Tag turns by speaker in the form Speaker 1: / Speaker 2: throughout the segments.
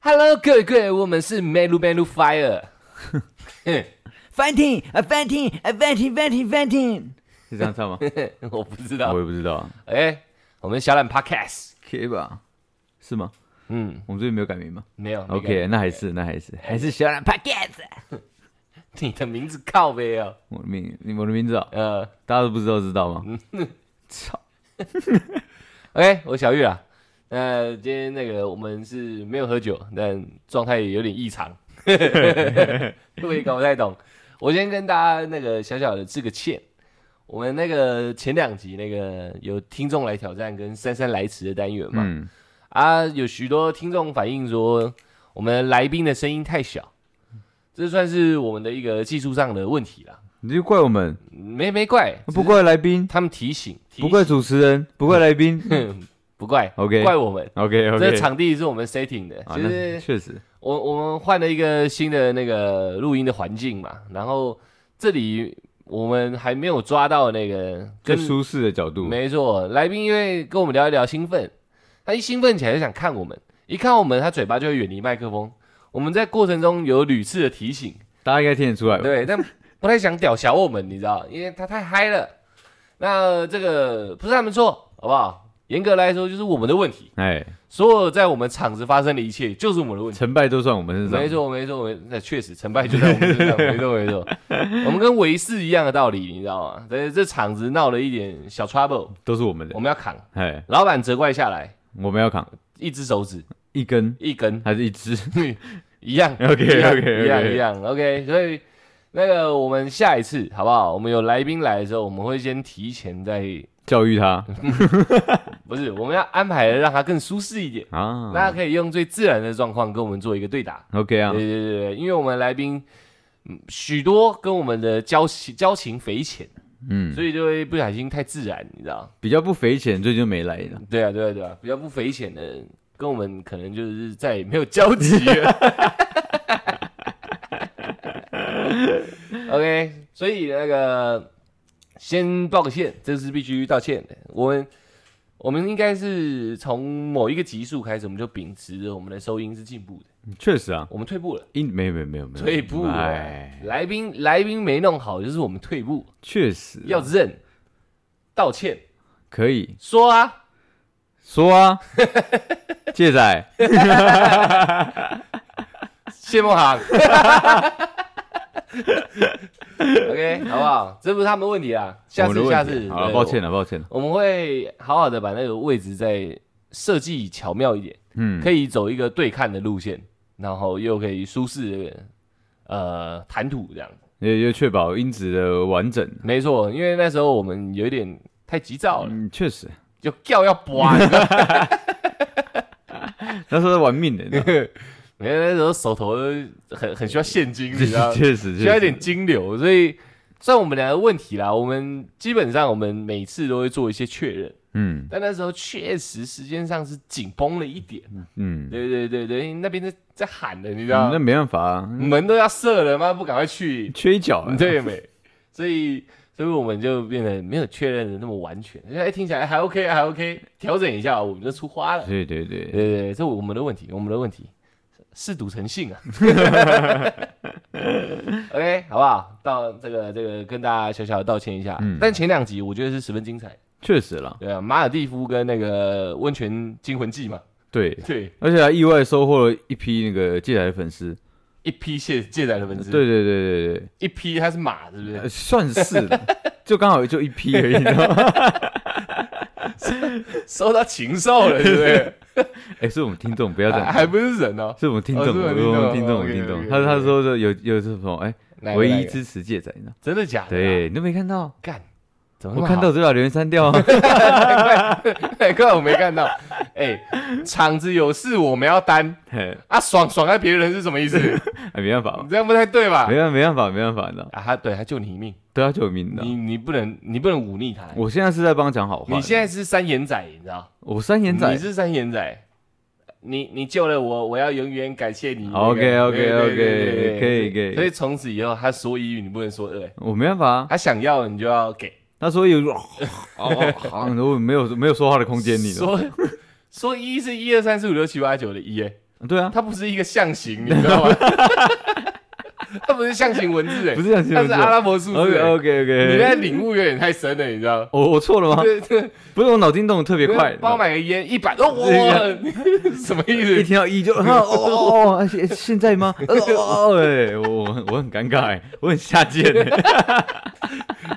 Speaker 1: Hello，各位各位，我们是 Melu Melu Fire，
Speaker 2: Fighting, a fighting, a fighting, fighting, fighting。是 这样唱吗？
Speaker 1: 我不知
Speaker 2: 我
Speaker 1: 道，
Speaker 2: 也不知道啊
Speaker 1: 哎、我们小懒 Podcast，
Speaker 2: ，K 吧？是吗？
Speaker 1: 嗯，
Speaker 2: 我们最近没有改名吗
Speaker 1: 没有没
Speaker 2: ？OK，
Speaker 1: 改
Speaker 2: 那还是那还是还是小冉 Podcast。
Speaker 1: 你的名字靠背哦，
Speaker 2: 我的名，你我的名字啊，
Speaker 1: 呃
Speaker 2: 大家都不知道知道吗？
Speaker 1: 嗯
Speaker 2: 操，
Speaker 1: ，OK，我小玉啊，呃，今天那个我们是没有喝酒，但状态也有点异 常，我也搞不太懂。我先跟大家那个小小的致个歉，我们那个前两集那个有听众来挑战跟姗姗来迟的单元嘛，
Speaker 2: 嗯，
Speaker 1: 啊，有许多听众反映说，我们来宾的声音太小，这算是我们的一个技术上的问题啦。
Speaker 2: 你就怪我们，
Speaker 1: 没没怪，
Speaker 2: 不怪来宾，
Speaker 1: 他们提醒，提
Speaker 2: 不怪主持人，不怪 来宾。
Speaker 1: 醒 不怪
Speaker 2: OK
Speaker 1: 怪我们。
Speaker 2: OK
Speaker 1: 这
Speaker 2: OK，
Speaker 1: 场地是我们 setting 的，
Speaker 2: 啊，
Speaker 1: 就
Speaker 2: 那
Speaker 1: 是
Speaker 2: 确实，
Speaker 1: 我我们换了一个新的那个录音的环境嘛，然后这里我们还没有抓到那个
Speaker 2: 最
Speaker 1: 跟
Speaker 2: 舒适的角度，
Speaker 1: 没错，来宾因为跟我们聊一聊兴奋，他一兴奋起来就想看我们，一看我们，他嘴巴就会远离麦克风。我们在过程中有屡次的提醒，
Speaker 2: 大家应该听得出来吧？
Speaker 1: 对，但不太想屌小我们，你知道，因为他太嗨了。那这个不是他们错，好不好？严格来说，就是我们的问题。
Speaker 2: 哎，
Speaker 1: 所有在我们场子发生的一切，就是我们的问题。
Speaker 2: 成败都算我们身上。
Speaker 1: 没错，没错，没那确实成败就在我们身上，没错，没错。我们跟维氏一样的道理，你知道吗？但是这场子闹了一点小 trouble，
Speaker 2: 都是我们的
Speaker 1: 我。们要扛。
Speaker 2: 哎，
Speaker 1: 老板责怪下来，
Speaker 2: 我们要扛
Speaker 1: 一只手指
Speaker 2: 一根
Speaker 1: 一根
Speaker 2: 还是一支？
Speaker 1: 一样
Speaker 2: OK，OK，OK
Speaker 1: 一样一样一样，OK。所以那个我们下一次好不好？我们有来宾来的时候，我们会先提前在，
Speaker 2: 教育 他
Speaker 1: 不是我们要安排的让他更舒适一点，
Speaker 2: 啊。
Speaker 1: 那可以用最自然的状况跟我们做一个对打。
Speaker 2: OK 啊
Speaker 1: 对，对对对，因为我们来宾嗯许多跟我们的交情交情匪浅，
Speaker 2: 嗯，
Speaker 1: 所以就会不小心太自然，你知道。
Speaker 2: 比较不肥浅，最近就没来了。
Speaker 1: 对啊，对啊，对啊，比较不匪浅的人，跟我们可能就是再也没有交集了。OK，所以那个先道个歉，这是必须道歉的。我们我们应该是从某一个集数开始，我们就秉持着我们的收音是进步的，
Speaker 2: 确实啊，
Speaker 1: 我们退步了，
Speaker 2: 因没有没有没有没有
Speaker 1: 退步了
Speaker 2: 哎。，
Speaker 1: 来宾来宾没弄好，就是我们退步，
Speaker 2: 确实啊
Speaker 1: 要认，道歉，
Speaker 2: 可以
Speaker 1: 说 啊。
Speaker 2: 说 啊，借仔，
Speaker 1: 谢梦航。OK，好不好？这不是他们问题啊，下
Speaker 2: 我们的
Speaker 1: 次下
Speaker 2: 问
Speaker 1: 次
Speaker 2: 题，好了，
Speaker 1: 对
Speaker 2: 抱歉了，抱歉了。
Speaker 1: 我，我们会好好的把那个位置再设计巧妙一点，
Speaker 2: 嗯，
Speaker 1: 可以走一个对看的路线，然后又可以舒适的呃谈吐这样。
Speaker 2: 也也确保音质的完整。
Speaker 1: 没错，因为那时候我们有一点太急躁了，
Speaker 2: 嗯，确实，
Speaker 1: 就叫要拔，你知道吗
Speaker 2: 那时候在玩命的，你知道吗
Speaker 1: 没有那时候手头很很需要现金， 你知道吗？
Speaker 2: 确实
Speaker 1: 需要一点
Speaker 2: 确实
Speaker 1: 金流，所以算我们两个问题啦。我们基本上我们每次都会做一些确认，
Speaker 2: 嗯
Speaker 1: 但那时候确实时间上是紧绷了一点。
Speaker 2: 嗯，
Speaker 1: 对对对对，那边在在喊的，你知道
Speaker 2: 那
Speaker 1: 吗，
Speaker 2: 没办法啊，
Speaker 1: 门都要射了，妈不赶快去，
Speaker 2: 缺一脚啊。
Speaker 1: 对没？所以所以我们就变得没有确认的那么完全，哎，听起来还 OK 还 OK，调整一下，我们就出花了。
Speaker 2: 对对对
Speaker 1: 对，对对，这我们的问题，我们的问题，嗜赌成性啊。OK，好不好？到这个这个跟大家小小的道歉一下。
Speaker 2: 嗯
Speaker 1: 但前两集我觉得是十分精彩，
Speaker 2: 确实啦，
Speaker 1: 对啊，马尔蒂夫跟那个温泉惊魂记嘛，
Speaker 2: 对，
Speaker 1: 对，
Speaker 2: 而且还意外收获了一批那个借来的粉丝。
Speaker 1: 一批卸借载的粉
Speaker 2: 对
Speaker 1: 丝，，
Speaker 2: 对对对对
Speaker 1: 一批他是马，是不
Speaker 2: 呃，
Speaker 1: 是？
Speaker 2: 算是的，就刚好就一批而已，你知道吗？
Speaker 1: 收到禽兽了，对不 对？
Speaker 2: 哎，是我们听众，不要这
Speaker 1: 还
Speaker 2: 样。
Speaker 1: 还不是人哦，
Speaker 2: 是我们听众，
Speaker 1: 哦
Speaker 2: 我
Speaker 1: 是我们听众
Speaker 2: 们听众，
Speaker 1: 哦
Speaker 2: 我们听众。
Speaker 1: OK，OK，OK
Speaker 2: 他他说的有有是什么？哎，
Speaker 1: 哪一个
Speaker 2: 唯
Speaker 1: 哪
Speaker 2: 一
Speaker 1: 一个
Speaker 2: 支持借仔呢？
Speaker 1: 真的假的？，
Speaker 2: 对，你都没看到，
Speaker 1: 干，怎么那
Speaker 2: 我
Speaker 1: 么
Speaker 2: 看
Speaker 1: 啊好
Speaker 2: 到就把留言删掉啊。
Speaker 1: 哎，怪我没 看到。哎、场子有事我们要担
Speaker 2: 嘿
Speaker 1: 啊，爽爽在别人是什么意思？
Speaker 2: 哎，没办法
Speaker 1: 你，这样不太对吧？
Speaker 2: 没办没办法，没办法，你知道，
Speaker 1: 啊，他对他救你一命，
Speaker 2: 对他救命的。
Speaker 1: 你你不能你不能忤逆他。
Speaker 2: 我现在是在帮他讲好话。
Speaker 1: 你现在是三眼仔，你知道？
Speaker 2: 我三眼
Speaker 1: 你
Speaker 2: 仔
Speaker 1: 是三眼仔，你你救了我，我要永远感谢你。
Speaker 2: OK，OK，OK，
Speaker 1: 对对对对对
Speaker 2: 可以可以
Speaker 1: 所以从此以后，他说一你不能说二、哎
Speaker 2: 我没办法啊。
Speaker 1: 他想要你就要给。
Speaker 2: 他说有，哦，哦好，我没有没有说话的空间，你知道吗。
Speaker 1: 说说一是一二三四五六七八九的一、哎
Speaker 2: 对啊，
Speaker 1: 它不是一个象形，你知道 吗？它不是象形文字哎，
Speaker 2: 不是象形文字
Speaker 1: 它是阿拉伯数字
Speaker 2: OK
Speaker 1: 哎。
Speaker 2: OK
Speaker 1: 你现在
Speaker 2: OK，
Speaker 1: 领悟有点太深了，你知道吗？
Speaker 2: 我我错了吗？
Speaker 1: 对对，
Speaker 2: 不是我脑筋动得特别啊快，
Speaker 1: 帮我买个烟，一百哦，我 什么意
Speaker 2: 一
Speaker 1: 思？
Speaker 2: 听到一就哦哦哦，现现在吗？哦哦哦， 哎，我我很我很尴尬哎，我很下贱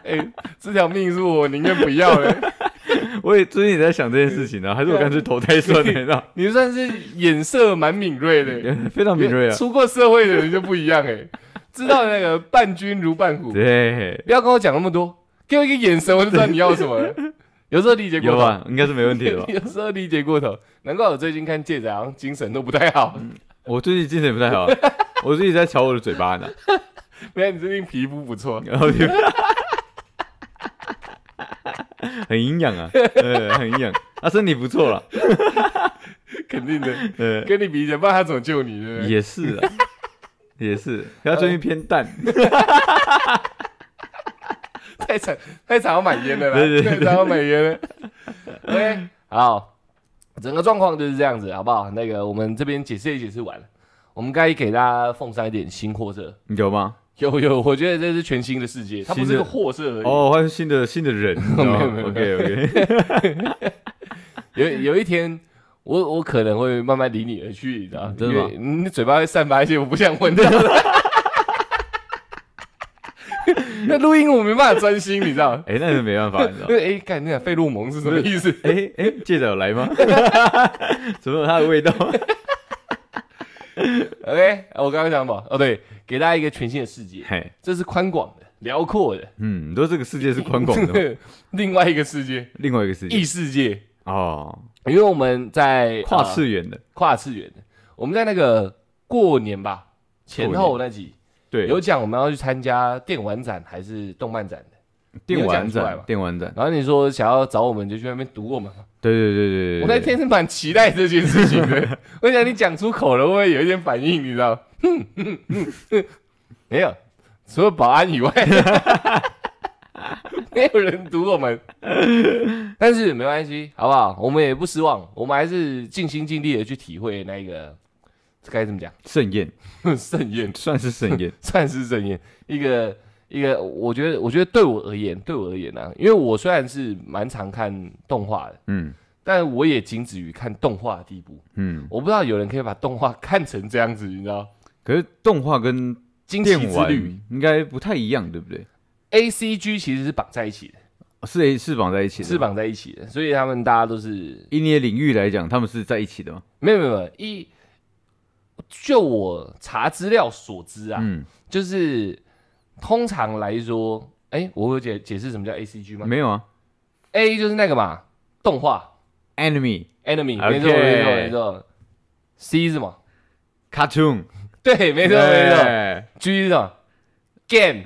Speaker 2: 哎，
Speaker 1: 哎，这条命是我宁愿不要 的。
Speaker 2: 我也最近也在想这件事情呢，啊还是我干脆投胎算了，你知道，
Speaker 1: 你算是眼色蛮敏锐的，
Speaker 2: 非常敏锐啊，
Speaker 1: 出过社会的人就不一样哎，知道那个伴君如伴虎，
Speaker 2: 对，
Speaker 1: 不要跟我讲那么多，给我一个眼神，我就知道你要什么 了。有时候理解过
Speaker 2: 有啊
Speaker 1: 头，？
Speaker 2: 吧？应该是没问题的吧
Speaker 1: 有时候理解过头，难怪我最近看戒指好像精神都不太好。
Speaker 2: 嗯 我最近精神不太好，啊 我最近在瞧我的嘴巴呢。
Speaker 1: 没有，你最近皮肤不错，
Speaker 2: 然后就 很营养啊，呃，很营养，啊，身体不错了，
Speaker 1: 肯定 的。
Speaker 2: 呃，
Speaker 1: 跟你比起来，不然他怎么救你？对不对？
Speaker 2: 也是啊，也 是，他最近偏淡，
Speaker 1: 太惨，太惨，要买烟的啦，
Speaker 2: 对对对
Speaker 1: 太惨，要买烟 了。OK，好，整个状况就是这样子，好不好？那个我们这边解释也解释完了，我们该给大家奉上一点新货色。
Speaker 2: 你有吗？
Speaker 1: 有有，我觉得这是全新的世界，它不是
Speaker 2: 新
Speaker 1: 个
Speaker 2: 的
Speaker 1: 货色而已。
Speaker 2: 哦，换新的新的人
Speaker 1: 没有没有
Speaker 2: ，OK OK，
Speaker 1: 有有一天，我我可能会慢慢离你而去，你知道吗？
Speaker 2: 嗯真
Speaker 1: 因
Speaker 2: 的吗
Speaker 1: 为你嘴巴会散发一些我不想闻到 的。那录音我没办法专心，你知道吗？
Speaker 2: 哎，那是没办法，你知道
Speaker 1: 因。为哎，干那费洛蒙是什么意思？
Speaker 2: 哎哎，借着有来吗？ 怎么有它的味道？
Speaker 1: OK，我刚刚讲什么？哦，对，给大家一个全新的世界，
Speaker 2: 嘿，
Speaker 1: 这是宽广的、辽阔的，
Speaker 2: 嗯，都这个世界是宽广 的嘛，
Speaker 1: 另外一个世界，
Speaker 2: 另外一个世界
Speaker 1: 异世界，
Speaker 2: 哦，
Speaker 1: 因为我们在
Speaker 2: 跨
Speaker 1: 呃
Speaker 2: 次元的，
Speaker 1: 跨次元的，我们在那个过年吧前后那集
Speaker 2: 对，
Speaker 1: 有讲我们要去参加电玩展还是动漫展的，
Speaker 2: 电玩
Speaker 1: 你有讲出来吧
Speaker 2: 展，电玩展，
Speaker 1: 然后你说想要找我们就去那边堵我们嘛，
Speaker 2: 对对对对对，
Speaker 1: 我那天是蛮期待这件事情 的，我想你讲出口了会不会有一点反应，你知道吗？哼哼哼哼没有，除了保安以外， 没有人堵我们。但是没关系，好不好？我们也不失望，我们还是尽心尽力的去体会那个这该怎么讲
Speaker 2: 盛宴，
Speaker 1: 盛宴，
Speaker 2: 算是 盛宴。
Speaker 1: 算是盛宴，一个一个，我觉得我觉得对我而言，对我而言啊，因为我虽然是蛮常看动画的。
Speaker 2: 嗯
Speaker 1: 但我也仅止于看动画的地步。
Speaker 2: 嗯，
Speaker 1: 我不知道有人可以把动画看成这样子，你知道？
Speaker 2: 可是动画跟
Speaker 1: 惊奇
Speaker 2: 电
Speaker 1: 之
Speaker 2: 玩
Speaker 1: 旅
Speaker 2: 应该不太一样，对不对？
Speaker 1: A C G 其实是绑在一起的，
Speaker 2: 是是绑在一起的，
Speaker 1: 是？绑在一起的，所以他们大家都是
Speaker 2: 以你的领域来讲，他们是在一起的吗？
Speaker 1: 没有没有没有一。就我查资料所知啊，
Speaker 2: 嗯，
Speaker 1: 就是通常来说，哎、我有解解释什么叫 A C G 吗
Speaker 2: 没有啊。
Speaker 1: ？A 就是那个嘛，动画
Speaker 2: Anime
Speaker 1: enemy，
Speaker 2: OK
Speaker 1: 没错没错没错。C 是什么？
Speaker 2: cartoon，
Speaker 1: 对，没错没错。
Speaker 2: 对。
Speaker 1: G 是什么？Game，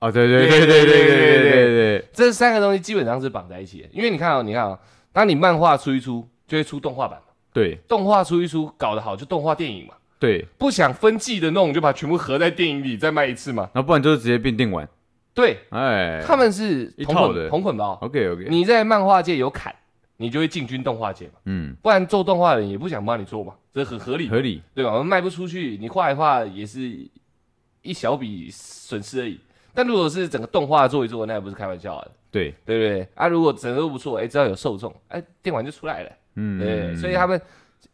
Speaker 2: 哦，对对对对对对对对对，
Speaker 1: 这三个东西基本上是绑在一起的，因为你看哦，你看哦，当你漫画出一出，就会出动画版嘛，
Speaker 2: 对
Speaker 1: 动画出一出，搞得好就动画电影嘛，
Speaker 2: 对，
Speaker 1: 不想分季的弄，就把全部合在电影里再卖一次嘛。
Speaker 2: 那不然就是直接变电玩，
Speaker 1: 对，
Speaker 2: 哎，
Speaker 1: 他们是
Speaker 2: 一
Speaker 1: 同
Speaker 2: 套
Speaker 1: 捆
Speaker 2: 的
Speaker 1: 同捆包，
Speaker 2: OK OK，
Speaker 1: 你在漫画界有砍，你就会进军动画界嘛，
Speaker 2: 嗯，
Speaker 1: 不然做动画的人也不想帮你做嘛，这很合理嘛，
Speaker 2: 合理，
Speaker 1: 对吧？我们卖不出去，你画一画也是一小笔损失而已。但如果是整个动画做一做，那也不是开玩笑的。
Speaker 2: 对，
Speaker 1: 对不对？啊，如果整个都不错，哎，只要有受众，哎，电玩就出来了，
Speaker 2: 嗯，
Speaker 1: 对，所以他们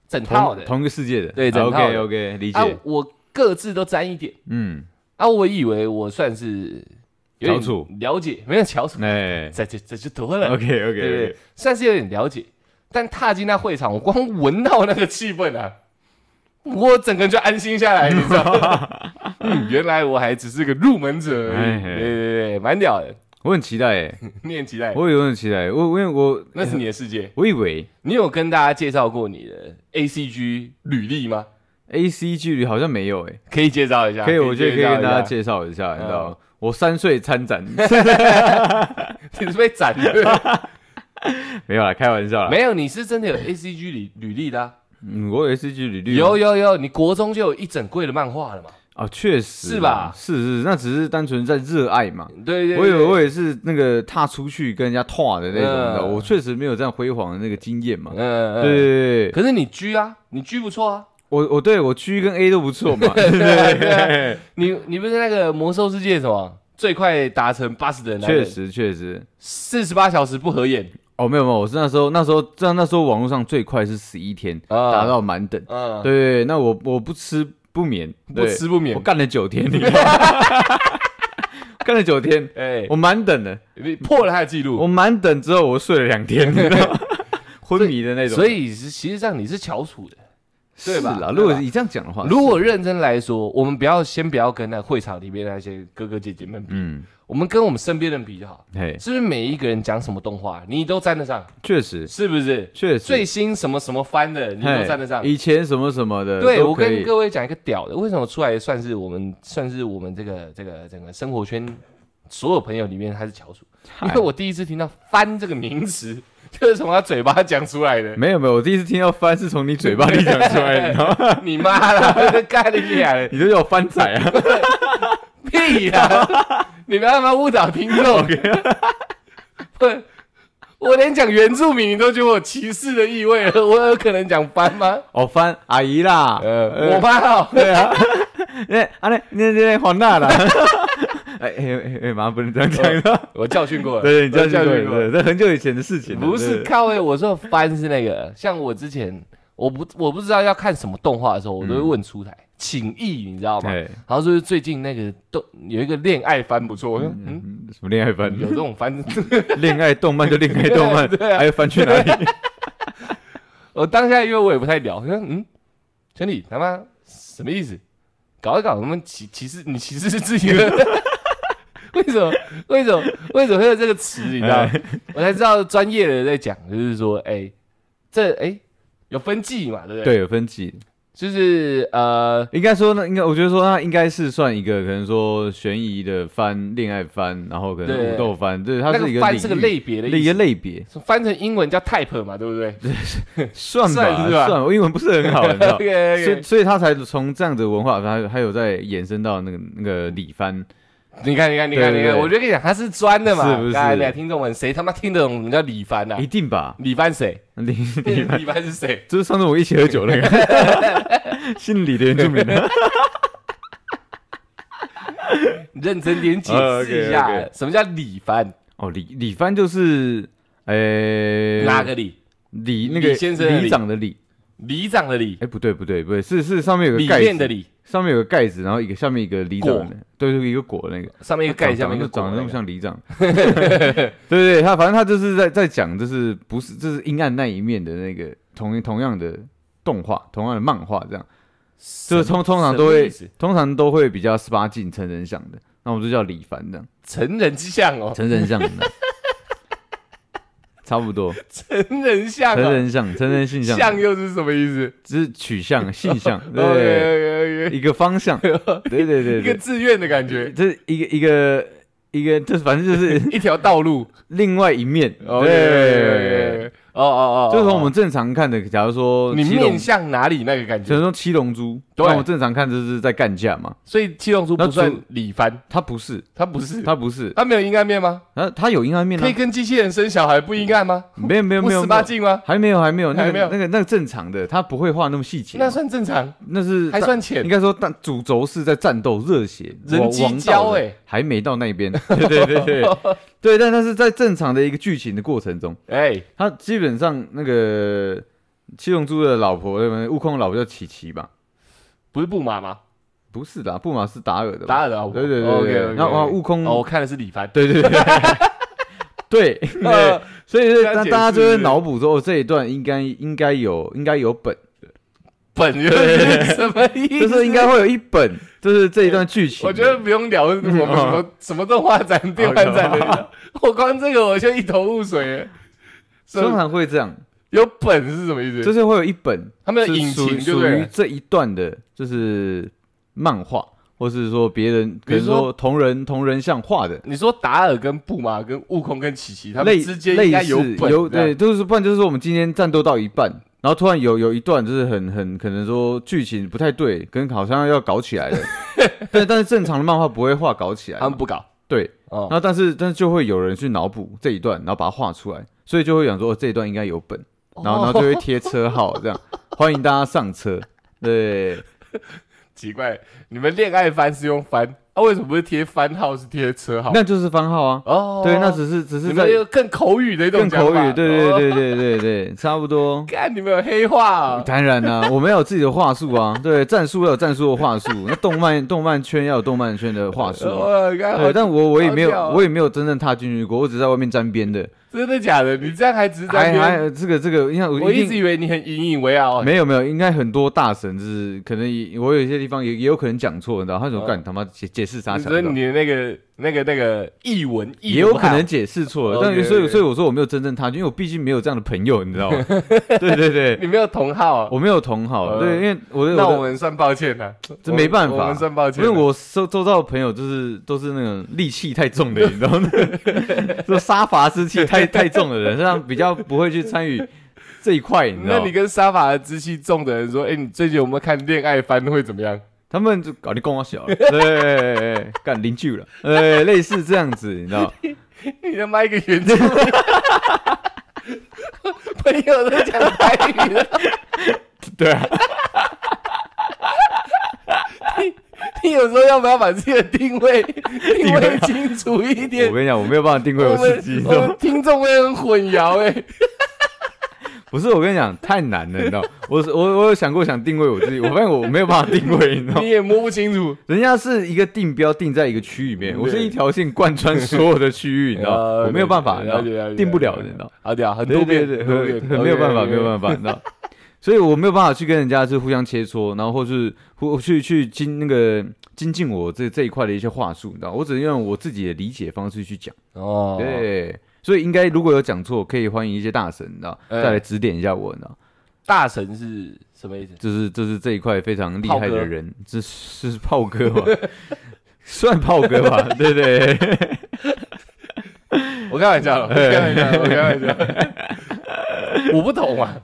Speaker 1: 整套
Speaker 2: 同
Speaker 1: 的，
Speaker 2: 同一个世界的，OK OK，理
Speaker 1: 啊
Speaker 2: 解，，
Speaker 1: 我各自都沾一点，
Speaker 2: 嗯，
Speaker 1: 啊，我以为我算是有点
Speaker 2: 翘楚
Speaker 1: 了解，没有翘楚，
Speaker 2: 哎
Speaker 1: 这这这就多了，
Speaker 2: ，OK
Speaker 1: 对不对
Speaker 2: OK，？
Speaker 1: 算是有点了解，但踏进那会场，我光闻到那个气氛啊。我整个人就安心下来，你知道吗？ 嗯原来我还只是个入门者而
Speaker 2: 哎
Speaker 1: 已，
Speaker 2: 嘿
Speaker 1: 对对对，蛮屌的，
Speaker 2: 我很期待，哎，
Speaker 1: 你很期待，
Speaker 2: 我有点期待，我因为我
Speaker 1: 那是你的世界。
Speaker 2: 我以为
Speaker 1: 你有跟大家介绍过你的 A C G 履历吗？
Speaker 2: A C 距离好像没有诶、
Speaker 1: 啊可以介绍一下，
Speaker 2: 可以，我觉得可以跟大家
Speaker 1: 介
Speaker 2: 介绍一下，你知道
Speaker 1: 嗯
Speaker 2: 吗？我三岁 参展，
Speaker 1: 绍一下， 你是被斩 的？
Speaker 2: 没有啦，开玩笑啦。
Speaker 1: 没有，你是真的有 A C G 履履历的啊、
Speaker 2: 嗯，我有 A C 距离率哦
Speaker 1: 有有有，你国中就有一整柜的漫画了嘛？
Speaker 2: 啊，确实
Speaker 1: 是吧嗯
Speaker 2: 是是，那只是单纯在热爱嘛。
Speaker 1: 对对对，
Speaker 2: 我以为我也是那个踏出去跟人家跨的那种，
Speaker 1: 嗯
Speaker 2: 你知道我确实没有这样辉煌的那个经验嘛。
Speaker 1: 嗯，嗯
Speaker 2: 对对对对，
Speaker 1: 可是你 G 啊，你 G 不错啊，
Speaker 2: 我我对我区跟 A 都不错嘛，对
Speaker 1: 对啊你你不是那个魔兽世界什么最快达成八十的男
Speaker 2: 确
Speaker 1: 人，
Speaker 2: 实确实。
Speaker 1: 四十八小时不合眼，
Speaker 2: 哦，没有没有，我是那时候那时候这那时候网络上最快是十一天
Speaker 1: 啊
Speaker 2: 达到满等，
Speaker 1: 嗯，
Speaker 2: 对，那我我不吃不眠，
Speaker 1: 不
Speaker 2: 对
Speaker 1: 吃不
Speaker 2: 我
Speaker 1: 眠，
Speaker 2: 干了九天，你知道吗 干了九天，
Speaker 1: 哎，
Speaker 2: 我满等的，
Speaker 1: 你破了他的记录
Speaker 2: 我，满等之后我睡了两天，你 知道吗昏迷的那种，
Speaker 1: 所以是其实上你是翘楚的。对
Speaker 2: 是
Speaker 1: 吧
Speaker 2: 啦。
Speaker 1: 对
Speaker 2: 如果
Speaker 1: 吧
Speaker 2: 你这样讲的话，
Speaker 1: 如果认真来说，我们不要先不要跟那会场里面那些哥哥姐姐们比，
Speaker 2: 嗯，
Speaker 1: 我们跟我们身边人比就好。
Speaker 2: 嘿，
Speaker 1: 是不是每一个人讲什么动画，你都沾得上？
Speaker 2: 确实
Speaker 1: 是不是？
Speaker 2: 确实
Speaker 1: 最新什么什么番的，你
Speaker 2: 嘿
Speaker 1: 都沾得上？
Speaker 2: 以前什么什么的，
Speaker 1: 对，
Speaker 2: 都
Speaker 1: 我
Speaker 2: 可
Speaker 1: 跟
Speaker 2: 以
Speaker 1: 各位讲一个屌的，为什么出来算是我们算是我们这个这个整个生活圈所有朋友里面他是翘楚，因为我第一次听到“翻”这个名词， 就是从他嘴巴讲出来的。
Speaker 2: 没有没有，我第一次听到翻是从你嘴巴里讲出来的，你知道吗？
Speaker 1: 你妈 啦，干你俩
Speaker 2: 你就叫我翻仔啊。
Speaker 1: 屁呀！你不要他妈误导听 众。不， 我连讲原住民你都觉得我歧视的意味了，我有可能讲翻吗？
Speaker 2: 哦，翻阿姨啦，
Speaker 1: 呃，我妈哦，
Speaker 2: 对啊，那啊那那那黄娜啦，哎哎哎哎，马上不能这样讲了，
Speaker 1: 我教训过了，
Speaker 2: 对，你这
Speaker 1: 我
Speaker 2: 样就对了，对这很久以前的事情了，
Speaker 1: 不是
Speaker 2: 对
Speaker 1: 靠位，我说翻是那个，像我之前我不我不知道要看什么动画的时候，我都会问出台。请意，你知道吗？
Speaker 2: 哎，
Speaker 1: 然后就是最近那个动有一个恋爱番不错，我说嗯，
Speaker 2: 嗯什么恋爱番，
Speaker 1: 有这种番，
Speaker 2: 恋爱动漫就恋爱动漫，
Speaker 1: 对啊
Speaker 2: 还有翻去哪里？
Speaker 1: 我呃当下因为我也不太了，我说嗯，经理他妈什么意思？搞一搞，我们歧歧视你歧视自己人， 为什么？为什么？为什么会有这个词？你知道
Speaker 2: 哎
Speaker 1: 吗？我才知道专业的人在讲，就是说，哎、这哎、有分季嘛，对不对？，
Speaker 2: 对，有分级，
Speaker 1: 就是呃，
Speaker 2: 应该说呢，应该我觉得说那应该是算一个可能说悬疑的番、恋爱番，然后可能
Speaker 1: 对
Speaker 2: 武斗番，对，它
Speaker 1: 那
Speaker 2: 是一
Speaker 1: 个
Speaker 2: 个
Speaker 1: 翻是个
Speaker 2: 领域
Speaker 1: 类别的
Speaker 2: 的一
Speaker 1: 意
Speaker 2: 个
Speaker 1: 思，
Speaker 2: 类别，
Speaker 1: 翻成英文叫 type 嘛，对不 对
Speaker 2: 算
Speaker 1: 算
Speaker 2: 吧
Speaker 1: 是吧
Speaker 2: 算，我英文不是很好，你知 道。
Speaker 1: ？OK
Speaker 2: 所以，
Speaker 1: OK，
Speaker 2: 所以他才从这样子的文化，还有还有在延伸到那个那个李帆，
Speaker 1: 你看你看你看
Speaker 2: 对
Speaker 1: 你看，
Speaker 2: 对对
Speaker 1: 我就跟你讲，他是专的嘛，
Speaker 2: 是不是
Speaker 1: 大家听众们，谁他妈听得懂什么叫李帆呐、啊嗯
Speaker 2: 一？定吧？
Speaker 1: 李帆谁？
Speaker 2: 李
Speaker 1: 李
Speaker 2: 李 帆，
Speaker 1: 帆是谁？
Speaker 2: 就是上次我们一起喝 酒那个，姓李的原住民的，
Speaker 1: 认真点解释一
Speaker 2: 哦
Speaker 1: 下
Speaker 2: ，OK，OK，
Speaker 1: 什么叫李帆？
Speaker 2: 哦，李李帆就是，呃，
Speaker 1: 哪个李？
Speaker 2: 李那个
Speaker 1: 李先生的李
Speaker 2: 里长的李？
Speaker 1: 里长的里，
Speaker 2: 哎，不对不对不对，是是上面有个
Speaker 1: 里
Speaker 2: 盖
Speaker 1: 面的
Speaker 2: 子，
Speaker 1: 里，
Speaker 2: 上面有个盖子，然后一个下面一个里长
Speaker 1: 果
Speaker 2: 的，对，就是一个果那个。
Speaker 1: 上面一个盖，下
Speaker 2: 长
Speaker 1: 面一个
Speaker 2: 长
Speaker 1: 果
Speaker 2: 得那
Speaker 1: 那
Speaker 2: 么
Speaker 1: 个
Speaker 2: 像里长， 对对，他反正他就是在在讲，就是不是就是阴暗那一面的那个同同样的动画，同样的漫画这样，就是通通常
Speaker 1: 什
Speaker 2: 都
Speaker 1: 么
Speaker 2: 会
Speaker 1: 意思
Speaker 2: 通常都会比较十八禁成人向的，那我们就叫李凡 这样，
Speaker 1: 成人之相 哦，
Speaker 2: 成人向的，差 不多，
Speaker 1: 成人相
Speaker 2: 成
Speaker 1: 哦，
Speaker 2: 人向，成人性向，
Speaker 1: 相又是什么意思
Speaker 2: 只是取向性 向，
Speaker 1: ？OK
Speaker 2: 对，
Speaker 1: OK OK，
Speaker 2: 一个方向，对对对
Speaker 1: 一个
Speaker 2: 对，
Speaker 1: 自愿的感觉，
Speaker 2: 这一个一个一个，就是反正就是。
Speaker 1: 一条道路。
Speaker 2: 另外一面，对，
Speaker 1: OK，OK，OK，哦哦哦，
Speaker 2: 就是从我们正常看的，假如
Speaker 1: 哦
Speaker 2: 说
Speaker 1: 你
Speaker 2: 七龙
Speaker 1: 面，向哪里那个感
Speaker 2: 假
Speaker 1: 觉，
Speaker 2: 如说七龙珠，那
Speaker 1: 对
Speaker 2: 我们正常看就是在干架嘛，
Speaker 1: 所以七龙珠
Speaker 2: 那
Speaker 1: 不算
Speaker 2: 主
Speaker 1: 李帆，
Speaker 2: 他不是，
Speaker 1: 他不是，
Speaker 2: 他不是，
Speaker 1: 他没有阴暗面吗？
Speaker 2: 他他有阴暗面
Speaker 1: 可以
Speaker 2: 啊，
Speaker 1: 跟机器人生小孩不阴暗吗？
Speaker 2: 没有没有
Speaker 1: 不
Speaker 2: 没有
Speaker 1: 十，八禁吗？
Speaker 2: 还没有还没有，那
Speaker 1: 还
Speaker 2: 个
Speaker 1: 没有
Speaker 2: 那个那个正常的，他不会画那么细节嘛，
Speaker 1: 那算正常，
Speaker 2: 那是
Speaker 1: 还算浅
Speaker 2: 应。该说，但主轴是在战斗、热血、
Speaker 1: 人
Speaker 2: 王
Speaker 1: 机
Speaker 2: 王道
Speaker 1: 交
Speaker 2: 的
Speaker 1: 欸
Speaker 2: 还没到 那边，对对对对对，但但是在正常的一个剧情的过程中。
Speaker 1: 哎，
Speaker 2: 他基本上那个七龙珠的老婆，对不对？悟空的老婆叫琪琪吧？
Speaker 1: 不是布马吗？
Speaker 2: 不是的，布马是达尔的吧。
Speaker 1: 达尔的老婆，
Speaker 2: 对对对对
Speaker 1: OK，OK，OK
Speaker 2: 然后啊悟空
Speaker 1: 哦，我看的是李 凡，
Speaker 2: 对对 对对对
Speaker 1: 呃
Speaker 2: 对，所以
Speaker 1: 这
Speaker 2: 是
Speaker 1: 样
Speaker 2: 大
Speaker 1: 解
Speaker 2: 大家就
Speaker 1: 释
Speaker 2: 会
Speaker 1: 是
Speaker 2: 脑补说，哦，这一段应该应该有应该有本，
Speaker 1: 本又是什么意思？
Speaker 2: 就是应该会有一本，就是这一段剧情。
Speaker 1: 我觉得不用聊我
Speaker 2: 嗯
Speaker 1: 们什么什么动画展、电玩展的， 我光这个我就一头雾水 了。什
Speaker 2: 通
Speaker 1: 么
Speaker 2: 常会这样，
Speaker 1: 有本是什么意思？
Speaker 2: 就是会有一本
Speaker 1: 他们的
Speaker 2: 是
Speaker 1: 引
Speaker 2: 属于
Speaker 1: 擎，对不
Speaker 2: 属于
Speaker 1: 对？
Speaker 2: 这一段的，就是漫画，或是说别人，
Speaker 1: 比
Speaker 2: 比
Speaker 1: 如
Speaker 2: 如
Speaker 1: 说
Speaker 2: 说同人同人像画的。
Speaker 1: 你说达尔跟布马跟悟空跟琪琪，他们
Speaker 2: 类
Speaker 1: 之间应
Speaker 2: 类
Speaker 1: 该
Speaker 2: 似
Speaker 1: 有本，
Speaker 2: 对，就是不然就是说我们今天战斗到一半，然后突然有有一段就是很很可能说剧情不太对，跟好像要搞起 来了，但但是正常的漫画不会画搞起来
Speaker 1: 他
Speaker 2: 嘛，
Speaker 1: 们不搞
Speaker 2: 对，然
Speaker 1: 哦。
Speaker 2: 后但是但是就会有人去脑补这一段，然后把它画出来，所以哦
Speaker 1: 哦
Speaker 2: 就会想说、哦、这一段应该有本，然后然后就会贴车号这样，欢迎大家上车。对，
Speaker 1: 奇怪，你们恋爱番是用番，啊，为什么不是贴番号，是贴车号？
Speaker 2: 那就是番号啊。
Speaker 1: 哦，
Speaker 2: 对，那只是只是
Speaker 1: 你
Speaker 2: 在
Speaker 1: 们有更口语的一种
Speaker 2: 更口
Speaker 1: 讲法
Speaker 2: 语，对对
Speaker 1: 哦
Speaker 2: 对对 对对，差不多。
Speaker 1: 干你们有黑话啊、
Speaker 2: 当然啦、我们要有自己的话术啊，对，战术要有战术的话术，那动漫动漫圈要有动漫圈的话术、啊。
Speaker 1: 我哦干
Speaker 2: 对，
Speaker 1: 好
Speaker 2: 但我我也没有
Speaker 1: 呃好屌哦
Speaker 2: 我也没有真正踏进去过，我只是在外面沾边的。
Speaker 1: 真的假的？你这样还只是在那
Speaker 2: 还
Speaker 1: 边？
Speaker 2: 还这个这个，你看我
Speaker 1: 我
Speaker 2: 一
Speaker 1: 一直
Speaker 2: 定
Speaker 1: 以为你很引以为傲。啊
Speaker 2: 没有没有，应该很多大神就是可能也我有一些地方也也有可能讲错，你知道他怎么
Speaker 1: 哦
Speaker 2: 干他妈解解释啥
Speaker 1: 你
Speaker 2: 小
Speaker 1: 说
Speaker 2: 的，
Speaker 1: 你的那个、那个、那个译文，译
Speaker 2: 也有
Speaker 1: 不
Speaker 2: 可
Speaker 1: 好
Speaker 2: 能解释错了，但
Speaker 1: OK，OK
Speaker 2: 所以所以我说我没有真正踏进，因为我毕竟没有这样的朋友，你知 道吗？对对对，
Speaker 1: 你没有同号、啊，
Speaker 2: 我没有同好，
Speaker 1: 呃
Speaker 2: 对，因为我的
Speaker 1: 那我
Speaker 2: 的
Speaker 1: 们算抱歉了、
Speaker 2: 这没办
Speaker 1: 我
Speaker 2: 法
Speaker 1: 们算抱
Speaker 2: 因
Speaker 1: 歉啊
Speaker 2: 为
Speaker 1: 了。
Speaker 2: 我周周遭的朋友就是都是那种戾气太重的，你知道吗？ 就杀伐之气太太重的人，这样比较不会去参与这一块，你知
Speaker 1: 那
Speaker 2: 道吗
Speaker 1: 你？跟沙发的知气重的人说，哎、你最近有没有看恋爱番会怎么样？
Speaker 2: 他们就搞你跟我小了，对，干邻居了，呃，类似这样子，你知道？
Speaker 1: 你他妈一个原住民， 朋友都讲台语了，
Speaker 2: 对啊，
Speaker 1: 你有时候要不要把自己的定 位定位清楚一
Speaker 2: 我
Speaker 1: 点？
Speaker 2: 跟你讲，我没有办法定位我自己，你
Speaker 1: 们
Speaker 2: 知
Speaker 1: 我
Speaker 2: 道吗？
Speaker 1: 们听众会很混淆 哎、
Speaker 2: 不是，我跟你讲，太难了，你知道？我是我我有想过想定位我自己，我发现我没有办法定位，你知道
Speaker 1: 你？也摸不清楚。
Speaker 2: 人家是一个定标定在一个区里
Speaker 1: 嗯
Speaker 2: 面，
Speaker 1: 对
Speaker 2: 我是一条线贯穿所有的区域， 你知道？
Speaker 1: 呃
Speaker 2: 我没有办法，你知道
Speaker 1: 了解了？解
Speaker 2: 定不了，你知道？
Speaker 1: 好屌，很
Speaker 2: 对
Speaker 1: 多
Speaker 2: 对
Speaker 1: 遍，
Speaker 2: 对，
Speaker 1: 很多遍
Speaker 2: 很很没有办法，没有
Speaker 1: 法。
Speaker 2: 办法，你知道？ 所以我没有办法去跟人家是互相切磋，然后或是互去去精那个精进我这这一块的一些话术，你知道？我只能用我自己的理解方式去讲。
Speaker 1: 哦，
Speaker 2: 对，所以应该如果有讲错，可以欢迎一些大神，你知道，
Speaker 1: 哎
Speaker 2: 再来指点一下我，你知道？
Speaker 1: 大神是什么意思？
Speaker 2: 就是就是这一块非常厉
Speaker 1: 炮
Speaker 2: 害的
Speaker 1: 哥
Speaker 2: 人，这是是炮哥吗？ 算炮哥吧，对对对，
Speaker 1: 我开玩笑的，我开玩 笑的，我开玩笑的。我不懂啊，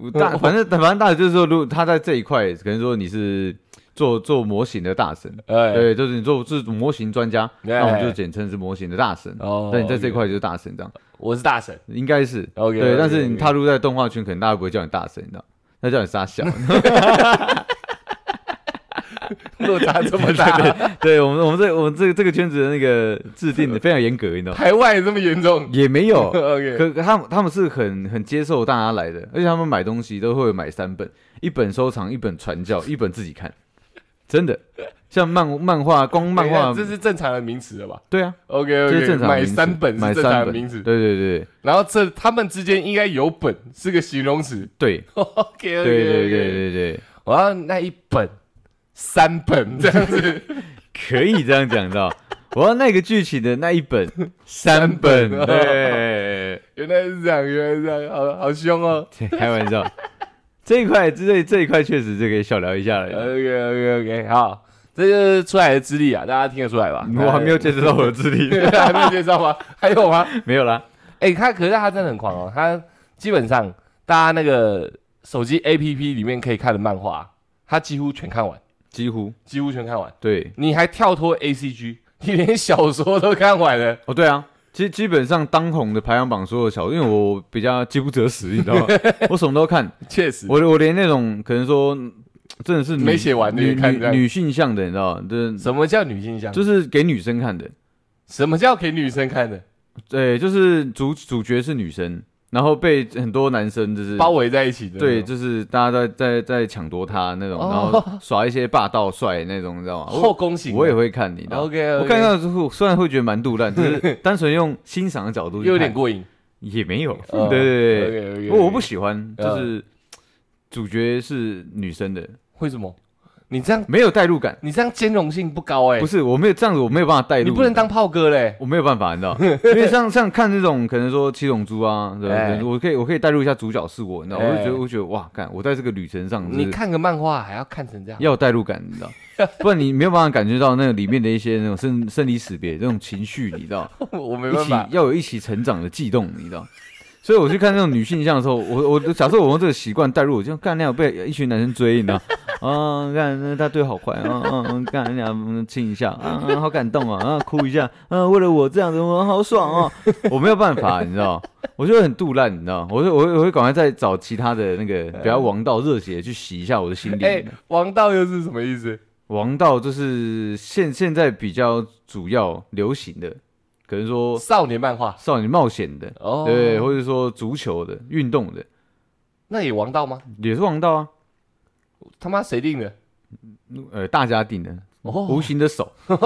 Speaker 2: 我大反正反正大就是说，如果他在这一块，可能说你是做做模型的大神，
Speaker 1: 哎，
Speaker 2: 对，就是你做是模型专家，
Speaker 1: 哎
Speaker 2: 那我们就简称是模型的大神。
Speaker 1: 哦
Speaker 2: 但你在这一
Speaker 1: OK
Speaker 2: 块就是大神，这样
Speaker 1: 我是大神。
Speaker 2: 应该是
Speaker 1: OK，
Speaker 2: 对。但是你踏入在动画圈，可能大家不会叫你大神，你知道，那叫你傻小。
Speaker 1: 落差这么大，
Speaker 2: 对我们我们这我们这这个圈子的那个制定的非常严格，你知道，
Speaker 1: 台湾也这么严重。
Speaker 2: 也没 有
Speaker 1: OK，
Speaker 2: 哦可可他们他们是很很接受大家来的，而且他们买东西都会买三本，一本收藏，一本 传教，一本自己看，真的。像漫漫画，光漫
Speaker 1: 等
Speaker 2: 画
Speaker 1: 一下，这是正常的名词了吧
Speaker 2: 对啊，
Speaker 1: ？OK
Speaker 2: 这
Speaker 1: OK，
Speaker 2: 是正常的
Speaker 1: 买
Speaker 2: 名词
Speaker 1: 三本
Speaker 2: 买
Speaker 1: 是正
Speaker 2: 三
Speaker 1: 常的
Speaker 2: 本
Speaker 1: 名
Speaker 2: 对
Speaker 1: 词，
Speaker 2: 对对
Speaker 1: 然后这他们之间应该有“本”是个形容词。
Speaker 2: 对
Speaker 1: OK
Speaker 2: 对
Speaker 1: OK
Speaker 2: 对对对对对，
Speaker 1: 我要那一本三本 这样子。
Speaker 2: 可以这样讲 到。我要那个剧情的那一本三本，
Speaker 1: 本哦
Speaker 2: 对，
Speaker 1: 原来是这样，原来是这样，好好凶哦。
Speaker 2: 开玩笑。这一块这这一块确实就可以小聊一下
Speaker 1: OK
Speaker 2: 了。
Speaker 1: OK OK，好，这就是出来的资历啊，大家听得出来吧？
Speaker 2: 我还没有，介绍到我的智 力，
Speaker 1: 还没有介绍吗？还有吗？
Speaker 2: 没有啦。
Speaker 1: 哎、他可是他真的很狂哦，他基本上大家那个手机 APP 里面可以看的漫画，他几乎全看完，
Speaker 2: 几乎
Speaker 1: 几乎全看完。
Speaker 2: 对，
Speaker 1: 你还跳脱 ACG，你 连小说都看完了。
Speaker 2: 哦，对啊，其实基本上当红的排行榜所有小，因为我比较饥不择食，你知 道吗？我什么都看，
Speaker 1: 确实，
Speaker 2: 我我连那种可能说嗯真的是女
Speaker 1: 没写完的也
Speaker 2: 女
Speaker 1: 看这
Speaker 2: 女
Speaker 1: 样
Speaker 2: 女性向的，你知道吗？就是
Speaker 1: 什么叫女性向？
Speaker 2: 就是给女生看的，
Speaker 1: 什么叫给女生看的？
Speaker 2: 对，就是主主角是女生，然后被很多男生就是
Speaker 1: 包围在一起的。哦
Speaker 2: 对，，就是大家在在在抢夺她那种，然后耍一些霸道帅那种，你知道吗？
Speaker 1: 后
Speaker 2: 我
Speaker 1: 宫型的。
Speaker 2: 我也会看，你知道吗。
Speaker 1: OK，
Speaker 2: 我看到之后，虽然会觉得蛮肚烂，就是 单纯用欣赏的角度去看，
Speaker 1: 又有点过瘾。
Speaker 2: 也没有，
Speaker 1: 嗯
Speaker 2: 对对对，
Speaker 1: OK，OK，OK
Speaker 2: 我我不喜欢，就是主角是女生的，
Speaker 1: 为什么？你这样
Speaker 2: 没有代入感，
Speaker 1: 你这样兼容性不高哎、
Speaker 2: 不是我没有这样子，我没有办法代入，
Speaker 1: 你不能当，炮哥嘞、
Speaker 2: 我没有办法，你知道， 因为像像看这种可能说七龙珠啊，对吧，
Speaker 1: 哎
Speaker 2: 可能我可以我可以代入一下主角是我，你知道，我
Speaker 1: 哎
Speaker 2: 就觉得我觉得哇，干，我在这个旅程上
Speaker 1: 你
Speaker 2: 是
Speaker 1: 看个漫画还要看成这样，
Speaker 2: 要有代入感，你知道。不然你没有办法感觉到那个里面的一些那种生生离死别那种情绪，你知道，
Speaker 1: 我没
Speaker 2: 一
Speaker 1: 办
Speaker 2: 起
Speaker 1: 法。
Speaker 2: 要有一起成长的悸动，你知道。所以我去看那种女性向的时候，我我假设我用这个习惯带入，我就干那样被一群男生追，你知道？ 啊，干那他对好快，啊啊啊，干那样亲一下，啊啊，好感动啊，啊，哭一下，啊，为了我这样子，我好爽哦，我没有办法，你知道？我就会很肚烂，你知道？我就我会我会赶快再找其他的那个比较王道热血去洗一下我的心
Speaker 1: 哎、
Speaker 2: 灵。
Speaker 1: 王道又是什么意思？
Speaker 2: 王道就是现现在比较主要流行的，可能说
Speaker 1: 少年漫画
Speaker 2: 少女冒险的，
Speaker 1: 哦，
Speaker 2: 对，，或者说足球的、运动的，
Speaker 1: 那也王道吗？
Speaker 2: 也是王道啊。
Speaker 1: 他妈谁定的？
Speaker 2: 呃，大家定的，
Speaker 1: 哦，
Speaker 2: 无形 的手，对，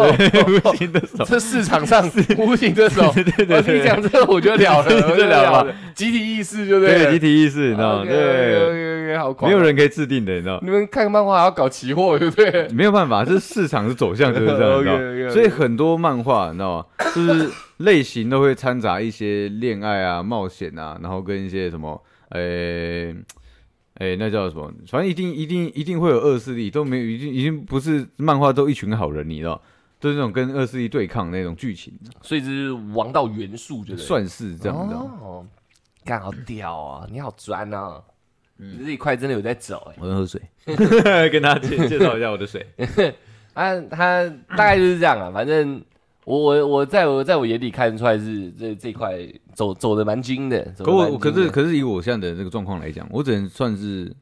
Speaker 2: 无形的手，
Speaker 1: 这市场 上无形的手，
Speaker 2: 对对
Speaker 1: 我
Speaker 2: 对
Speaker 1: 你
Speaker 2: 对，
Speaker 1: 讲这个我就了了，我
Speaker 2: 就了了
Speaker 1: 了，集体意识就
Speaker 2: 对集
Speaker 1: 了。
Speaker 2: 体意识，你知道吗？对，
Speaker 1: ，OK，好狂，
Speaker 2: 没有，人可以制定的，你知道吗，
Speaker 1: 你们看漫画还要搞期货，对不 对？
Speaker 2: 没有办法，这市场的走向就是这样，你知道吗
Speaker 1: OK，OK，OK
Speaker 2: 所以很多漫画，你知道吗？就是类型都会掺杂一些恋爱啊、冒险啊，然后跟一些什么，呃。哎、那叫什么？反正一定、一定、一定会有恶势力，都没有，已经、已经不是漫画，都一群好人，你知道，都是那种跟恶势力对抗那种剧情，
Speaker 1: 所以这是王道元素，就
Speaker 2: 算是这样的。
Speaker 1: 哦，干好屌啊！你好专啊！
Speaker 2: 嗯
Speaker 1: 你这一块真的有在走
Speaker 2: 我在喝水， 跟大家介介绍一下我的 水。
Speaker 1: 哎、啊，他大概就是这样啊。反正我我我在我在我眼里看出来是这这一块走走的蛮精的。走得
Speaker 2: 可我
Speaker 1: 蛮
Speaker 2: 我可
Speaker 1: 精
Speaker 2: 是
Speaker 1: 的
Speaker 2: 可是以我现在的这个状况来讲，我只能算是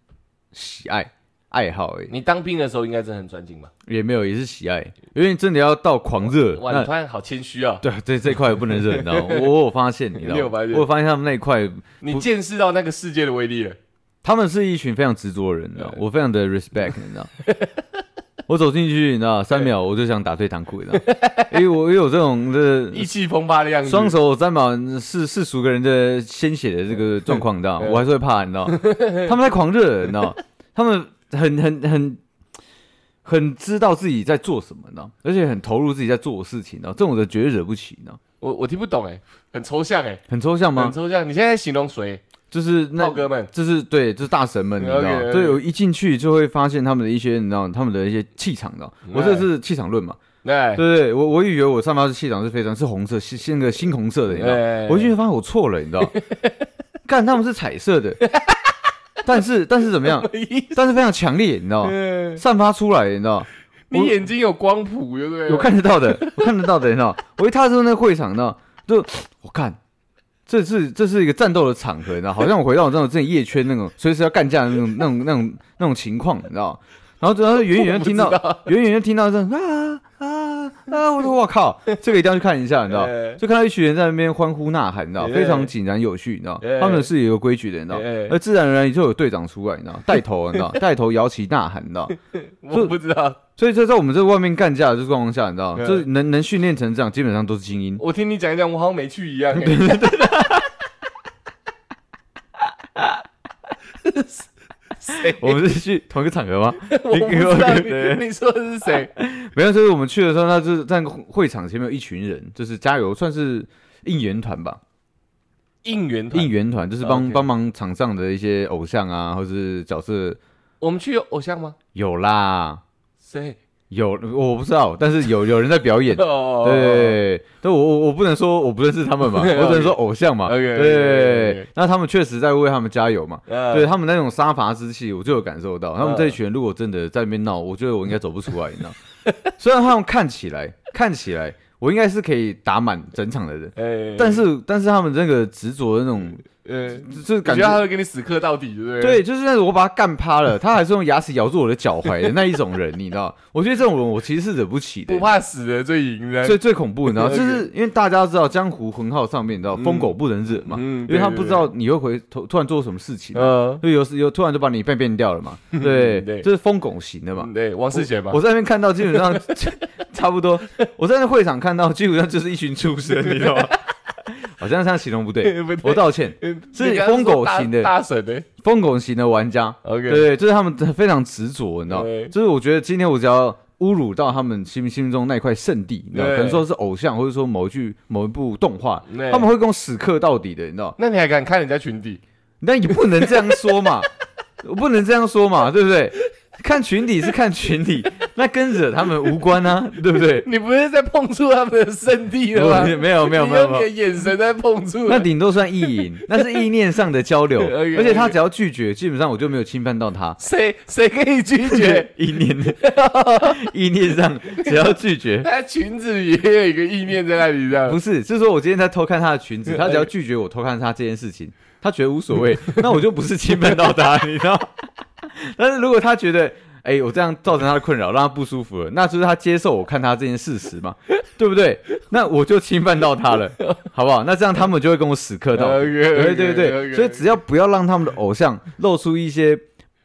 Speaker 2: 喜爱爱好而已，
Speaker 1: 你当兵的时候应该真的很专精吧？
Speaker 2: 也没有也是喜爱，因为真的要到狂热
Speaker 1: 哇，你
Speaker 2: 那。
Speaker 1: 突然好谦虚啊！
Speaker 2: 对，这这一块不能忍，你知道 吗？我我有发现，你知道
Speaker 1: 你
Speaker 2: 吗？
Speaker 1: 有发现
Speaker 2: 我有发现他们那一块，
Speaker 1: 你见识到那个世界的威力了。
Speaker 2: 他们是一群非常执着的人，你知道吗？我非常的 respect，你知道吗？我走进去，你知道吗，三秒我就想打退堂鼓，你知道吗？因为我因为我这 种的
Speaker 1: 意气风发的样子，
Speaker 2: 双手沾满四四十个人的鲜血的这个状况，你知道 吗，我还是会怕，你知道吗，他们在狂热，你知道吗，他们很很很很知道自己在做什么，你知道吗，而且很投入自己在做的事情，你知道吗，这种的绝对惹不起，你知道吗，
Speaker 1: 我我听不懂哎、很抽象哎、
Speaker 2: 很抽象
Speaker 1: 很
Speaker 2: 吗？
Speaker 1: 抽象。你现在形容谁？
Speaker 2: 就是那
Speaker 1: 炮哥们，
Speaker 2: 就是对，就是大神们，你 知道吗
Speaker 1: OK，OK？
Speaker 2: 对，我一进去就会发现他们的一些，你知道吗，他们的一些气场，你知道吗，我这是气场论嘛，
Speaker 1: 对，
Speaker 2: 对对，我我以为我散发的气场是非常是红色，是是那个猩红色的，你知道吗。
Speaker 1: 哎
Speaker 2: 我就发现我错了，你知 道？干他们是彩色的，但是但是怎么样？但是非常强烈，你知道？
Speaker 1: 嗯
Speaker 2: 散发出来，你知道？
Speaker 1: 你眼睛有光谱，对不对？
Speaker 2: 我看得到的，我看得到的，你知道？我一踏入那个会场，你知道？就我看，这是这是一个战斗的场合，你知道？好像我回到我这种这种夜圈那种随时要干架的那种那种那种那种情况，你知道？然后主要是远远就听到
Speaker 1: 我不知道，
Speaker 2: 远远就听到这种啊啊啊！我说我靠，这个一定要去看一下，你知道？
Speaker 1: 哎
Speaker 2: 就看到一群人在那边欢呼呐喊，你知道，
Speaker 1: Yeah.
Speaker 2: 非常井然有序，你知道
Speaker 1: ，Yeah.
Speaker 2: 他们是有规矩的，你知道
Speaker 1: Yeah.，
Speaker 2: 而自然而然就有队长出来，你 知道，带头，你知道，带头摇旗呐喊，你知道，
Speaker 1: 我不知道。
Speaker 2: 所以这在我们这外面干架的这状况下，你知道，
Speaker 1: Yeah.
Speaker 2: 就是能能训练成这样，基本上都是精英。
Speaker 1: 我听你讲 一讲，我好像没去一样、欸。谁？
Speaker 2: 我们是去同一个场合吗？
Speaker 1: 我不知道
Speaker 2: 对
Speaker 1: 你你说的是谁？
Speaker 2: 没有，就是我们去的时候，那就是在会场前面有一群人，就是加油，算是应援团吧，
Speaker 1: 应援团 哦
Speaker 2: 应。援团就是
Speaker 1: OK
Speaker 2: 帮帮忙场上的一些偶像啊，或是角色
Speaker 1: 我们去有偶像吗？
Speaker 2: 有啦，
Speaker 1: 谁？
Speaker 2: 有我不知道，但是有有人在表演。啊
Speaker 1: 哦
Speaker 2: 对，但我我我不能说我不认识 他们嘛，
Speaker 1: OK
Speaker 2: 我只能说偶像嘛。
Speaker 1: OK，OK，OK，OK
Speaker 2: 对，那他们确实在为他们加油嘛。
Speaker 1: 呃
Speaker 2: 对他们那种杀伐之气，我就有感受到。他们这一群人如果真的在那边闹，我觉得我应该走不出来，你知道。 虽然他们看起来看起来，我应该是可以打满整场的人，
Speaker 1: 哎
Speaker 2: 但是但是他们那个执着的那种，
Speaker 1: 呃，
Speaker 2: 就是
Speaker 1: 感
Speaker 2: 感
Speaker 1: 觉他
Speaker 2: 觉。
Speaker 1: 会跟你死磕到底，对不对？
Speaker 2: 对，就是那种我把他干趴了，他还是用牙齿咬住我的脚踝的那一种人，你知道？我觉得这种人我其实是惹不起的
Speaker 1: 不。怕死的最赢的。
Speaker 2: 最最恐怖，你知道，
Speaker 1: 对
Speaker 2: 就
Speaker 1: 对
Speaker 2: 是因为大家知道江湖混号上面，你知道疯狗不能惹嘛，
Speaker 1: 嗯
Speaker 2: 因为他不知。道
Speaker 1: 对
Speaker 2: 你会回头突然做什么事情，
Speaker 1: 嗯，
Speaker 2: 就有时有突然就把你变变掉 了嘛，对
Speaker 1: 对，嗯
Speaker 2: 这是疯狗型的嘛。
Speaker 1: 对，王世贤嘛
Speaker 2: 我，在那边看到基本上 差不多，我在那会场看到基本上就是一群畜生，你知道吗？ 好像这样形容不 对，
Speaker 1: 不对
Speaker 2: 我道歉。
Speaker 1: 呃
Speaker 2: 是
Speaker 1: 你刚刚
Speaker 2: 疯狗
Speaker 1: 说大
Speaker 2: 型的
Speaker 1: 大神的。
Speaker 2: 疯狗型的玩家，
Speaker 1: OK，
Speaker 2: 对，就是他们非常执着，你知道吗
Speaker 1: 对，
Speaker 2: 就是我觉得今天我只要侮辱到他们心心中那块圣地，你知道吗，
Speaker 1: 对
Speaker 2: 可能说是偶像，或者说某一句某一部动画，
Speaker 1: 对
Speaker 2: 他们会跟我死磕到底的，你知道吗，
Speaker 1: 那你还敢看人家群底？
Speaker 2: 但也不能 这样说嘛，我不能这样说嘛，对不对？看群体是看群体， 那跟惹他们无关啊，对不对？
Speaker 1: 你不是在碰触他们的圣地了吗？
Speaker 2: 我没有没有
Speaker 1: 啊你
Speaker 2: 没有
Speaker 1: 用你
Speaker 2: 没
Speaker 1: 的
Speaker 2: 有，
Speaker 1: 眼神在碰触。
Speaker 2: 那顶多算意 淫，那是意念上的交流
Speaker 1: OK，OK，
Speaker 2: 而且他只要拒绝，基本上我就没有侵犯到他。
Speaker 1: 谁谁可以拒绝？
Speaker 2: 意念，意念上只要拒 绝，
Speaker 1: 他裙子里也有一个意念在那里，这样
Speaker 2: 不是，是说我今天在偷看她的裙子，她只要拒绝我偷看她这件事情，她觉得无所谓，那我就不是侵犯到她，你知道？ 但是如果她觉得，哎、我这样造成她的困扰，让她不舒服了，那就是她接受我看她这件事实嘛， 对不对？那我就侵犯到她了，好不好？那这样他们就会跟我死 磕到底。对对对，所以只要不要让他们的偶像露出一些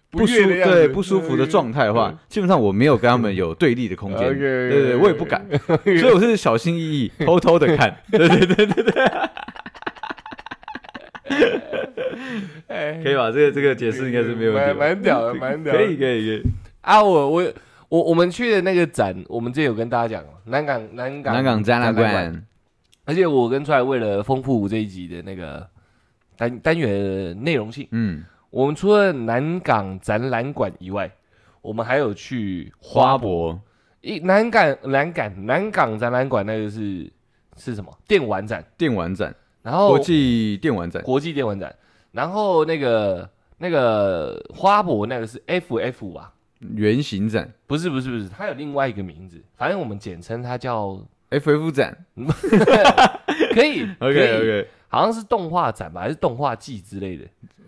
Speaker 2: 不舒对不舒
Speaker 1: 嗯
Speaker 2: 服的状态的话，基本上我没有跟他们有对立的空间。
Speaker 1: OK，OK，OK
Speaker 2: 对对对，我也不敢，所以我是小心翼翼、偷偷 的看。对对对对
Speaker 1: 态
Speaker 2: 可以吧？这个这个解释应该是没有问题
Speaker 1: 哎蛮
Speaker 2: 吧。
Speaker 1: 蛮屌的，蛮屌的。
Speaker 2: 可以可以可以。
Speaker 1: 啊，我我我我们去的那个展，我们之前有跟大家讲嘛，南港南港
Speaker 2: 南港展览，馆，
Speaker 1: 而且我跟出来为了丰富这一集的那个单单元的内容性，
Speaker 2: 嗯，
Speaker 1: 我们除了南港展览馆以外，我们还有去
Speaker 2: 花
Speaker 1: 花博。
Speaker 2: 博，
Speaker 1: 一南港南港南港展览馆那个是是什么电玩展，
Speaker 2: 电玩展，
Speaker 1: 然后
Speaker 2: 国际电玩展，
Speaker 1: 国际电玩展，然后那个那个花博那个是 FF 啊，
Speaker 2: 圆形展
Speaker 1: 不是不是不是，它有另外一个名字，反正我们简称它 叫
Speaker 2: ，FF 展。
Speaker 1: 可以
Speaker 2: OK
Speaker 1: 可以
Speaker 2: OK，
Speaker 1: 好像是动画展吧，还是动画季之类的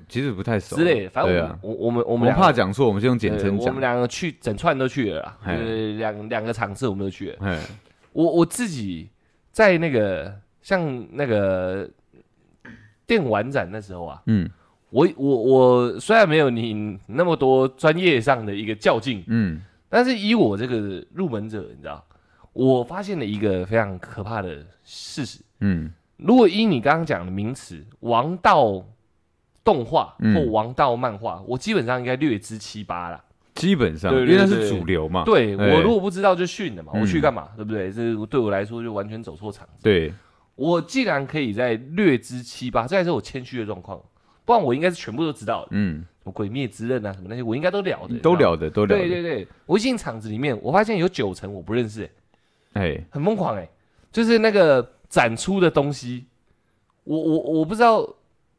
Speaker 2: 其实不太熟
Speaker 1: 之类的，反正
Speaker 2: 对
Speaker 1: 我
Speaker 2: 啊，
Speaker 1: 我我们我
Speaker 2: 我
Speaker 1: 们
Speaker 2: 们
Speaker 1: 两
Speaker 2: 怕
Speaker 1: 个
Speaker 2: 讲错，我们就用简
Speaker 1: 对
Speaker 2: 称
Speaker 1: 我们
Speaker 2: 讲。
Speaker 1: 两个去整串都去了啦，
Speaker 2: 嘿
Speaker 1: 就是两两个场次我们都去了。
Speaker 2: 哎，
Speaker 1: 我我自己在那个像那个电玩展那时候啊，
Speaker 2: 嗯
Speaker 1: 我我我虽然没有你那么多专业上的一个较劲，
Speaker 2: 嗯，
Speaker 1: 但是以我这个入门者，你知道，我发现了一个非常可怕的事实。
Speaker 2: 嗯
Speaker 1: 如果依你刚刚讲的名词“王道动画”
Speaker 2: 嗯
Speaker 1: 或“王道漫画”，我基本上应该略知七八啦。
Speaker 2: 基本上，
Speaker 1: 对
Speaker 2: 因为那
Speaker 1: 对对
Speaker 2: 是主流嘛。
Speaker 1: 对
Speaker 2: 哎
Speaker 1: 我如果不知道就训了嘛，
Speaker 2: 嗯
Speaker 1: 我去干嘛？对不对？这对我来说就完全走错场。
Speaker 2: 对，
Speaker 1: 我既然可以在略知七八，这还是我谦虚的状况，不然我应该是全部都知道的。
Speaker 2: 嗯，
Speaker 1: 什么鬼灭之刃啊，什么那些我应该都了的，
Speaker 2: 都
Speaker 1: 你知道吗。
Speaker 2: 了的，都了
Speaker 1: 对
Speaker 2: 的。
Speaker 1: 对对，我一进场子里面，我发现有九成我不认识、欸
Speaker 2: 哎，
Speaker 1: 很疯狂哎、就是那个展出的东西，我我我不知道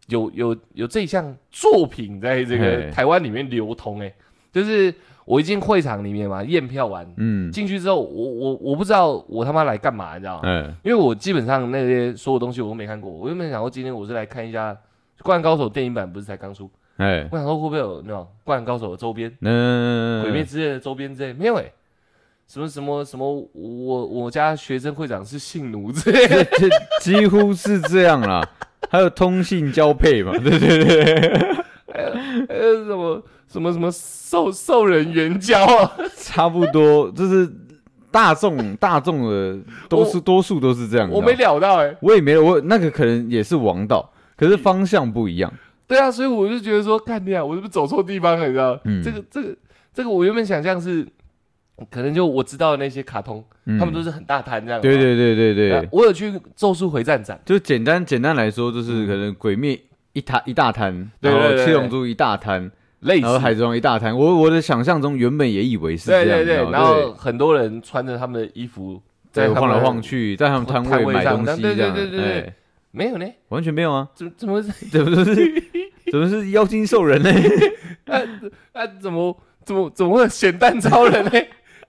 Speaker 1: 有有有这项作品在这个
Speaker 2: 嘿
Speaker 1: 台湾里面流通哎、就是我一进会场里面嘛，验票完
Speaker 2: 嗯，
Speaker 1: 进去之后，我我我不知道我他妈来干嘛，你知道吗？
Speaker 2: 哎，
Speaker 1: 因为我基本上那些所有东西我都没看过，我原本想说今天我是来看一下《灌篮高手》电影版，不是才刚出，
Speaker 2: 哎，
Speaker 1: 我想说会不会有那种《灌篮高手》的周边？
Speaker 2: 那
Speaker 1: 鬼灭之刃的周边之类，没有哎、什么什么什么，我我家学生会长是性奴之类的，
Speaker 2: 这这几乎是这样啦。还有通信交配嘛，对对对，
Speaker 1: 呃，什么什么什么兽兽人援交啊，
Speaker 2: 差不多，就是大众大众的都是多数都是这样。
Speaker 1: 我
Speaker 2: 你知
Speaker 1: 没
Speaker 2: 道
Speaker 1: 料
Speaker 2: 吗
Speaker 1: 到哎、
Speaker 2: 我也没有，我那个可能也是王道，可是方向不一样。
Speaker 1: 对啊，所以我就觉得说，干你啊，我是不是走错地方了？你知道，
Speaker 2: 嗯
Speaker 1: 这个这个这个，我原本想象是，可能就我知道的那些卡通，
Speaker 2: 嗯
Speaker 1: 他们都是很大摊这样，
Speaker 2: 对对对对
Speaker 1: 啊
Speaker 2: 对，
Speaker 1: 我有去《咒术回战》展，
Speaker 2: 就简单简单来说，就是可能鬼灭一摊一大摊，
Speaker 1: 对
Speaker 2: 然
Speaker 1: 对
Speaker 2: 后
Speaker 1: 对
Speaker 2: 七
Speaker 1: 对
Speaker 2: 龙珠一大摊，
Speaker 1: 类
Speaker 2: 然后
Speaker 1: 似。
Speaker 2: 海贼王一大摊。我我的想象中原本也以为是
Speaker 1: 对
Speaker 2: 这样，
Speaker 1: 对
Speaker 2: 你知
Speaker 1: 对
Speaker 2: 道，吗
Speaker 1: 然后很多人穿着他们的衣服
Speaker 2: 对
Speaker 1: 在
Speaker 2: 对
Speaker 1: 他
Speaker 2: 晃
Speaker 1: 们
Speaker 2: 来
Speaker 1: 的
Speaker 2: 晃，去，在他们摊
Speaker 1: 摊
Speaker 2: 位
Speaker 1: 位
Speaker 2: 买
Speaker 1: 上
Speaker 2: 东
Speaker 1: 然
Speaker 2: 西
Speaker 1: 后
Speaker 2: 这
Speaker 1: 对
Speaker 2: 样，
Speaker 1: 对对对对
Speaker 2: 哎
Speaker 1: 没有呢，
Speaker 2: 完全没有啊，
Speaker 1: 怎么怎么会
Speaker 2: 怎么是怎么是妖精兽人呢？
Speaker 1: 啊，怎么怎么怎么会有咸蛋超 人呢？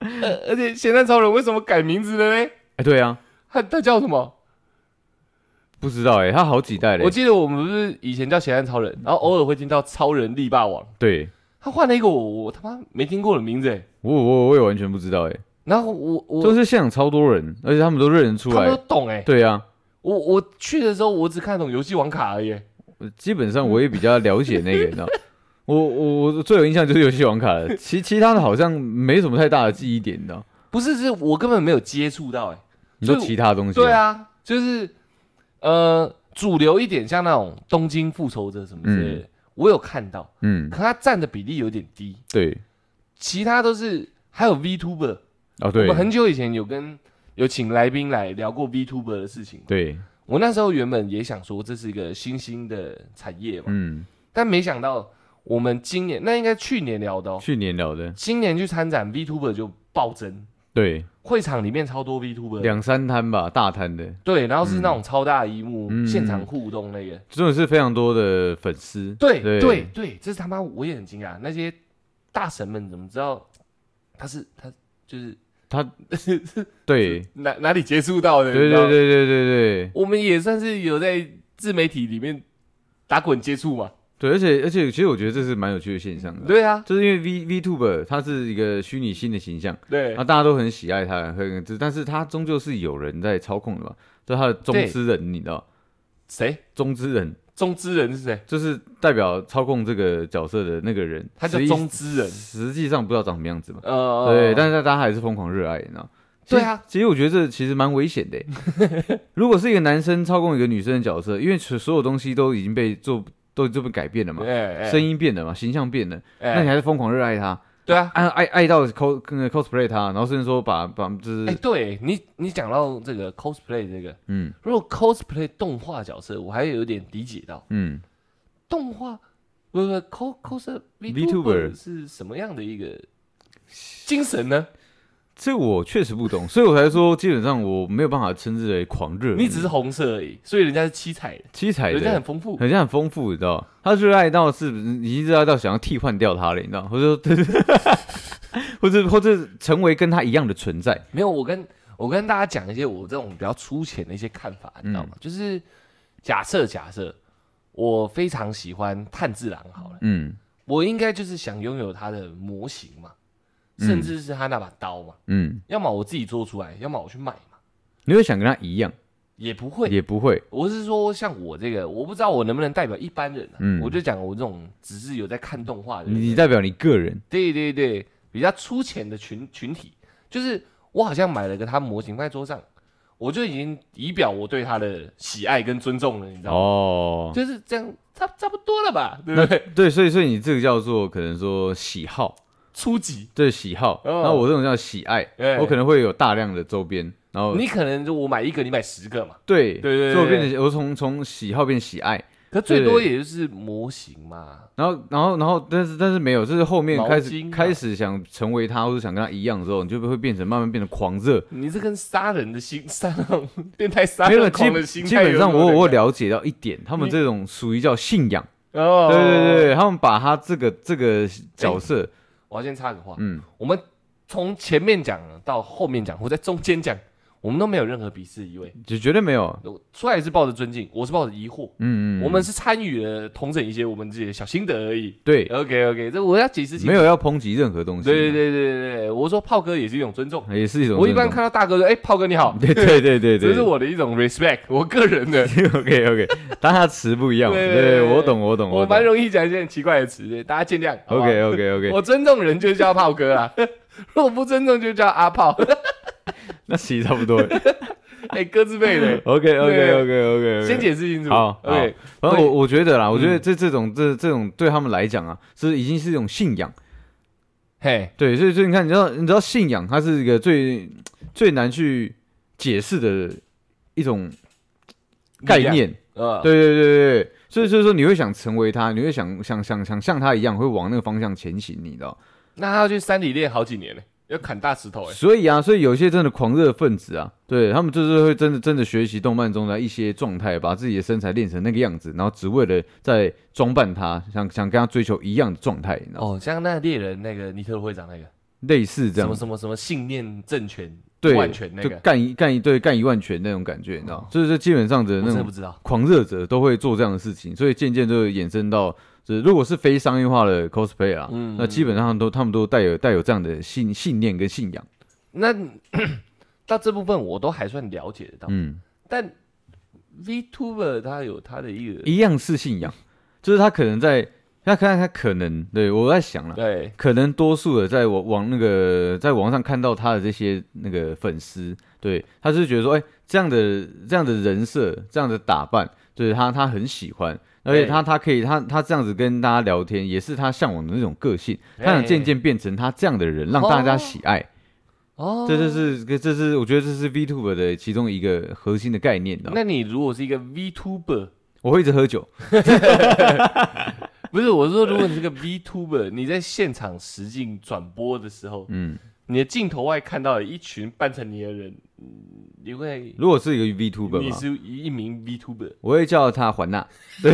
Speaker 1: 呃，而且咸蛋超人为什么改名字了呢？
Speaker 2: 哎，对啊，
Speaker 1: 他他叫什么？
Speaker 2: 不知道哎，他好几代嘞
Speaker 1: 我，记得我们不是以前叫咸蛋超人，然后偶尔会听到超人力霸王，
Speaker 2: 对
Speaker 1: 他换了一个我我他妈没听过的名字欸。
Speaker 2: 我我我也完全不知道哎，
Speaker 1: 然后我
Speaker 2: 就
Speaker 1: 我
Speaker 2: 是现场超多人，而且他们都认得出
Speaker 1: 他们都
Speaker 2: 来，
Speaker 1: 懂哎，
Speaker 2: 对啊。
Speaker 1: 我我去的时候我只看懂游戏王卡而已欸。
Speaker 2: 我基本上我也比较了解那个，你知道，我我我最有印象就是游戏王卡了，其其他的好像没什么太大的记忆点，你知道？
Speaker 1: 不是，是我根本没有接触到哎。
Speaker 2: 你说
Speaker 1: 所以我
Speaker 2: 其他东西？
Speaker 1: 对，啊，就是呃主流一点，像那种东京复仇者什么之类的，我有看到，
Speaker 2: 嗯，
Speaker 1: 可他占的比例有点低。
Speaker 2: 对，
Speaker 1: 其他都是还有 VTuber，
Speaker 2: 哦
Speaker 1: 我
Speaker 2: 对
Speaker 1: 们，很久以前有跟有请来宾来聊过 VTuber 的事情。
Speaker 2: 对，
Speaker 1: 我那时候原本也想说这是一个新兴的产业嘛，
Speaker 2: 嗯，
Speaker 1: 但没想到我们今年那应该去年聊的哦，
Speaker 2: 去年聊的，
Speaker 1: 今年去参展 VTuber 就暴增，
Speaker 2: 对，
Speaker 1: 会场里面超多 VTuber，
Speaker 2: 两三摊吧，大摊的，
Speaker 1: 对，然后是那种超大的荧幕，
Speaker 2: 嗯
Speaker 1: 现场互动那个，
Speaker 2: 真的是非常多的粉丝。
Speaker 1: 对
Speaker 2: 对
Speaker 1: 对对，这是他妈我也很惊讶，那些大神们怎么知道他是他就是
Speaker 2: 他
Speaker 1: 是是
Speaker 2: 对，
Speaker 1: 哪哪里接触到的？
Speaker 2: 对
Speaker 1: 你
Speaker 2: 对
Speaker 1: 知道吗
Speaker 2: 对，对对对
Speaker 1: 我们也算是有在自媒体里面打滚接触嘛，
Speaker 2: 对，而且而且，其实我觉得这是蛮有趣的现象的，
Speaker 1: 对啊，
Speaker 2: 就是因为 V VTuber 它是一个虚拟新的形象，
Speaker 1: 对
Speaker 2: 啊，大家都很喜爱它，很但是它终究是有人在操控的嘛，就它的中之人，你知道，
Speaker 1: 谁
Speaker 2: 中之人
Speaker 1: 中之人是谁？
Speaker 2: 就是代表操控这个角色的那个人，
Speaker 1: 他叫
Speaker 2: 实际
Speaker 1: 中之人，
Speaker 2: 实际上不知道长什么样子嘛，
Speaker 1: 呃，
Speaker 2: 对，但是大家还是疯狂热爱，你知道。
Speaker 1: 对啊
Speaker 2: 其实，其实我觉得这其实蛮危险的欸。 如果是一个男生操控一个女生的角色，因为所所有东西都已经被做都都被改变了嘛，
Speaker 1: 哎
Speaker 2: 声
Speaker 1: 音，
Speaker 2: 音变了嘛，形象变了，那你
Speaker 1: 哎，
Speaker 2: 还是疯狂热爱他，
Speaker 1: 对啊，
Speaker 2: 爱爱爱到 cos 呃 cosplay 他，然后甚至说把把就是、
Speaker 1: 哎，对你你讲到这个 cosplay 这个，
Speaker 2: 嗯
Speaker 1: 如果 cosplay 动画角色，我还有点理解到
Speaker 2: 嗯，
Speaker 1: 动画，不不，cos cos
Speaker 2: VTuber
Speaker 1: VTuber 是什么样的一个精神呢？
Speaker 2: 这我确实不懂，所以我才说基本上我没有办法称之为狂热，
Speaker 1: 你只是红色而已，所以人家是七彩的，
Speaker 2: 七彩
Speaker 1: 人家
Speaker 2: 的
Speaker 1: 很。丰富。
Speaker 2: 很像很丰富，你知道？他热爱到是已经热爱到想要替换掉他了，你知道？或者说， 或者或者成为跟他一样的存在。
Speaker 1: 没有，我跟我跟大家讲一些我这种比较粗浅的一些看法，你知道吗？
Speaker 2: 嗯
Speaker 1: 就是假设假设我非常喜欢炭治郎好了，
Speaker 2: 嗯
Speaker 1: 我应该就是想拥有他的模型嘛，甚至是他那把刀嘛，
Speaker 2: 嗯，
Speaker 1: 要么我自己做出来，要么我去卖嘛，
Speaker 2: 你会想跟他一样，
Speaker 1: 也不会。
Speaker 2: 也不会。
Speaker 1: 我是说，像我这个，我不知道我能不能代表一般人、啊，
Speaker 2: 嗯
Speaker 1: 我就讲我这种只是有在看动画的人，
Speaker 2: 你代表你个人，
Speaker 1: 对对对，比较粗浅的群群体，就是我好像买了个他模型放在桌上，我就已经以表我对他的喜爱跟尊重了，你知道吗？
Speaker 2: 哦，
Speaker 1: 就是这样，差差不多了吧，对不对？
Speaker 2: 对，所以所以你这个叫做可能说喜好，
Speaker 1: 初级，
Speaker 2: 对喜好。
Speaker 1: 哦
Speaker 2: 那我这种叫喜爱，
Speaker 1: 哎
Speaker 2: 我可能呃会有大量的周边，然后
Speaker 1: 你可能就我买一个，你买十个嘛，
Speaker 2: 对
Speaker 1: 对对对
Speaker 2: 所以我变得我从从喜好变喜爱，
Speaker 1: 可最多
Speaker 2: 对
Speaker 1: 也就是模型嘛，
Speaker 2: 然后然后然后但是但是没有，就是后面开
Speaker 1: 毛
Speaker 2: 始
Speaker 1: 巾啊
Speaker 2: 开始想成为他或者想跟他一样的时候，你就会变成慢慢变得狂热。
Speaker 1: 你这跟杀人的心， 杀那种变态杀
Speaker 2: 没有，
Speaker 1: 人
Speaker 2: 基
Speaker 1: 狂的
Speaker 2: 本
Speaker 1: 心
Speaker 2: 基
Speaker 1: 态有
Speaker 2: 本
Speaker 1: 什
Speaker 2: 上
Speaker 1: 么
Speaker 2: 我我
Speaker 1: 两
Speaker 2: 了解到一点，他们
Speaker 1: 你
Speaker 2: 这种属于叫信仰。
Speaker 1: 哦，
Speaker 2: 对对，对，他们把他这个这个角色，
Speaker 1: 我要先插个话，
Speaker 2: 嗯，
Speaker 1: 我们从前面讲到后面讲，或在中间讲，我们都没有任何鄙视的意味。
Speaker 2: 就绝对没有，
Speaker 1: 我出来是抱着尊敬，我是抱着疑惑。
Speaker 2: 嗯嗯，
Speaker 1: 我们是参与了同整一些我们自己的小心得而已。
Speaker 2: 对，
Speaker 1: OK OK，这我要解释清
Speaker 2: 没
Speaker 1: 楚。
Speaker 2: 有要抨击任何东西，
Speaker 1: 对对对对对，我说炮哥也是一种尊重。
Speaker 2: 对，也是一种
Speaker 1: 我一般
Speaker 2: 尊
Speaker 1: 看到大哥说：“哎、炮哥你好
Speaker 2: 重，。 对对对对”对，
Speaker 1: 这是我的一种 respect，我个人的，
Speaker 2: OK OK，但他词不一样，
Speaker 1: 对
Speaker 2: 对
Speaker 1: 对对对
Speaker 2: 我懂我懂
Speaker 1: 我
Speaker 2: 懂
Speaker 1: 蛮容易讲一些很奇怪的词，大家见谅。好不好
Speaker 2: ，OK OK OK，
Speaker 1: 我尊重人就叫炮哥啊， 如果不尊重就叫阿炮。
Speaker 2: 那其实差不多
Speaker 1: 哎、鸽子妹的，
Speaker 2: ，OK OK OK OK，
Speaker 1: 先解释嗯清楚。
Speaker 2: 好好
Speaker 1: OK，
Speaker 2: 反正
Speaker 1: 对
Speaker 2: 我我觉得啦，我觉得这这种这这种对他们来讲啊，是已经是一种信仰。
Speaker 1: 嘿，
Speaker 2: 对，所以所以你看，你知道你知道信仰，它是一个最最难去解释的一种概
Speaker 1: 力量，
Speaker 2: 念。
Speaker 1: 呃，
Speaker 2: 对对对对，所以所以说你会想成为他，你会想想想想像他一样，会往那个方向前行，你知道？
Speaker 1: 那他要去山里练好几年呢，要砍大石头哎。
Speaker 2: 所以啊，所以有一些真的狂热分子啊，对他们就是会真的真的学习动漫中的一些状态，把自己的身材练成那个样子，然后只为了在装扮他，想想跟他追求一样的状态，你知道？
Speaker 1: 哦，像那猎人那个尼特罗会长那个
Speaker 2: 类似这
Speaker 1: 什
Speaker 2: 样
Speaker 1: 么，什么什么信念政权
Speaker 2: 对，
Speaker 1: 万全那
Speaker 2: 就
Speaker 1: 个，哦
Speaker 2: 干一干一对干一万拳那种感觉，你知道？所以这基本上的
Speaker 1: 我
Speaker 2: 那
Speaker 1: 真的
Speaker 2: 种
Speaker 1: 不知道。
Speaker 2: 狂热者都会做这样的事情，所以渐渐就衍生到，就是如果是非商业化的 cosplay 啊，
Speaker 1: 嗯
Speaker 2: 那基本上都他们都带有带有这样的信信念跟信仰，
Speaker 1: 那 到这部分我都还算了解得到，
Speaker 2: 嗯，
Speaker 1: 但 VTuber 他有他的一个
Speaker 2: 一样是信仰，就是他可能在，他看他可能，对我在想了。
Speaker 1: 对
Speaker 2: 可能多数的在网网那个在网上看到他的这些那个粉丝，对他就是觉得说，哎、这样的这样的人设，这样的打扮，对他他很喜欢，而且
Speaker 1: 对
Speaker 2: 他他可以他他这样子跟大家聊天，也是他向往的那种个性，他
Speaker 1: 哎
Speaker 2: 想渐渐变成他这样的人，让大家喜爱。
Speaker 1: 哦，
Speaker 2: 这就是这是我觉得这是 VTuber 的其中一个核心的概念的。
Speaker 1: 那你如果是一个 VTuber，
Speaker 2: 我会一直喝酒，
Speaker 1: 不是我是说，如果你是个 VTuber，你在现场实境转播的时候，
Speaker 2: 嗯，
Speaker 1: 你的镜头外看到一群扮成你的人，嗯你会
Speaker 2: 如果是一个 Vtuber
Speaker 1: 你
Speaker 2: 嘛，
Speaker 1: 是一名 VTuber，
Speaker 2: 我会叫他环娜。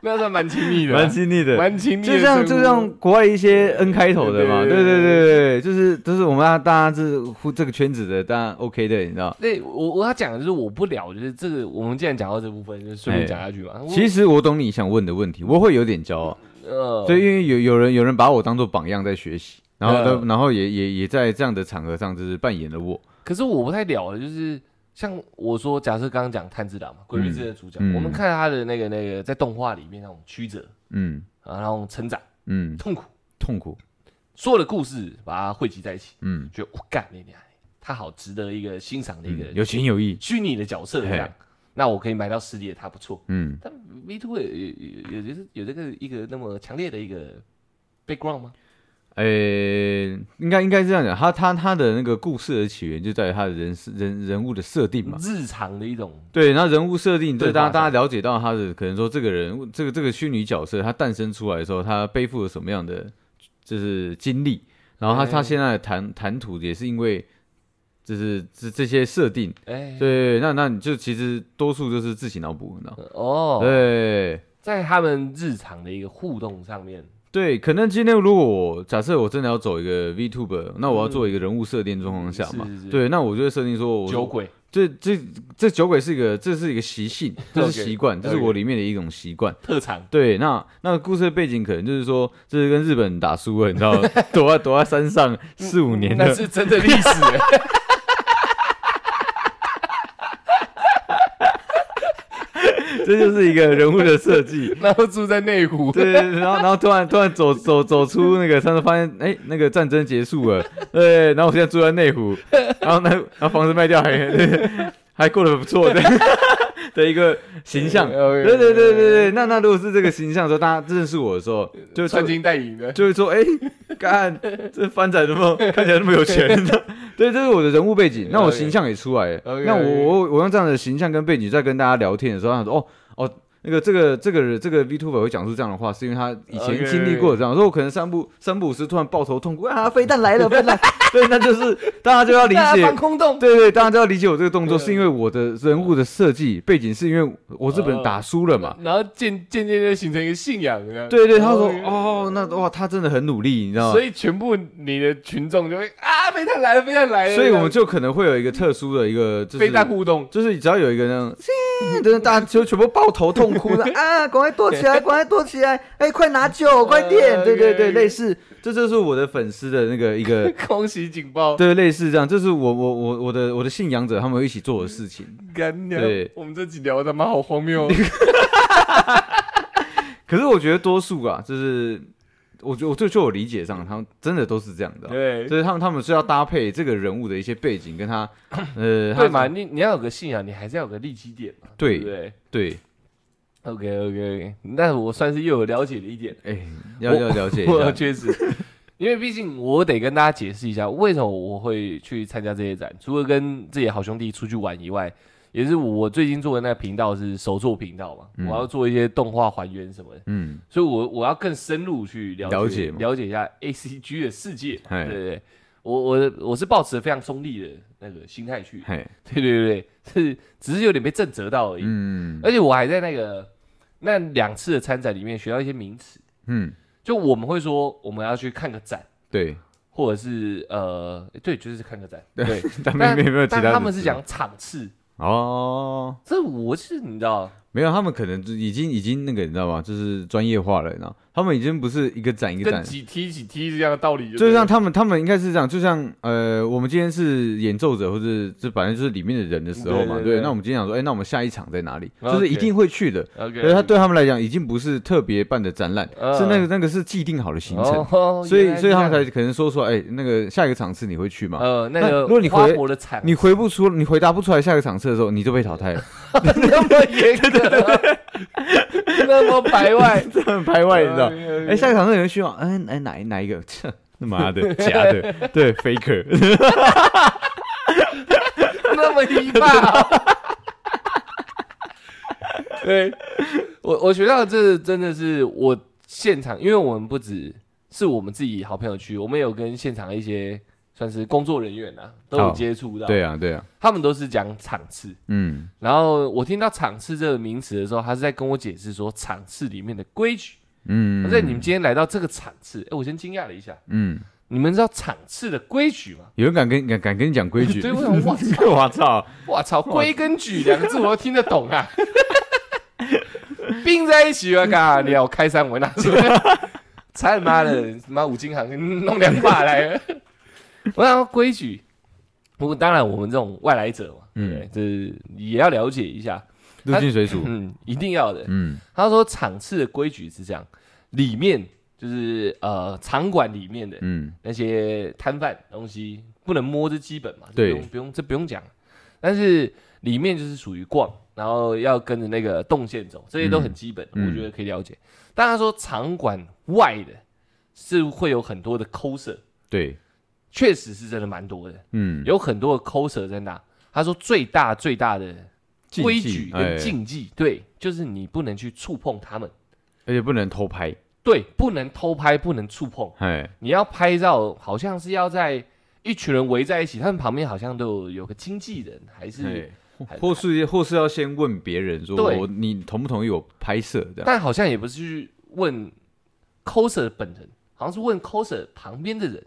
Speaker 1: 那算蛮亲密的 啊，
Speaker 2: 蛮亲密的，
Speaker 1: 蛮亲密的
Speaker 2: 就
Speaker 1: 生物，
Speaker 2: 像就像国外一些 N 开头的嘛，
Speaker 1: 对对
Speaker 2: 对对
Speaker 1: 对
Speaker 2: 对对，对就是就是我们大大家是互这个圈子的，当然 OK 的，你知道。
Speaker 1: 对我我要讲的就是我不了，就是这个我们既然讲到这部分，就顺便
Speaker 2: 哎
Speaker 1: 讲下去吧。我
Speaker 2: 其实我懂你想问的问题，我会有点骄傲，
Speaker 1: 呃，
Speaker 2: 对，因为有有人有人把我当做榜样在学习，然后都
Speaker 1: 嗯
Speaker 2: 然后也也也在这样的场合上就是扮演了我，
Speaker 1: 可是我不太了的，就是像我说，假设刚刚讲炭治郎嘛，《鬼灭之刃》的主角，
Speaker 2: 嗯
Speaker 1: 我们看他的那个那个在动画里面那种曲折
Speaker 2: 嗯
Speaker 1: 啊，那种成长、
Speaker 2: 嗯，
Speaker 1: 痛苦，
Speaker 2: 痛苦，
Speaker 1: 所有的故事把它汇集在一起，
Speaker 2: 嗯，
Speaker 1: 觉得我干你娘，他好值得一个欣赏的一个
Speaker 2: 嗯有情有义，
Speaker 1: 虚拟的角色这样
Speaker 2: 嘿。
Speaker 1: 那我可以买到实体的他不错，
Speaker 2: 嗯，
Speaker 1: 但 V Two 有有有有有这个一个那么强烈的一个 background 吗？
Speaker 2: 呃，应该应该是这样讲，他他他的那个故事的起源就在于他的人人人物的设定嘛，
Speaker 1: 日常的一种
Speaker 2: 对，然后人物设定，
Speaker 1: 对
Speaker 2: 对大
Speaker 1: 话
Speaker 2: 家大家了解到他的可能说这个人物，这个这个虚拟角色，他诞生出来的时候，他背负了什么样的就是经历，然后他、
Speaker 1: 哎
Speaker 2: 他现在的谈谈吐也是因为就是这这些设定，
Speaker 1: 哎、
Speaker 2: 对，那那你就其实多数就是自己脑补，你知道吗
Speaker 1: 哦，
Speaker 2: 对
Speaker 1: 在他们日常的一个互动上面，
Speaker 2: 对，可能今天如果我假设我真的要走一个 VTuber，那我要做一个人物设定状况下嘛，
Speaker 1: 嗯是是是
Speaker 2: 对，那我就会设定说我
Speaker 1: 酒鬼
Speaker 2: 这这这酒鬼是一个这是一个习性，这
Speaker 1: OK，
Speaker 2: 是习惯，这是
Speaker 1: OK
Speaker 2: 我里面的一种习惯。
Speaker 1: 特长，
Speaker 2: 对，那那个故事的背景可能就是说，这是跟日本打输了，你知道，躲在躲在山上四五年
Speaker 1: 那
Speaker 2: 的，
Speaker 1: 是真的历 史、欸。
Speaker 2: 这就是一个人物的设计。
Speaker 1: 然后住在内湖，
Speaker 2: 对，然后然后突然突然走走走出那个山上，发现哎、那个战争结束了，对，然后我现在住在内湖，然后那然后房子卖掉还对还过得不错的的一个形象。
Speaker 1: OK，OK，OK
Speaker 2: 对对对对对，那那如果是这个形象的时候，大家认识我的时候，就就
Speaker 1: 穿金戴银的，
Speaker 2: 就会说，哎、干，这番仔怎么看起来那么有钱？ 对，这是我的人物背景，那我
Speaker 1: OK
Speaker 2: 形象也出来了。
Speaker 1: OK，
Speaker 2: 那
Speaker 1: OK
Speaker 2: 我我我用这样的形象跟背景在跟大家聊天的时候，他说，哦哦，那个这个这个这个 Vtuber 会讲出这样的话，是因为他以
Speaker 1: OK，OK
Speaker 2: 前经历过这样。说我可能三不三不五时突然抱头痛哭啊，飞弹来了，飞弹，对，那就是大家就要理
Speaker 1: 大家
Speaker 2: 解
Speaker 1: 防。空洞，
Speaker 2: 对对，大家就要理解我这个动作，
Speaker 1: 对啊
Speaker 2: 是因为我的人物的设计背景，是因为我日
Speaker 1: 呃
Speaker 2: 本打输了嘛，
Speaker 1: 然后渐渐渐就形成一个信仰，这样
Speaker 2: 对对，他说
Speaker 1: OK
Speaker 2: 哦，那哇，他真的很努力，你知道吗
Speaker 1: 所？以全部你的群众就会啊，飞弹来了，飞弹来了，
Speaker 2: 所以我们
Speaker 1: 这
Speaker 2: 就可能会有一个特殊的一个，就是
Speaker 1: 样飞弹互动，
Speaker 2: 就是只要有一个那种，真的大家就全部抱头痛哭的啊，赶快躲起来，赶快躲起来，哎、快拿酒，快点，对对对，类似， 这就是我的粉丝的那个一个，
Speaker 1: 空袭警报，
Speaker 2: 对，类似这样，这是我我我我的我的信仰者他们会一起做的事情。
Speaker 1: 干娘
Speaker 2: 对，
Speaker 1: 我们这集聊得他妈好荒谬哦，
Speaker 2: 可是我觉得多数啊，就是我觉得我就就我理解上，他们真的都是这样的啊、
Speaker 1: 对。
Speaker 2: 就是他们他们是要搭配这个人物的一些背景 跟他，呃，他
Speaker 1: 对嘛，你你要有个信仰，你还是要有个利基点嘛，
Speaker 2: 对
Speaker 1: 不对
Speaker 2: 对，
Speaker 1: ？OK OK OK，那我算是又有了解了一点。
Speaker 2: 哎、要
Speaker 1: 我
Speaker 2: 要了解一
Speaker 1: 我
Speaker 2: 下，
Speaker 1: 确实， 因为毕竟我得跟大家解释一下，为什么我会去参加这些展，除了跟自己的好兄弟出去玩以外，也是我最近做的那个频道是手作频道嘛，嗯我要做一些动画还原什么的，
Speaker 2: 嗯。
Speaker 1: 所以我我要更深入去了解
Speaker 2: 了解嘛
Speaker 1: 了解一下 A C G 的世界，对
Speaker 2: 嗨
Speaker 1: 对对，我我我是抱持非常中立的那个心态去，
Speaker 2: 嘿，
Speaker 1: 对对对，是只是有点被震折到而已，
Speaker 2: 嗯
Speaker 1: 而且我还在那个那两次的参展里面学到一些名词。
Speaker 2: 嗯，
Speaker 1: 就我们会说我们要去看个展，
Speaker 2: 对，
Speaker 1: 或者是呃，对，就是看个展，对。
Speaker 2: 但
Speaker 1: 但
Speaker 2: 没没有没有其
Speaker 1: 但
Speaker 2: 他的啊
Speaker 1: 他们
Speaker 2: 词
Speaker 1: 是讲场次，
Speaker 2: 哦，
Speaker 1: 这我是你知道，
Speaker 2: 没有，他们可能就已经已经那个你知道吗？就是专业化了，你知道，他们已经不是一个展一个
Speaker 1: 跟
Speaker 2: 展，
Speaker 1: 几梯几梯这样的道理
Speaker 2: 就
Speaker 1: 对
Speaker 2: 像
Speaker 1: 了，
Speaker 2: 他们他们应该是这样，就像呃，我们今天是演奏者或者就反正就是里面的人的时候嘛，
Speaker 1: 对对
Speaker 2: 对
Speaker 1: 对
Speaker 2: 那我们今天想说，哎，那我们下一场在哪里？
Speaker 1: OK
Speaker 2: 就是一定会去的。
Speaker 1: OK，
Speaker 2: 可是他对他们来讲，已经不是特别办的展览，
Speaker 1: 嗯
Speaker 2: 是那个那个是既定好的行程，
Speaker 1: 哦
Speaker 2: 所
Speaker 1: 原
Speaker 2: 以
Speaker 1: 来
Speaker 2: 所以
Speaker 1: 是
Speaker 2: 他们
Speaker 1: 这样
Speaker 2: 才可能说出来，哎，那个下一个场次你会去吗？
Speaker 1: 呃那
Speaker 2: 啊那
Speaker 1: 个
Speaker 2: 如果你
Speaker 1: 花
Speaker 2: 回
Speaker 1: 博的场，
Speaker 2: 你回不出，你回答不出来下个场次的时候，你就被淘汰了。
Speaker 1: 那么严格， 那么 排外，
Speaker 2: 这很排外，你知道？
Speaker 1: 哎
Speaker 2: 哎，下一场有人需要，哎哎哪一哪一个？ 切他 妈的，假的，对，faker，哎
Speaker 1: 那么一啊 霸。对，我我学到这真的是我现场，因为我们不只是我们自己好朋友去，我们有跟现场一些算是工作人员啊，都有
Speaker 2: 好
Speaker 1: 接触到，
Speaker 2: 对啊，对啊，
Speaker 1: 他们都是讲场次。
Speaker 2: 嗯，
Speaker 1: 然后我听到场次这个名词的时候，他是在跟我解释说场次里面的规矩。
Speaker 2: 嗯，
Speaker 1: 他说你们今天来到这个场次，哎，我先惊讶了一下，
Speaker 2: 嗯，
Speaker 1: 你们知道场次的规矩吗？
Speaker 2: 有人敢跟敢敢跟你讲规矩？
Speaker 1: 对 我哎想哇
Speaker 2: 我操，
Speaker 1: 我操，规跟矩两个字我都听得懂啊， 并在一起啊，干你要开山我拿去，操你妈的，妈五金行弄两把来 了。我想说规矩，不过当然我们这种外来者嘛，
Speaker 2: 嗯
Speaker 1: 对，这也要了解一下，
Speaker 2: 入境水煮，
Speaker 1: 嗯，一定要的。
Speaker 2: 嗯
Speaker 1: 他说场次的规矩是这样，里面就是呃场馆里面的
Speaker 2: 嗯
Speaker 1: 那些摊贩东西不能摸，这基本嘛，这
Speaker 2: 对
Speaker 1: 不用不用这不用讲。但是里面就是属于逛，然后要跟着那个动线走，这些都很基本，
Speaker 2: 嗯
Speaker 1: 我觉得可以了解。但他说场馆外的是会有很多的抠色，
Speaker 2: 对，
Speaker 1: 确实是真的蛮多的，
Speaker 2: 嗯，
Speaker 1: 有很多的抠色在那。他说最大最大的
Speaker 2: 禁忌
Speaker 1: 规矩
Speaker 2: 哎
Speaker 1: 跟禁忌，对，就是你不能去触碰他们。
Speaker 2: 而且不能偷拍，
Speaker 1: 对，不能偷拍，不能触碰。
Speaker 2: 哎，
Speaker 1: 你要拍照，好像是要在一群人围在一起，他们旁边好像都有有个经纪人，还是，还
Speaker 2: 或是或是要先问别人说，
Speaker 1: 对
Speaker 2: 我你同不同意我拍摄这样？
Speaker 1: 但好像也不是去问 coser 本人，好像是问 coser 旁边的人，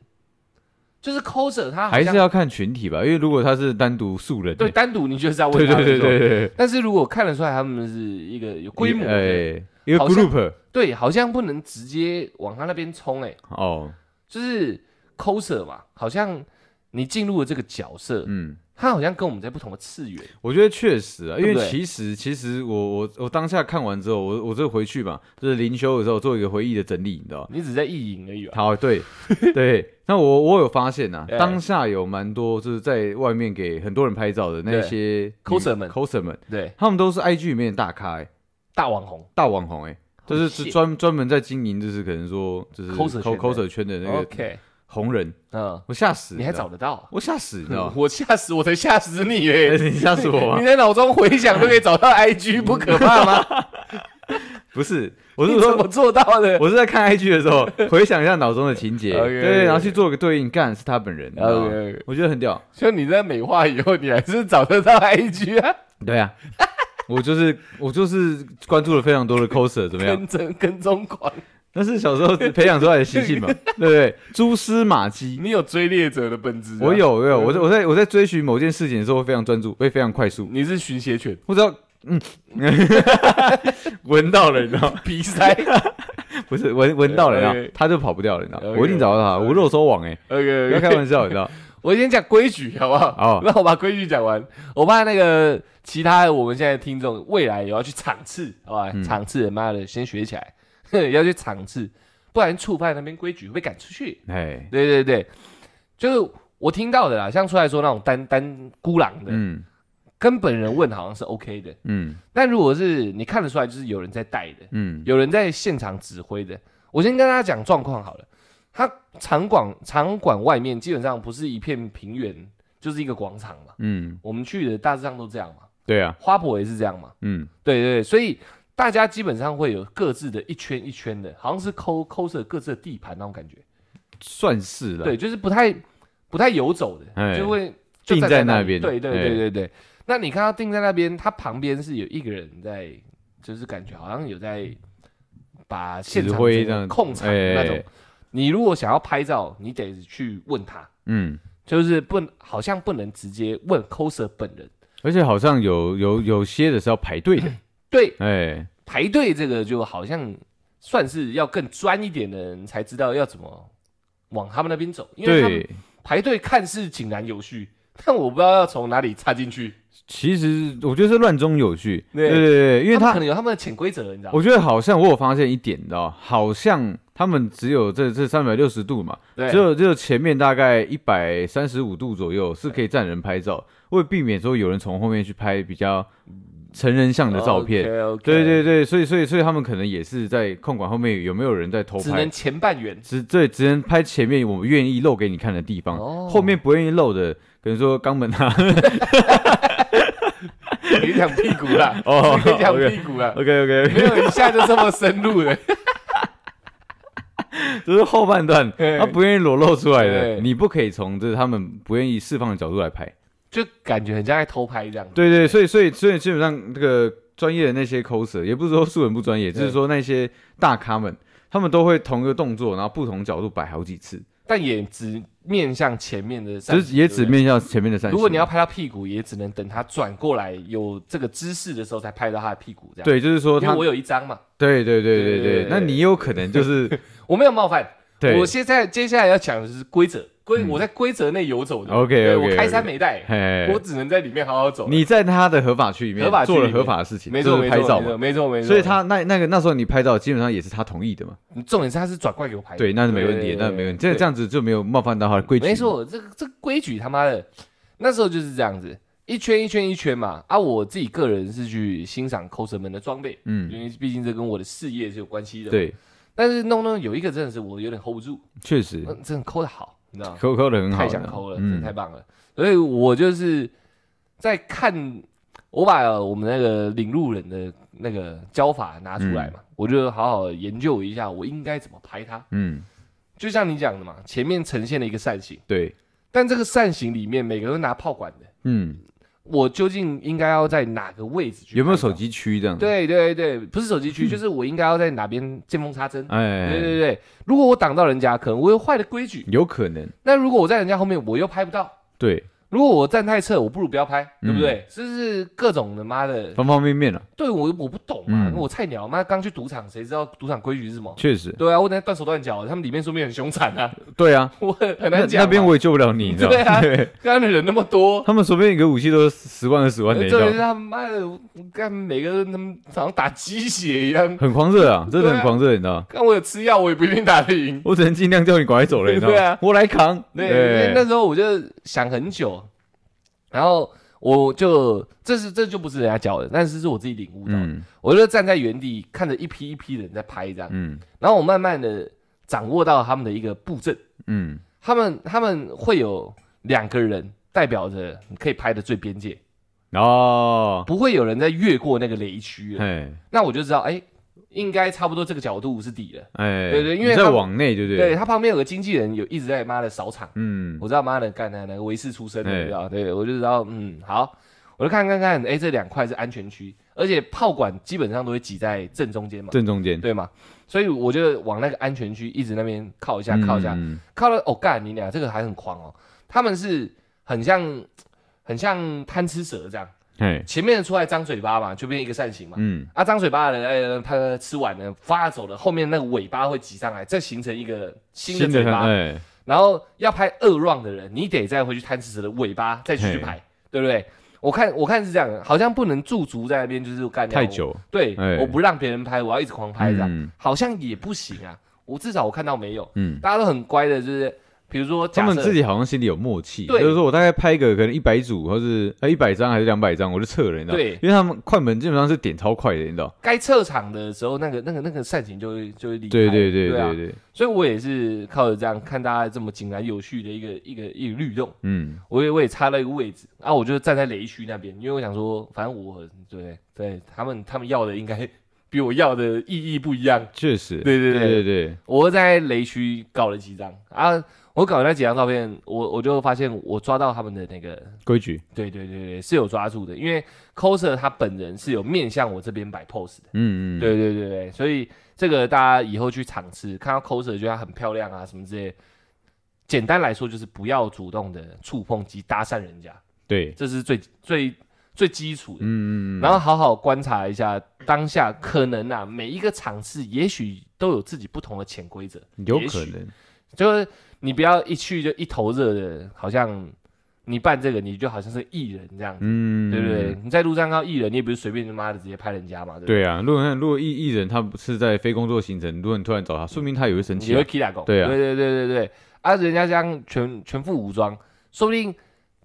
Speaker 1: 就是 coser 他好
Speaker 2: 还
Speaker 1: 像
Speaker 2: 是要看群体吧，因为如果他是单独素人，
Speaker 1: 对
Speaker 2: 哎
Speaker 1: 单独，你就是要问
Speaker 2: 对
Speaker 1: 他
Speaker 2: 对
Speaker 1: 们
Speaker 2: 对
Speaker 1: 说
Speaker 2: 对对，
Speaker 1: 但是如果看得出来他们是一个有规模的，
Speaker 2: 哎，一个
Speaker 1: 好像
Speaker 2: group
Speaker 1: 对，好像不能直接往他那边冲、哎，
Speaker 2: 哦，
Speaker 1: 就是 coser 嘛，好像你进入了这个角色，
Speaker 2: 嗯。
Speaker 1: 他好像跟我们在不同的次元，
Speaker 2: 我觉得确实啊，因
Speaker 1: 对
Speaker 2: 为
Speaker 1: 不对
Speaker 2: 其实其实我我我当下看完之后，我我这回去嘛，就是灵修的时候做一个回忆的整理，你知道吗？
Speaker 1: 你只在意淫而已啊。
Speaker 2: 好，对 对，那我我有发现啊
Speaker 1: 哎，
Speaker 2: 当下有蛮多就是在外面给很多人拍照的那
Speaker 1: 对
Speaker 2: 些
Speaker 1: coser 们
Speaker 2: coser 们，
Speaker 1: 对，
Speaker 2: 他们都是 IG 里面的大咖、欸，
Speaker 1: 大网红，
Speaker 2: 大网红哎、就
Speaker 1: Holy shit
Speaker 2: 是是专专门在经营，就是可能说就是
Speaker 1: coser 圈的
Speaker 2: coser 圈的那个
Speaker 1: OK，
Speaker 2: 红人，
Speaker 1: 嗯，
Speaker 2: 我吓死，
Speaker 1: 你还
Speaker 2: 知道
Speaker 1: 找得到啊？
Speaker 2: 我吓死，你知道吗？
Speaker 1: 我吓死，我才吓死你 耶！
Speaker 2: 你吓死我
Speaker 1: 你
Speaker 2: 吗？
Speaker 1: 在脑中回想都可以找到 IG，不可怕吗？
Speaker 2: 不是，我
Speaker 1: 我
Speaker 2: 是
Speaker 1: 是怎么
Speaker 2: 说，
Speaker 1: 做到 的
Speaker 2: 我是在看 IG 的 时候回想一下脑中的情节，
Speaker 1: OK，
Speaker 2: 对，然后
Speaker 1: OK
Speaker 2: 去做个对应，干是他本人，你知道吗
Speaker 1: ？OK，
Speaker 2: 我觉得很屌，
Speaker 1: 就你在美化以后，你还是找得到 IG 啊？
Speaker 2: 对啊，我就是我就是关注了非常多的 coser，怎么样？
Speaker 1: 跟踪跟踪狂，
Speaker 2: 那是小时候培养出来的习 性嘛，对不对？蛛丝马迹，
Speaker 1: 你有追猎者的本质啊？
Speaker 2: 我有我有，我在我在我在追寻某件事情的时候会非常专注，会非常快速，
Speaker 1: 你是寻邪犬，
Speaker 2: 我只要嗯，闻到了，你知道吗？
Speaker 1: 鼻塞。
Speaker 2: 不是闻闻到了，然后
Speaker 1: OK
Speaker 2: 他就跑不掉了，你知道吗？
Speaker 1: OK，
Speaker 2: 我一定找到他，
Speaker 1: OK
Speaker 2: 我肉搜网哎，不要
Speaker 1: OK，
Speaker 2: 开玩笑，你知道？
Speaker 1: 我先讲规矩好不好
Speaker 2: 好？
Speaker 1: 那我把规矩讲完，我怕那个其他我们现在的听众未来也要去场次，好吧？
Speaker 2: 嗯
Speaker 1: 场次，妈的，先学起来， 要去场次，不然触犯那边规矩会被赶出去。
Speaker 2: 哎，
Speaker 1: 对对对，就是我听到的啦，像出来说那种单单孤狼的，
Speaker 2: 嗯
Speaker 1: 跟本人问好像是 OK 的，
Speaker 2: 嗯
Speaker 1: 但如果是你看得出来就是有人在带的，
Speaker 2: 嗯
Speaker 1: 有人在现场指挥的。我先跟大家讲状况好了，它场馆场馆外面基本上不是一片平原，就是一个广场嘛。
Speaker 2: 嗯，
Speaker 1: 我们去的大致上都这样嘛，
Speaker 2: 对啊，
Speaker 1: 花圃也是这样嘛。
Speaker 2: 嗯
Speaker 1: 对对对，所以大家基本上会有各自的一圈一圈的，好像是抠抠着各自的地盘那种感觉。
Speaker 2: 算是了，
Speaker 1: 对，就是不太不太游走的，
Speaker 2: 哎
Speaker 1: 就会就
Speaker 2: 定
Speaker 1: 站
Speaker 2: 在
Speaker 1: 那
Speaker 2: 那
Speaker 1: 里
Speaker 2: 边
Speaker 1: 对对
Speaker 2: 哎
Speaker 1: 对对对。那你看到定在那边，他旁边是有一个人在，就是感觉好像有在把现
Speaker 2: 指
Speaker 1: 场整
Speaker 2: 挥这
Speaker 1: 个
Speaker 2: 样
Speaker 1: 控场的那种
Speaker 2: 哎。
Speaker 1: 你如果想要拍照，你得去问他，
Speaker 2: 嗯，
Speaker 1: 就是不好像不能直接问 coser 本人。
Speaker 2: 而且好像有有有些的是要排队 的，
Speaker 1: 对，
Speaker 2: 哎，
Speaker 1: 排队这个就好像算是要更专一点的人才知道要怎么往他们那边走，因为他们
Speaker 2: 对，
Speaker 1: 排队看似井然有序， 但我不知道要从哪里插进去。
Speaker 2: 其实我觉得是乱中有序，
Speaker 1: 对
Speaker 2: 对对对，因为
Speaker 1: 他们
Speaker 2: 他
Speaker 1: 可能有他们的潜规则，你知道吗
Speaker 2: 我？觉得好像我有发现一点，你知道，好像他们只有这这三百六十度嘛，
Speaker 1: 对，
Speaker 2: 只有只有前面大概一百三十五度左右是可以站人拍照，为避免说有人从后面去拍比较成人像的照片。
Speaker 1: 哦 OK，OK
Speaker 2: 对对对，所以所以所以他们可能也是在控管后面有没有人在偷
Speaker 1: 只能
Speaker 2: 拍，
Speaker 1: 前半圆。
Speaker 2: 只对只能拍前面我们愿意露给你看的地 方，
Speaker 1: 哦
Speaker 2: 后面不愿意露的，可能说肛门啊。
Speaker 1: 你讲屁股啦，
Speaker 2: 哦
Speaker 1: 你讲
Speaker 2: OK
Speaker 1: 屁股啦，
Speaker 2: OK OK，
Speaker 1: 没有一下就这么深入的。
Speaker 2: 这是后半段
Speaker 1: 嘿
Speaker 2: 他啊不愿意裸露出来的，
Speaker 1: 对
Speaker 2: 你不可以从这他们不愿意释放的角度来拍。
Speaker 1: 就感觉很像在偷拍这样。
Speaker 2: 对对，所以所以所以基本上这个专业的那些 coser，也不是说素人不专业，
Speaker 1: 对
Speaker 2: 就是说那些大咖们，他们都会同一个动作，然后不同角度摆好几次，
Speaker 1: 但也只面向前面的扇
Speaker 2: 就
Speaker 1: 形，
Speaker 2: 是也只
Speaker 1: 对不对。
Speaker 2: 面向前面的三。
Speaker 1: 如果你要拍到屁股，也只能等他转过来有这个姿势的时候才拍到他的屁股这样。，
Speaker 2: 对，就是说
Speaker 1: 因
Speaker 2: 他
Speaker 1: 为我有一张嘛，
Speaker 2: 对对对对
Speaker 1: 对对
Speaker 2: 对
Speaker 1: 对，
Speaker 2: 那你有可能就是
Speaker 1: 我没有冒犯。
Speaker 2: 对嗯
Speaker 1: 我，现在接下来要讲的是规则，规我在规则内游走的。
Speaker 2: OK，
Speaker 1: 对
Speaker 2: OK，
Speaker 1: 我开
Speaker 2: OK
Speaker 1: 山没带，
Speaker 2: 嘿
Speaker 1: 我只能在里面好好走。
Speaker 2: 你在他的合法区里面
Speaker 1: 合法区
Speaker 2: 做了
Speaker 1: 里
Speaker 2: 合
Speaker 1: 面
Speaker 2: 法的事情，
Speaker 1: 没
Speaker 2: 就
Speaker 1: 错
Speaker 2: 是
Speaker 1: 没
Speaker 2: 拍照
Speaker 1: 错没
Speaker 2: 嘛
Speaker 1: 错。没错没错。
Speaker 2: 所以他那那个那时候你拍照，基本上也是他同意的嘛。
Speaker 1: 重点是他是转过来给我拍的。
Speaker 2: 对，那是没问
Speaker 1: 哎对
Speaker 2: 题，
Speaker 1: 对
Speaker 2: 那没问题。这
Speaker 1: 对
Speaker 2: 这样子就没有冒犯到他的规矩。
Speaker 1: 没，错，这个这个规矩他妈的，那时候就是这样子，一圈一圈一圈嘛。啊，我自己个人是去欣赏 coser 们的装备，
Speaker 2: 嗯，
Speaker 1: 因为毕竟这跟我的事业是有关系的。。
Speaker 2: 对，
Speaker 1: 但是弄弄有一个真的是我有点 hold 不住，
Speaker 2: 确实
Speaker 1: 嗯，真的抠的好，你知道吗？
Speaker 2: 抠抠的很好的，
Speaker 1: 太想抠了，真
Speaker 2: 嗯
Speaker 1: 的太，棒了。所以我就是在看，我把我们那个领路人的那个教法拿出来嘛，我就好好研究一下，我应该怎么拍它。
Speaker 2: 嗯，
Speaker 1: 就像你讲的嘛，前面呈现了一个扇形，
Speaker 2: 对，
Speaker 1: 但这个扇形里面每个人都拿炮管的，
Speaker 2: 嗯，
Speaker 1: 我究竟应该要在哪个位置去？
Speaker 2: 有没有手？机区这样？，
Speaker 1: 对对对，不是手机 区，就是我应该要在哪边见缝插针。
Speaker 2: 哎，
Speaker 1: 对对对，如果我挡到人家，可能我又坏了规矩。
Speaker 2: 有可能，
Speaker 1: 那如果我在人家后面，我又拍不到，
Speaker 2: 对，
Speaker 1: 如果我站太侧，我不如不要拍，
Speaker 2: 嗯
Speaker 1: 对不对？就是各种的妈的，
Speaker 2: 方方面面啊了，
Speaker 1: 对我我不懂嘛，
Speaker 2: 嗯
Speaker 1: 我菜鸟，妈刚去赌场，谁知道赌场规矩是什么？
Speaker 2: 确实，
Speaker 1: 对啊，我等下断手断脚，他们里面说不定很凶残啊，
Speaker 2: 对啊，
Speaker 1: 我很很
Speaker 2: 那
Speaker 1: 难讲嘛。
Speaker 2: 那边我也救不了你，你知道吗
Speaker 1: 对啊
Speaker 2: 对，
Speaker 1: 刚刚人那么多，
Speaker 2: 他们随便一个武器都十万二十万的，
Speaker 1: 这
Speaker 2: 哦你知道
Speaker 1: 人
Speaker 2: 吗
Speaker 1: 是他妈的，我干每个人他们好像打鸡血一样。
Speaker 2: 很狂热啊，真的
Speaker 1: 对
Speaker 2: 很
Speaker 1: 啊
Speaker 2: 狂热，你知道吗？
Speaker 1: 看我有吃药，我也不一定打得赢。
Speaker 2: 我只能尽量叫你赶快走了，你知道吗？
Speaker 1: 对啊
Speaker 2: 我来扛。
Speaker 1: 对，所以那时候我就想很久，然后我就这是这就不是人家教的，但是是我自己领悟到的。
Speaker 2: 嗯
Speaker 1: 我就站在原地看着一批一批人在拍这样，
Speaker 2: 嗯
Speaker 1: 然后我慢慢的掌握到他们的一个布阵，
Speaker 2: 嗯，
Speaker 1: 他们他们会有两个人代表着你可以拍的最边界，
Speaker 2: 哦，
Speaker 1: 不会有人在越过那个雷区了，
Speaker 2: 哎
Speaker 1: 那我就知道，哎，应该差不多这个角度是底了。
Speaker 2: 哎，
Speaker 1: 对对因为
Speaker 2: 你
Speaker 1: 他
Speaker 2: 再
Speaker 1: 们
Speaker 2: 往内，对不
Speaker 1: 对？他旁边有个经纪人有一直在妈的扫场，
Speaker 2: 嗯，
Speaker 1: 我知道妈的干那那个维士出身的，
Speaker 2: 哎
Speaker 1: 你知道？对我就知道，嗯，好，我就看看看，哎，这两块是安全区，而且炮管基本上都会挤在正中间嘛。
Speaker 2: 正中间，
Speaker 1: 对嘛？所以我就往那个安全区一直那边靠一下，
Speaker 2: 嗯，
Speaker 1: 靠一下，
Speaker 2: 嗯
Speaker 1: 靠了。哦，干你俩这个还很狂哦，他们是很像很像贪吃蛇这样，
Speaker 2: 哎，
Speaker 1: 前面的出来张嘴巴嘛，就变一个扇形嘛。
Speaker 2: 嗯，
Speaker 1: 啊，张嘴巴的人，哎，他吃完了，发走了，后面那个尾巴会挤上来，再形成一个新的嘴巴。
Speaker 2: 哎，
Speaker 1: 然后要拍二 round 的人，你得再回去贪吃蛇的尾巴再继续
Speaker 2: 嘿
Speaker 1: 拍，对不对？我看我看是这样的，好像不能驻足在那边，就是干掉
Speaker 2: 太
Speaker 1: 我，
Speaker 2: 久，
Speaker 1: 对，
Speaker 2: 哎
Speaker 1: 我不让别人拍，我要一直狂拍这啊样。
Speaker 2: 嗯
Speaker 1: 好像也不行啊。我至少我看到没有，
Speaker 2: 嗯，
Speaker 1: 大家都很乖的，就是比如说
Speaker 2: 他
Speaker 1: 假
Speaker 2: 们
Speaker 1: 设
Speaker 2: 自己好像心里有默契，就
Speaker 1: 对
Speaker 2: 是说我大概拍个可能一百组，或是呃一百张还是两百张，我就撤了，你知道吗？
Speaker 1: 对
Speaker 2: 因为他们快门基本上是点超快的，你知道？
Speaker 1: 该撤场的时候，那个那个那个扇形就会就会离开，
Speaker 2: 对对
Speaker 1: 对
Speaker 2: 对
Speaker 1: 啊
Speaker 2: 对对，
Speaker 1: 所以我也是靠着这样看大家这么井然有序的一个一个一个律动，
Speaker 2: 嗯，
Speaker 1: 我也我也插了一个位置，啊，我就站在雷区那边，因为我想说，反正我对对他们他们要的应该 比我要的意义不一样，
Speaker 2: 确实，
Speaker 1: 对对
Speaker 2: 对
Speaker 1: 对
Speaker 2: 对对，
Speaker 1: 我在雷区搞了几张啊，我搞了那几张照片，我我就发现我抓到他们的那个
Speaker 2: 规矩，
Speaker 1: 对对对对，是有抓住的，因为 coser 他本人是有面向我这边摆 pose 的，
Speaker 2: 嗯嗯，
Speaker 1: 对对对对，所以这个大家以后去场次看到 coser 觉得他很漂亮啊什么之类，简单来说就是不要主动的触碰及搭讪人家，
Speaker 2: 对，
Speaker 1: 这是最最最基础的。
Speaker 2: 嗯嗯嗯，
Speaker 1: 然后好好观察一下当下，可能啊每一个场次也许都有自己不同的潜规则，
Speaker 2: 有
Speaker 1: 也
Speaker 2: 可
Speaker 1: 许
Speaker 2: 能，
Speaker 1: 就是你不要一去就一头热的，好像你办这个你就好像是艺人这样子。
Speaker 2: 嗯，
Speaker 1: 对不对？你在路上看到艺人，你也不是随便他妈的直接拍人家嘛，对不对？
Speaker 2: 对啊，如果如果艺艺人他不是在非工作行程，如果你突然
Speaker 1: 嗯
Speaker 2: 找他，说明他也会生气
Speaker 1: 你
Speaker 2: 啊、
Speaker 1: 会 k i l 狗，
Speaker 2: 对啊
Speaker 1: 对对对对对，啊，人家这样全全副武装，说不定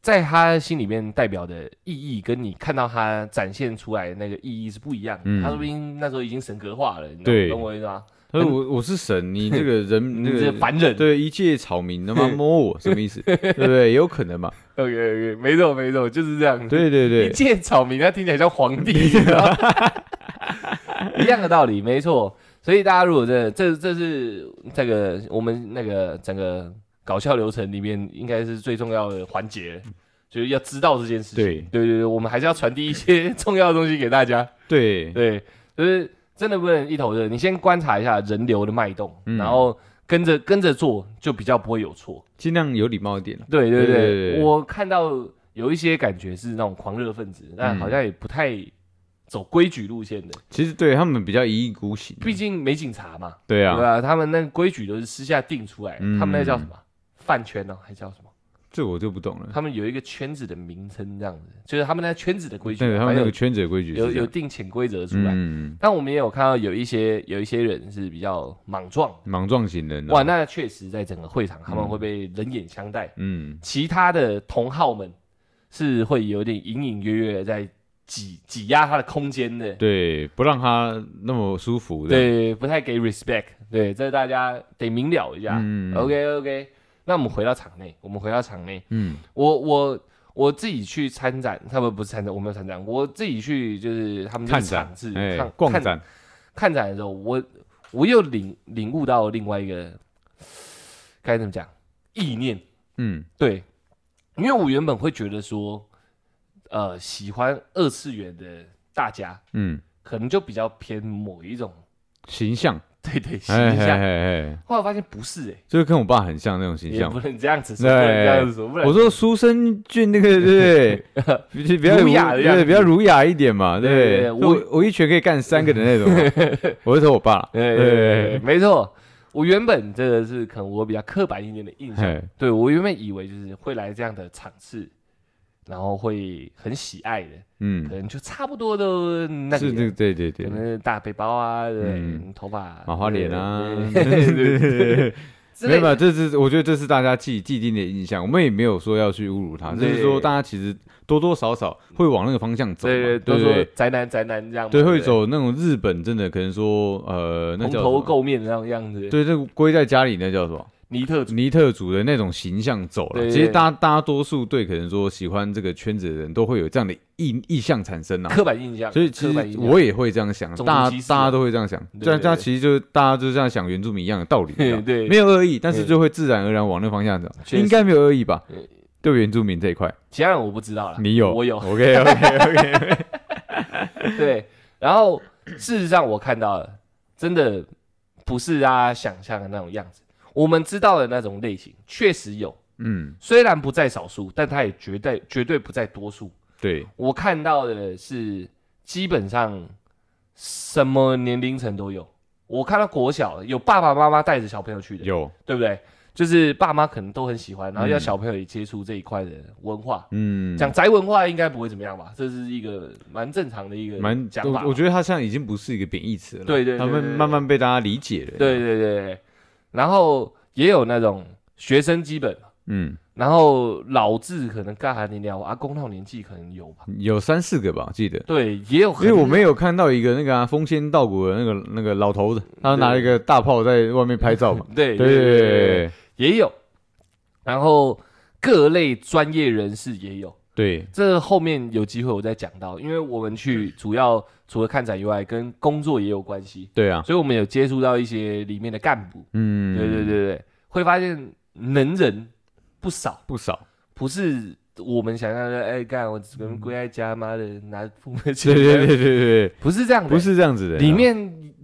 Speaker 1: 在他心里面代表的意义，跟你看到他展现出来的那个意义是不一样的。
Speaker 2: 嗯
Speaker 1: 他说不定那时候已经神格化了，你
Speaker 2: 对
Speaker 1: 懂懂我意思吗？
Speaker 2: 他说我我是 神，你这个人
Speaker 1: 你
Speaker 2: 那
Speaker 1: 这
Speaker 2: 个
Speaker 1: 凡人，
Speaker 2: 对一介草民，他 妈摸我什么意思？对不对？有可能嘛？
Speaker 1: ，OK OK，没错没错，就是这样。
Speaker 2: 对对
Speaker 1: 一
Speaker 2: 对，
Speaker 1: 介草民，他听起来像皇帝，你知道吗一样的道理，没错。所以大家如果真的，这这是这个我们那个整个搞笑流程里面应该是最重要的环节，就是要知道这件事情。
Speaker 2: 对
Speaker 1: 对对对，我们还是要传递一些 重要的东西给大家。
Speaker 2: 对
Speaker 1: 对，就是真的不能一头热，你先观察一下人流的脉动，
Speaker 2: 嗯
Speaker 1: 然后跟着跟着做，就比较不会有错。
Speaker 2: 尽量有礼貌一点。
Speaker 1: 对对对，
Speaker 2: 对对对
Speaker 1: 我看到有一些感觉是那种狂热分子，但
Speaker 2: 嗯
Speaker 1: 好像也不太走规矩路线的，
Speaker 2: 其实对他们比较一意孤行。
Speaker 1: 毕竟没警察嘛，
Speaker 2: 嗯对
Speaker 1: 对
Speaker 2: 啊，
Speaker 1: 吧、他们那个规矩都是私下定出来的，
Speaker 2: 嗯
Speaker 1: 他们那叫什么饭圈哦，还叫什么？
Speaker 2: 这我就不懂了。
Speaker 1: 他们有一个圈子的名称，这样子，就是他们那圈子的规矩啊
Speaker 2: 对，，他
Speaker 1: 反
Speaker 2: 们那
Speaker 1: 正
Speaker 2: 个圈子的规矩是
Speaker 1: 有有
Speaker 2: 这
Speaker 1: 有
Speaker 2: 样
Speaker 1: 定潜规则出来。
Speaker 2: 嗯，
Speaker 1: 但我们也有看到有一些有一些人是比较莽撞的，
Speaker 2: 莽撞型人啊。
Speaker 1: 哇，那确实在整个会场他们会被冷眼相待。
Speaker 2: 嗯，
Speaker 1: 其他的同好们是会有点隐隐约约地在挤挤压他的空间的，
Speaker 2: 对，不让他那么舒服。，
Speaker 1: 对，不太给 respect，对，这大家得明了一下。
Speaker 2: 嗯
Speaker 1: OK OK，那我们回到场内，我们回到场内，
Speaker 2: 嗯
Speaker 1: 我我我自己去参展，他们不是参展，我没有参展，我自己去就是他们这个
Speaker 2: 看展
Speaker 1: 场次，
Speaker 2: 哎
Speaker 1: 看，
Speaker 2: 逛
Speaker 1: 看
Speaker 2: 展，
Speaker 1: 看展的时候，我我又领领悟到另外一个该怎么讲意念，
Speaker 2: 嗯
Speaker 1: 对，因为我原本会觉得说，呃，喜欢二次元的大家
Speaker 2: 嗯，
Speaker 1: 可能就比较偏某一种，
Speaker 2: 形象，
Speaker 1: 对对，形
Speaker 2: 哎哎
Speaker 1: 象。
Speaker 2: 哎哎，
Speaker 1: 后来发现不是哎、
Speaker 2: 就是跟我爸很像那种形
Speaker 1: 也
Speaker 2: 象
Speaker 1: 不。能这样子说，不能这样子说，不然
Speaker 2: 我说书生俊那个对不对？比比较
Speaker 1: 儒雅的样子
Speaker 2: 对，比较儒雅一点嘛，对不
Speaker 1: 对对
Speaker 2: 对？
Speaker 1: 我
Speaker 2: 我我一拳可以干三个的那 种嘛，我就说我爸啦，
Speaker 1: 对对对，
Speaker 2: 对，
Speaker 1: 没错。我原本真的是可能我比较刻板一点的印象，
Speaker 2: 嘿
Speaker 1: 对我原本以为就是会来这样的场次，然后会很喜爱的，可
Speaker 2: 嗯，
Speaker 1: 能就差不多都那个
Speaker 2: 是
Speaker 1: 样子，
Speaker 2: 这对对
Speaker 1: 可
Speaker 2: 对，
Speaker 1: 能大背包啊，对不对，
Speaker 2: 嗯
Speaker 1: 头发
Speaker 2: 马花脸啊
Speaker 1: 对对对对对
Speaker 2: 对
Speaker 1: 之
Speaker 2: 没
Speaker 1: 类
Speaker 2: 有，没
Speaker 1: 的
Speaker 2: 有，这是我觉得这是大家既既定的印象，我们也没有说要去侮辱他，
Speaker 1: 对
Speaker 2: 就是说大家其实多多少少会往那个方向走嘛，
Speaker 1: 对对，
Speaker 2: 对
Speaker 1: 都说
Speaker 2: 对
Speaker 1: 宅男宅男这样嘛，
Speaker 2: 对，
Speaker 1: 不
Speaker 2: 会走那种日本真的可能说呃，那
Speaker 1: 蓬
Speaker 2: 叫什
Speaker 1: 头
Speaker 2: 么
Speaker 1: 垢面的那种样子，
Speaker 2: 对，这个归在家里那叫什么？
Speaker 1: 尼特族
Speaker 2: 尼特族的那种形象走
Speaker 1: 对
Speaker 2: 了。其实大大多数对可能说喜欢这个圈子的人都会有这样的意意向产生啊。
Speaker 1: 刻板印象，
Speaker 2: 所以其
Speaker 1: 刻板印
Speaker 2: 实
Speaker 1: 象
Speaker 2: 我也会这样想，
Speaker 1: 种族
Speaker 2: 大
Speaker 1: 歧
Speaker 2: 家
Speaker 1: 视啊
Speaker 2: 大家都会这样想，
Speaker 1: 对
Speaker 2: 这样
Speaker 1: 对
Speaker 2: 这样
Speaker 1: 对
Speaker 2: 其实就是大家就像想原住民一样的道理一样，
Speaker 1: 对
Speaker 2: 没有恶意，但是
Speaker 1: 对
Speaker 2: 就会自然而然往那方向走，
Speaker 1: 确实
Speaker 2: 应该没有恶意吧
Speaker 1: 嗯？
Speaker 2: 对原住民这一块，
Speaker 1: 其他人我不知道了，
Speaker 2: 你有，
Speaker 1: 我有，
Speaker 2: ，OK OK OK，
Speaker 1: 对，然后事实上我看到了，真的不是大家想象的那种样子，我们知道的那种类型确实有，
Speaker 2: 嗯，
Speaker 1: 虽然不在少数，但它也绝对绝对不在多数。
Speaker 2: 对，
Speaker 1: 我看到的是基本上什么年龄层都有。我看到国小的有爸爸妈妈带着小朋友去的，
Speaker 2: 有，
Speaker 1: 对不对？就是爸妈可能都很喜欢，然后要
Speaker 2: 嗯
Speaker 1: 小朋友也接触这一块的文化。
Speaker 2: 嗯，
Speaker 1: 讲宅文化应该不会怎么样吧？这是一个蛮正常的一个
Speaker 2: 蛮，
Speaker 1: 讲法吧。
Speaker 2: 我我觉得它现在已经不是一个贬义词了，
Speaker 1: 对对对
Speaker 2: 他们
Speaker 1: 对对
Speaker 2: 慢慢被大家理解了，
Speaker 1: 对，对对对，然后也有那种学生基本，
Speaker 2: 嗯。
Speaker 1: 然后老字可能干啥你聊阿公那种年纪可能有吧。
Speaker 2: 有三四个吧，记得。
Speaker 1: 对，也有
Speaker 2: 因
Speaker 1: 很
Speaker 2: 为我们有看到一个那个啊，风仙道骨的那个那个老头子，他拿了一个大炮在外面拍照嘛。
Speaker 1: 对
Speaker 2: 对对对对
Speaker 1: 也有，然后各类专业人士也有。
Speaker 2: 对
Speaker 1: 这后面有机会我再讲到，因为我们
Speaker 2: 嗯
Speaker 1: 去主要除了看展以外，跟工作也有关系，
Speaker 2: 对啊，
Speaker 1: 所以我们有接触到一些里面的干部。
Speaker 2: 嗯，
Speaker 1: 对对对，对，会发现能人不少，
Speaker 2: 不少。
Speaker 1: 不是我们想象的哎干我只能归在家，妈的拿父母的钱，
Speaker 2: 对对对对对，对
Speaker 1: 不是这样的，
Speaker 2: 不是这样子的。啊
Speaker 1: 里面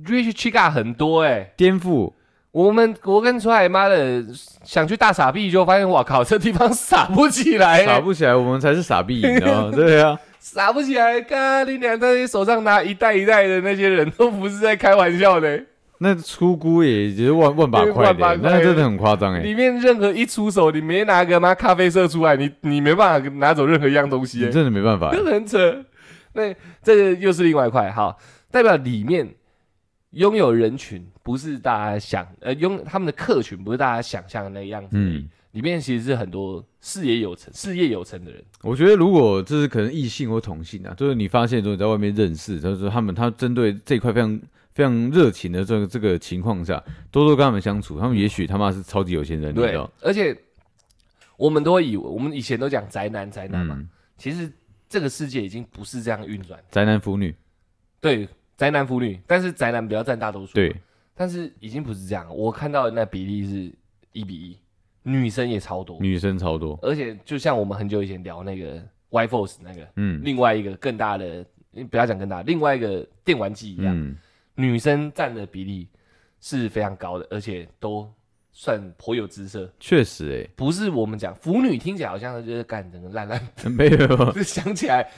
Speaker 1: rich chica 很多哎、
Speaker 2: 颠覆，
Speaker 1: 我们我跟出来，妈的，想去大傻逼，就发现哇靠，这地方傻不起来、哎
Speaker 2: 傻不起来，我们才是傻逼，你知道吗？ 对啊，
Speaker 1: 傻不起来。干你娘，那些手上拿一袋一袋的那些人都不是在开玩笑的、
Speaker 2: 那出估也也是万万把块
Speaker 1: 万把
Speaker 2: 的，
Speaker 1: 块
Speaker 2: 那真的很夸张哎。
Speaker 1: 里面任何一出手，你没拿个妈咖啡色出来，你你没办法拿走任何一样东西、
Speaker 2: 你
Speaker 1: 欸，
Speaker 2: 真的没办法欸，
Speaker 1: 真的很扯。那这个又是另外一块，好，代表里面拥有人群不是大家想，呃，拥他们的客群不是大家想象的那样子。
Speaker 2: 嗯，
Speaker 1: 里面其实是很多事业有成、事业有成的人。
Speaker 2: 我觉得如果这是可能异性或同性啊，就是你发现说你在外面认识，就是他们他针对这一块非常非常热情的这个这个情况下，多多跟他们相处，他们也许他妈是超级有钱人，你知
Speaker 1: 对
Speaker 2: 道？，
Speaker 1: 而且我们都会以为，我们以前都讲宅男宅男嘛，
Speaker 2: 嗯，
Speaker 1: 其实这个世界已经不是这样运转。
Speaker 2: 宅男腐女，
Speaker 1: 对，宅男腐女，但是宅男比较占大多数。
Speaker 2: 对，
Speaker 1: 但是已经不是这样了，我看到的那比例是一比一，女生也超多，
Speaker 2: 女生超多，
Speaker 1: 而且就像我们很久以前聊那个 Y Force 那个，
Speaker 2: 嗯
Speaker 1: 另外一个更大的，不要讲更大，另外一个电玩机一样，
Speaker 2: 嗯，
Speaker 1: 女生占的比例是非常高的，而且都算颇有姿色。
Speaker 2: 确实哎、
Speaker 1: 不是我们讲腐女，听起来好像就是干整个烂烂，
Speaker 2: 欸 没有
Speaker 1: 想起来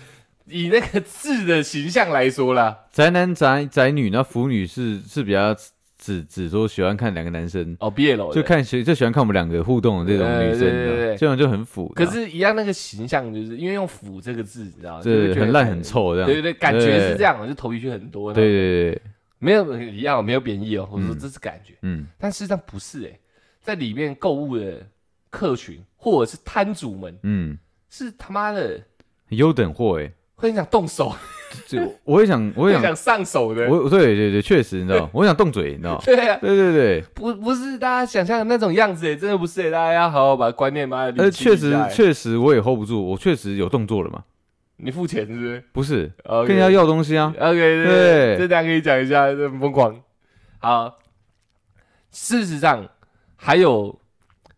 Speaker 1: 以那个字的形象来说啦，
Speaker 2: 宅男宅宅女，那腐女是是比较只只说喜欢看两个男生，
Speaker 1: 哦，毕业了
Speaker 2: 就。看喜就喜欢看我们两个互动的这种
Speaker 1: 呃
Speaker 2: 女生，
Speaker 1: 对对对对
Speaker 2: 这种就很腐，
Speaker 1: 可是，一样那个形象，就是因为用“腐”这个字，你知道吗？就
Speaker 2: 这
Speaker 1: 会觉得
Speaker 2: 很烂很。臭这样，
Speaker 1: 对对对，感觉是这
Speaker 2: 样，
Speaker 1: 样，就头皮屑很多。
Speaker 2: 对，对对，对
Speaker 1: 没有一样，没有贬义哦。我说
Speaker 2: 嗯
Speaker 1: 这是感觉，
Speaker 2: 嗯，
Speaker 1: 但事实上不是诶、欸在里面购物的客群或者是摊主们，
Speaker 2: 嗯，
Speaker 1: 是他妈的
Speaker 2: 优等货哎、
Speaker 1: 会很想动手，
Speaker 2: 这我也想，我
Speaker 1: 会
Speaker 2: 也
Speaker 1: 很
Speaker 2: 想，
Speaker 1: 想上手的。
Speaker 2: 我对对对，确实你 知道，我想动嘴，你知道，
Speaker 1: 对啊，
Speaker 2: 对对 对，
Speaker 1: 不不是大家想象的那种样子诶、欸真的不是诶、大家要好好把观念把它
Speaker 2: 呃，
Speaker 1: 理清
Speaker 2: 确
Speaker 1: 一
Speaker 2: 实
Speaker 1: 下欸
Speaker 2: 确实我也 hold 不住，我确实有动作了嘛，
Speaker 1: 你付钱是不是？
Speaker 2: 不是，
Speaker 1: 更
Speaker 2: 更要要东西啊，
Speaker 1: OK，对
Speaker 2: 对
Speaker 1: 这大家可以讲一下，这很疯狂。好，事实上还有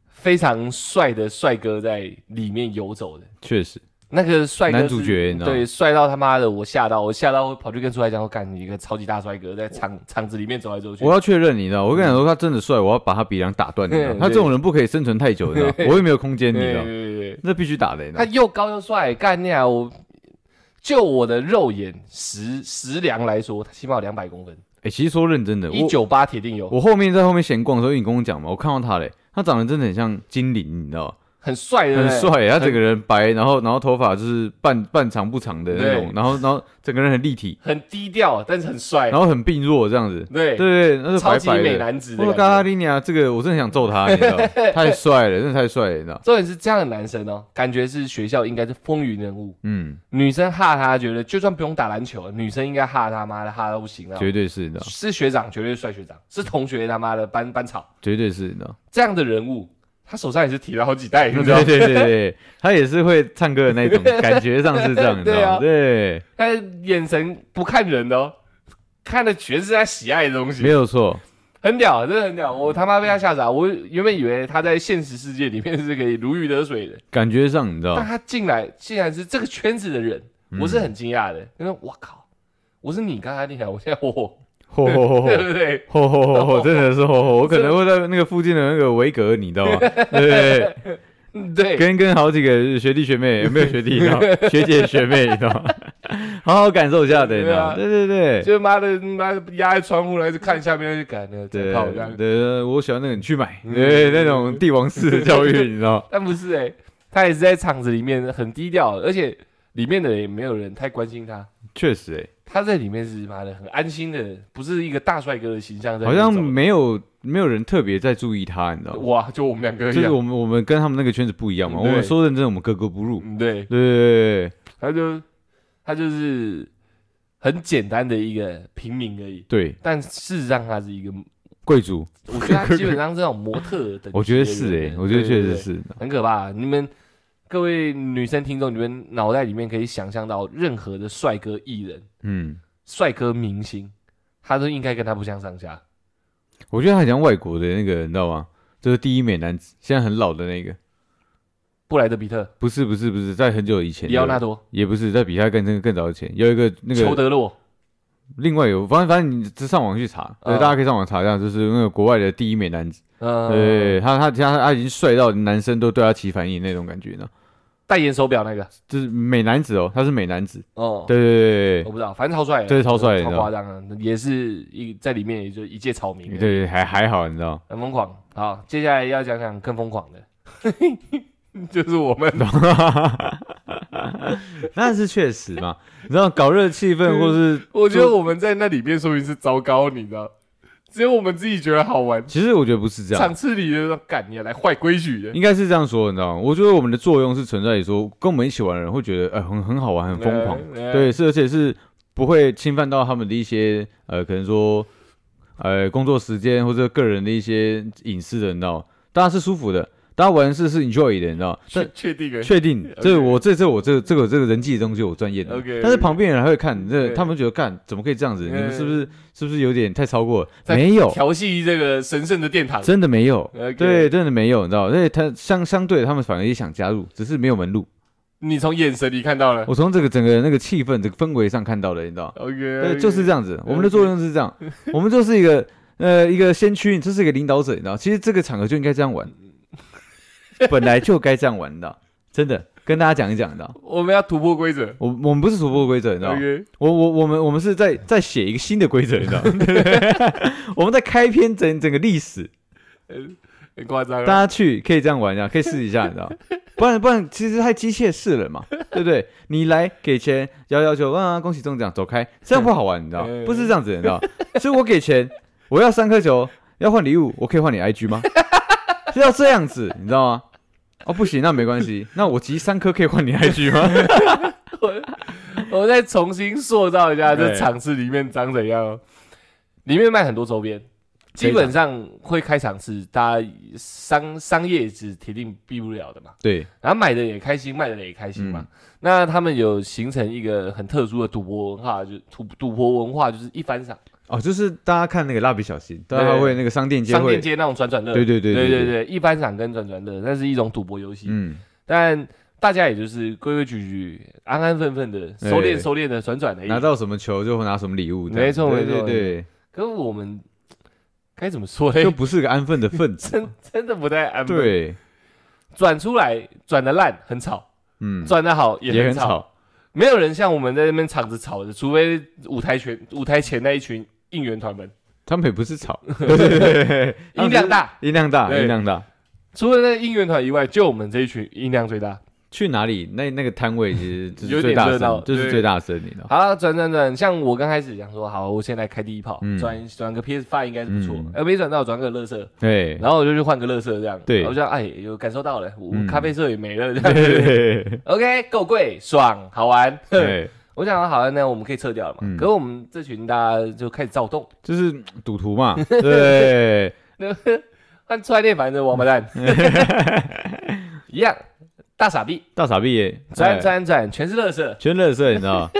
Speaker 1: 非常帅的帅哥在里面游走的，
Speaker 2: 确实，
Speaker 1: 那个帅哥是
Speaker 2: 男主角你知道
Speaker 1: 对，帅到他妈的我吓到，我吓到我跑去跟出来讲，我干你一个超级大帅哥在 场场子里面走来走去
Speaker 2: 我。要确认你知道，我跟你讲说他真的帅，我要把他鼻梁打断，你知道，
Speaker 1: 嗯
Speaker 2: 他这种人不可以生存太久，你知道， 我也没有空间，你
Speaker 1: 对
Speaker 2: 知
Speaker 1: 对
Speaker 2: 道，
Speaker 1: 对对，
Speaker 2: 那必须打的，你知道
Speaker 1: 他又高又帅，干你啊！我就我的肉眼食食量来说，他起码有两百公分，
Speaker 2: 哎，其实说认真的，
Speaker 1: 一
Speaker 2: 我
Speaker 1: 九八铁定有，
Speaker 2: 我后面在后面闲逛的时候，你跟我讲嘛，我看到他嘞，他长得真的很像精灵，你知道。
Speaker 1: 很帅的，
Speaker 2: 很帅耶，他整个人白，然后然后头发就是半半长不长的那种
Speaker 1: 对，
Speaker 2: 然后然后整个人很立体，
Speaker 1: 很低调，但是很帅。
Speaker 2: 然后很病弱这样子，
Speaker 1: 对
Speaker 2: 对对，那是
Speaker 1: 超
Speaker 2: 白
Speaker 1: 级
Speaker 2: 白
Speaker 1: 美
Speaker 2: 的。
Speaker 1: 男子的
Speaker 2: 我
Speaker 1: 感觉。
Speaker 2: 嘎拉利尼亚这个我真的想揍他，你知 道吗，太帅了，真的太帅了，你知道吗，
Speaker 1: 重点是这样的男生哦，感觉是学校应该是风云人物。
Speaker 2: 嗯，
Speaker 1: 女生哈他，觉得就算不用打篮球，女生应该哈他妈的哈到不行了。
Speaker 2: 绝对啊是，你知道吗，
Speaker 1: 是学长，绝对是帅学长；是同学，他妈的班班草。
Speaker 2: 绝对是，你 知道吗，
Speaker 1: 这样的人物，他手上也是提了好几袋，你知道
Speaker 2: 对
Speaker 1: 吗？
Speaker 2: 对对对，他也是会唱歌的那 种，感觉上是这样，你知
Speaker 1: 对
Speaker 2: 道
Speaker 1: 啊
Speaker 2: 吗，对，
Speaker 1: 但是眼神不看人的哦，看的全是他喜爱的东
Speaker 2: 没
Speaker 1: 西，
Speaker 2: 有错，很
Speaker 1: 很屌，真的很屌。我他妈被他吓傻，我原本以为他在现实世界里面是可以如鱼得水的。
Speaker 2: 感觉上你知道
Speaker 1: 但
Speaker 2: 吗，
Speaker 1: 他进来竟然是这个圈子的人，
Speaker 2: 嗯
Speaker 1: 我是很惊讶的，因为我靠，我是你刚才进来，我现在我，
Speaker 2: 吼吼 吼吼
Speaker 1: 对。不对？
Speaker 2: 吼吼 吼吼，真的是吼吼！我可能会在那个附近的那个维格，你知道吗？ 对，
Speaker 1: 嗯对，
Speaker 2: 跟跟好几个学弟学妹，有没有学弟？你知道学姐学妹，你知道吗？好好感受一下的，你知道吗？对对对
Speaker 1: 就妈的妈的压在窗户，然后一直看下面，就感觉
Speaker 2: 对
Speaker 1: 真好这样
Speaker 2: 对。对，我喜欢那种去买，对那种帝王式的教育，你知道吗？
Speaker 1: 但不是哎、他也是在厂子里面很低调，而且里面的人也没有人太关心他。
Speaker 2: 确实，哎，
Speaker 1: 他在里面是妈的很安心的，不是一个大帅哥的形象在
Speaker 2: 好
Speaker 1: 那
Speaker 2: 像
Speaker 1: 走
Speaker 2: 没有没有人特别在注意他，你知道吗？
Speaker 1: 哇，就我们两个一
Speaker 2: 就是
Speaker 1: 样，
Speaker 2: 我们我们跟他们那个圈子不一样嘛，
Speaker 1: 嗯
Speaker 2: 我
Speaker 1: 对
Speaker 2: 们说认真，我们格格不入。
Speaker 1: 嗯对，
Speaker 2: 对对对
Speaker 1: 他就他就是很简单的一个平民而已。
Speaker 2: 对，对
Speaker 1: 但事实上他是一 个，
Speaker 2: 贵族，
Speaker 1: 我觉得他基本上是那种模特儿等级的人，
Speaker 2: 我觉得是哎，我觉得
Speaker 1: 对
Speaker 2: 确
Speaker 1: 对
Speaker 2: 实
Speaker 1: 对
Speaker 2: 是。
Speaker 1: 很可怕。你们各位女生听众，你们脑袋里面可以想象到任何的帅哥艺人、
Speaker 2: 嗯，
Speaker 1: 帅哥明星，他都应该跟他不相上下。
Speaker 2: 我觉得他很像外国的那个，你知道吗？就是第一美男子，现在很老的那个。
Speaker 1: 布莱德比特、
Speaker 2: 不是不是不是，在很久以前，
Speaker 1: 里奥纳多、
Speaker 2: 也不是在比他更更更早以前，有一个那
Speaker 1: 裘
Speaker 2: 个
Speaker 1: 德洛，
Speaker 2: 另外有，反正反正你只上网去查，对，
Speaker 1: 嗯
Speaker 2: 大家可以上网查一下，就是那个国外的第一美男子，
Speaker 1: 呃，
Speaker 2: 对他他他他已经帅到男生都对他起反应那种感觉呢，
Speaker 1: 代言手表那个，
Speaker 2: 就是美男子哦，他是美男子，
Speaker 1: 哦，，
Speaker 2: 对对对
Speaker 1: 我
Speaker 2: 对
Speaker 1: 不知道，反正超帅的，
Speaker 2: 对超帅的
Speaker 1: 超夸张啊，也是一在里面也就一介草民而
Speaker 2: 对
Speaker 1: 已，
Speaker 2: 对，还还好，你 知道，
Speaker 1: 很疯狂。好，接下来要讲讲更疯狂的， 就是我们
Speaker 2: 那是确实嘛，你知道搞热气
Speaker 1: 嗯
Speaker 2: 氛或是
Speaker 1: 我觉得我们在那里面说明是糟糕，你知道，只有我们自己觉得好玩。
Speaker 2: 其实我觉得不是这样，
Speaker 1: 场次里的干你来坏规矩的，
Speaker 2: 应该是这样说，你知道吗？我觉得我们的作用是存在于说，跟我们一起玩的人会觉得，呃，很很好玩，很疯狂，
Speaker 1: 呃
Speaker 2: 对，是而且是不会侵犯到他们的一些呃，可能说呃工作时间或者个人的一些隐私的，你知道吗，大家是舒服的。当然玩的是是 enjoy 的，你知道吗？
Speaker 1: 确
Speaker 2: 但
Speaker 1: 确定了，
Speaker 2: 确定
Speaker 1: OK
Speaker 2: 这我这这我这这个这个人际的东西我专业的
Speaker 1: OK，OK
Speaker 2: 但是旁边人还会看，这
Speaker 1: 对
Speaker 2: 他们觉得干怎么可以这样子？你们
Speaker 1: 嗯
Speaker 2: 是不是是不是有点太超过了？
Speaker 1: 在
Speaker 2: 没有，
Speaker 1: 调戏这个神圣的殿堂。
Speaker 2: 真的没有。
Speaker 1: OK
Speaker 2: 对，，真的没有，你知道吗，所以他相相对他们反而也想加入，只是没有门路。
Speaker 1: 你从眼神里看到了。
Speaker 2: 我从这个整个那个气氛、这个氛围上看到的，你知道吗，
Speaker 1: OK，
Speaker 2: 对，就是这
Speaker 1: 样。
Speaker 2: 样子。我们的作用是这样，我们就是一个呃一个先驱，这是一个领导者，你知道，其实这个场合就应该这样玩，本来就该这样玩，你知道，真的跟大家讲一讲，你知道，
Speaker 1: 我们要突破规则。
Speaker 2: 我我们不是突破规则，你知道吗，
Speaker 1: OK，
Speaker 2: 我我我们我们是在在写一个新的规则，你知道，吗？ 我们在开篇整整个历史，
Speaker 1: 很夸张
Speaker 2: 大
Speaker 1: 啊。
Speaker 2: 家去可以这样玩一下，可以试一下，你知 道？不然不然，其实太机械式了嘛，对不对？你来给钱，摇摇球，啊，恭喜中奖，走开，这样不好玩，你知道？ 不是这样子，你知道？所以我给钱，我要三颗球，要换礼物，我可以换你 IG 吗？是要这样子，你知道吗？哦，不行，那没关系，那我集三颗可以换你 IG 吗？
Speaker 1: 我们再重新塑造一下这
Speaker 2: 对
Speaker 1: 场次里面长怎样哦。里面卖很多周边，基本上会开场次，大家商商业是铁定避不了的嘛。
Speaker 2: 对，
Speaker 1: 然后买的也开心，卖的也开心嘛。那他们有形成一个很特殊的赌博文化，就赌赌博文化就是一番赏，
Speaker 2: 哦，就是大家看那个蜡笔小新，大家会那个商店街
Speaker 1: 商
Speaker 2: 会
Speaker 1: 店，街那种转转乐。
Speaker 2: 对对对
Speaker 1: 对
Speaker 2: 对
Speaker 1: 对，一番赏跟转转乐，那是一种赌博游戏。
Speaker 2: 嗯，
Speaker 1: 但大家也就是规规矩矩、安安分分的，收敛
Speaker 2: 哎
Speaker 1: 收敛的、转转的一
Speaker 2: 拿到什么球就拿什么礼物这样，
Speaker 1: 没错
Speaker 2: 对
Speaker 1: 没错
Speaker 2: 对对，
Speaker 1: 可是我们该怎么说呢
Speaker 2: 就？不是个安分的分 子。
Speaker 1: 真真的不太安分。
Speaker 2: 对，
Speaker 1: 转出来转的烂很吵，
Speaker 2: 嗯，
Speaker 1: 转的好也
Speaker 2: 也
Speaker 1: 很
Speaker 2: 很
Speaker 1: 吵。
Speaker 2: 吵，
Speaker 1: 没有人像我们在那边场子吵的，除非舞台前舞台前那一群应援团们
Speaker 2: 他们也不 是吵， 对对对对他
Speaker 1: 音
Speaker 2: 们
Speaker 1: 量大。
Speaker 2: 音量大，
Speaker 1: 对
Speaker 2: 音量大。
Speaker 1: 除了那个应援团以外，就我们这一群音量最大。
Speaker 2: 去哪里？那那个摊位 其实
Speaker 1: 有
Speaker 2: 就是
Speaker 1: 点
Speaker 2: 最大
Speaker 1: 热闹
Speaker 2: 声，就是
Speaker 1: 对
Speaker 2: 最大声，你知道？
Speaker 1: 好了，转转转，像我刚开始讲说，好，我现在开第一炮
Speaker 2: 嗯，
Speaker 1: 转转个 PS Five 应该是不错
Speaker 2: 嗯，
Speaker 1: 呃，没转到转个乐色，
Speaker 2: 对，
Speaker 1: 然后我就去换个乐色这样。
Speaker 2: 对
Speaker 1: 然后我就想哎，有感受到了，我
Speaker 2: 嗯
Speaker 1: 咖啡色也没 了这样子。
Speaker 2: 对
Speaker 1: OK，够贵，爽，好玩。
Speaker 2: 对，
Speaker 1: 我想说好了，那我们可以撤掉了嘛。
Speaker 2: 嗯
Speaker 1: 可是我们这群大家就开始躁动，
Speaker 2: 就是赌徒 嘛，对，
Speaker 1: 但出来练反正王八 蛋一样，大傻逼，
Speaker 2: 大傻逼也
Speaker 1: 转
Speaker 2: 哎
Speaker 1: 转转，全是乐色。
Speaker 2: 全乐色，你 知道？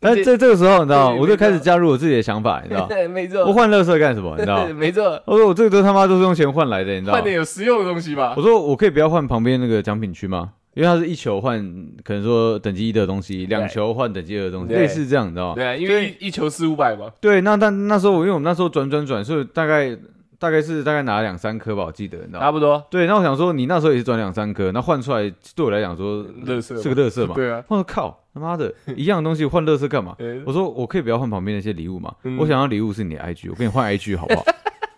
Speaker 2: 但这这个时候，你知道，我就开始加入我自己的想法，你知道？
Speaker 1: 没
Speaker 2: 我
Speaker 1: 错，？
Speaker 2: 换乐色干什么？你知道
Speaker 1: 没错，
Speaker 2: 我说我这个都他妈都是用钱换来的，你知道
Speaker 1: 换？点有实用的东西吧
Speaker 2: 我。说我可以不要换旁边那个奖品区吗？因为它是一球换，可能说等级一的东西，两球换等级二的东西，
Speaker 1: 对
Speaker 2: 类似这样，你知道吗？
Speaker 1: 对啊，因为一一球四五百嘛。
Speaker 2: 对，那但那时候我因为我们那时候转转转，所以大概大概是大概拿两三颗吧，我记得，你知道吗？
Speaker 1: 差不多，
Speaker 2: 对，那我想说你那时候也是转两三颗，那换出来对我来讲说
Speaker 1: 乐色嘛
Speaker 2: 是个乐色嘛。
Speaker 1: 对啊，
Speaker 2: 我说靠，他妈的，一样的东西换乐色干嘛？
Speaker 1: 呃
Speaker 2: 我说我可以不要换旁边那些礼物嘛，
Speaker 1: 嗯
Speaker 2: 我想要礼物是你的 IG，我给你换 IG 好不好？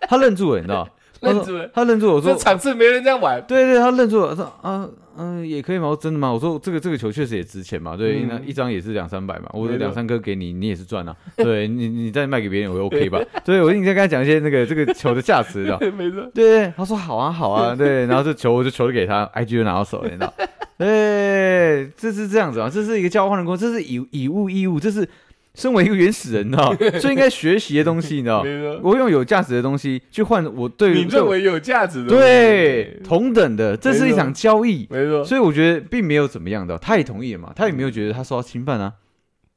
Speaker 2: 他愣住了，你知 道吗？他
Speaker 1: 认
Speaker 2: 说
Speaker 1: 准，
Speaker 2: 他愣住了，我说
Speaker 1: 这场次没人这样玩。
Speaker 2: 对对，他愣住了，他说啊嗯、也可以吗？我说真的吗？我说这个这个球确实也值钱嘛，对，
Speaker 1: 嗯
Speaker 2: 那一张也是两三百嘛，我
Speaker 1: 没
Speaker 2: 说
Speaker 1: 错
Speaker 2: 两三颗给你，你也 是赚啊，对你你再卖给别人，我 OK 吧？对我应该跟他讲一些那个这个球的价值的。
Speaker 1: 没错，
Speaker 2: 对对，他说好啊 好啊，对，然后这球我就球就给他，IG 就拿到手了，你知道？对，这是这样子啊，这是一个交换的过程，这是以以物易物，这是身为一个原始人，你 知道，最应该学习的东西，你知道？
Speaker 1: 没错。
Speaker 2: 我用有价值的东西去换我对
Speaker 1: 你
Speaker 2: 对
Speaker 1: 认
Speaker 2: 我
Speaker 1: 为有价值的，
Speaker 2: 对，，同等的，这是一场交易，
Speaker 1: 没错。
Speaker 2: 所以我觉得并没有怎么样的，他也同意了嘛，他也没有觉得他受到侵犯啊，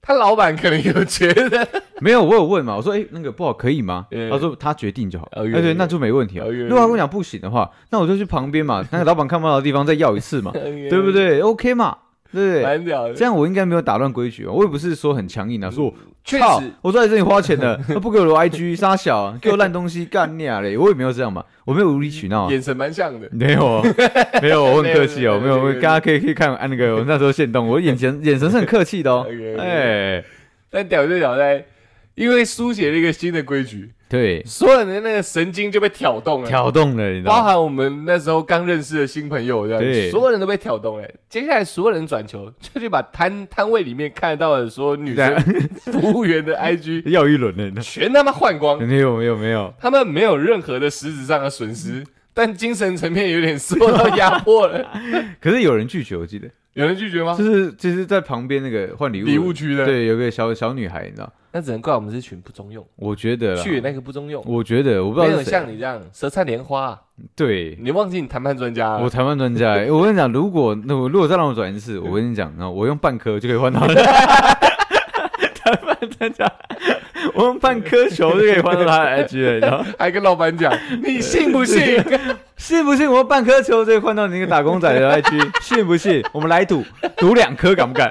Speaker 1: 他老板可能有觉得，
Speaker 2: 没有，我有问嘛，我说，哎，那个不好可以吗
Speaker 1: 嗯？哦
Speaker 2: 他说他决定就好，哎
Speaker 1: OK，
Speaker 2: 对，那就没问题啊。
Speaker 1: OK，，
Speaker 2: 如果他跟我讲不行的话，那我就去旁边嘛，那个老板看不到的地方再要一次嘛
Speaker 1: 对
Speaker 2: 对不？对？OK 嘛，对不 对？
Speaker 1: 蛮屌的，
Speaker 2: 这样我应该没有打乱规矩吧？哦我也不是说很强硬啊，说我
Speaker 1: 嗯确
Speaker 2: 操
Speaker 1: 实，
Speaker 2: 我都在这里花钱的，他不给我的 IG 杀小，给我烂东西干你啊嘞！我也没有这样嘛，我没有无理取闹啊。
Speaker 1: 眼神蛮像的。
Speaker 2: 没有哦，没有，我很客气 哦，
Speaker 1: 没
Speaker 2: 没
Speaker 1: 有
Speaker 2: 有，
Speaker 1: 没有
Speaker 2: 我大家可以可以看啊那个我那时候现动，我 眼神眼神是很客气的哦
Speaker 1: OK，OK，
Speaker 2: 哎，
Speaker 1: 但屌就屌在，因为书写了一个新的规矩，
Speaker 2: 对，
Speaker 1: 所有人的那个神经就被挑动了，
Speaker 2: 挑动了，你知道
Speaker 1: 包
Speaker 2: 吗？
Speaker 1: 含我们那时候刚认识的新朋友这样，
Speaker 2: 对
Speaker 1: 所有人都被挑动了。接下来所有人转球， 就去把摊摊位里面看到的所有女生
Speaker 2: 啊
Speaker 1: 服务员的 IG
Speaker 2: 要一轮的，你知道
Speaker 1: 全他妈换光
Speaker 2: 吗，没有没有没有，
Speaker 1: 他们没有任何的实质上 的损失，但精神层面有点受到压迫了。
Speaker 2: 可是有人拒绝，我记得
Speaker 1: 有人拒绝吗
Speaker 2: 就？是就是在旁边那个换礼物
Speaker 3: 礼物区的，，
Speaker 2: 对，有个小小女孩，你知道？
Speaker 1: 那只能怪我们这群不中用，
Speaker 2: 我觉得啦，
Speaker 1: 去那个不中用，
Speaker 2: 我觉啊得我不
Speaker 1: 没
Speaker 2: 知道
Speaker 1: 有
Speaker 2: 是谁，啊
Speaker 1: 像你这样舌灿莲花啊，
Speaker 2: 对，
Speaker 1: 你忘记你谈判专家
Speaker 2: 我
Speaker 1: 了。
Speaker 2: 台湾专 家欸、我跟你讲，如果那我如果再让我转一次， 我跟你讲，啊，我用半颗就可以换到 他。台湾专家，我用半颗球就可以换到他的 IG 了，你知道？
Speaker 1: 还跟老板 讲，你信不信？
Speaker 2: 信不信我用半颗球就可以换到你那个打工仔的 IG？信不信？我们来赌，赌两颗敢不 敢？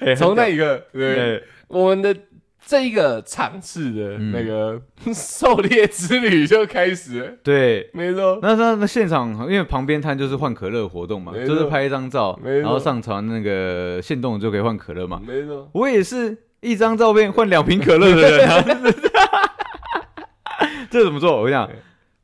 Speaker 2: 欸
Speaker 1: 从那一个，对，
Speaker 2: 对
Speaker 1: 我们的这一个场次的
Speaker 2: 嗯
Speaker 1: 那个 狩猎之旅就开始了，
Speaker 2: 对。
Speaker 1: 没错，
Speaker 2: 那那那现场，因为旁边摊就是换可乐活动嘛，
Speaker 1: 没
Speaker 2: 就是
Speaker 1: 错
Speaker 2: 拍一张照，
Speaker 1: 没
Speaker 2: 然后
Speaker 1: 错
Speaker 2: 上传那个限动就可以换可乐嘛。
Speaker 1: 没错，
Speaker 2: 我也是一张照片换两瓶可乐的人、啊， 这怎么做？我跟你讲，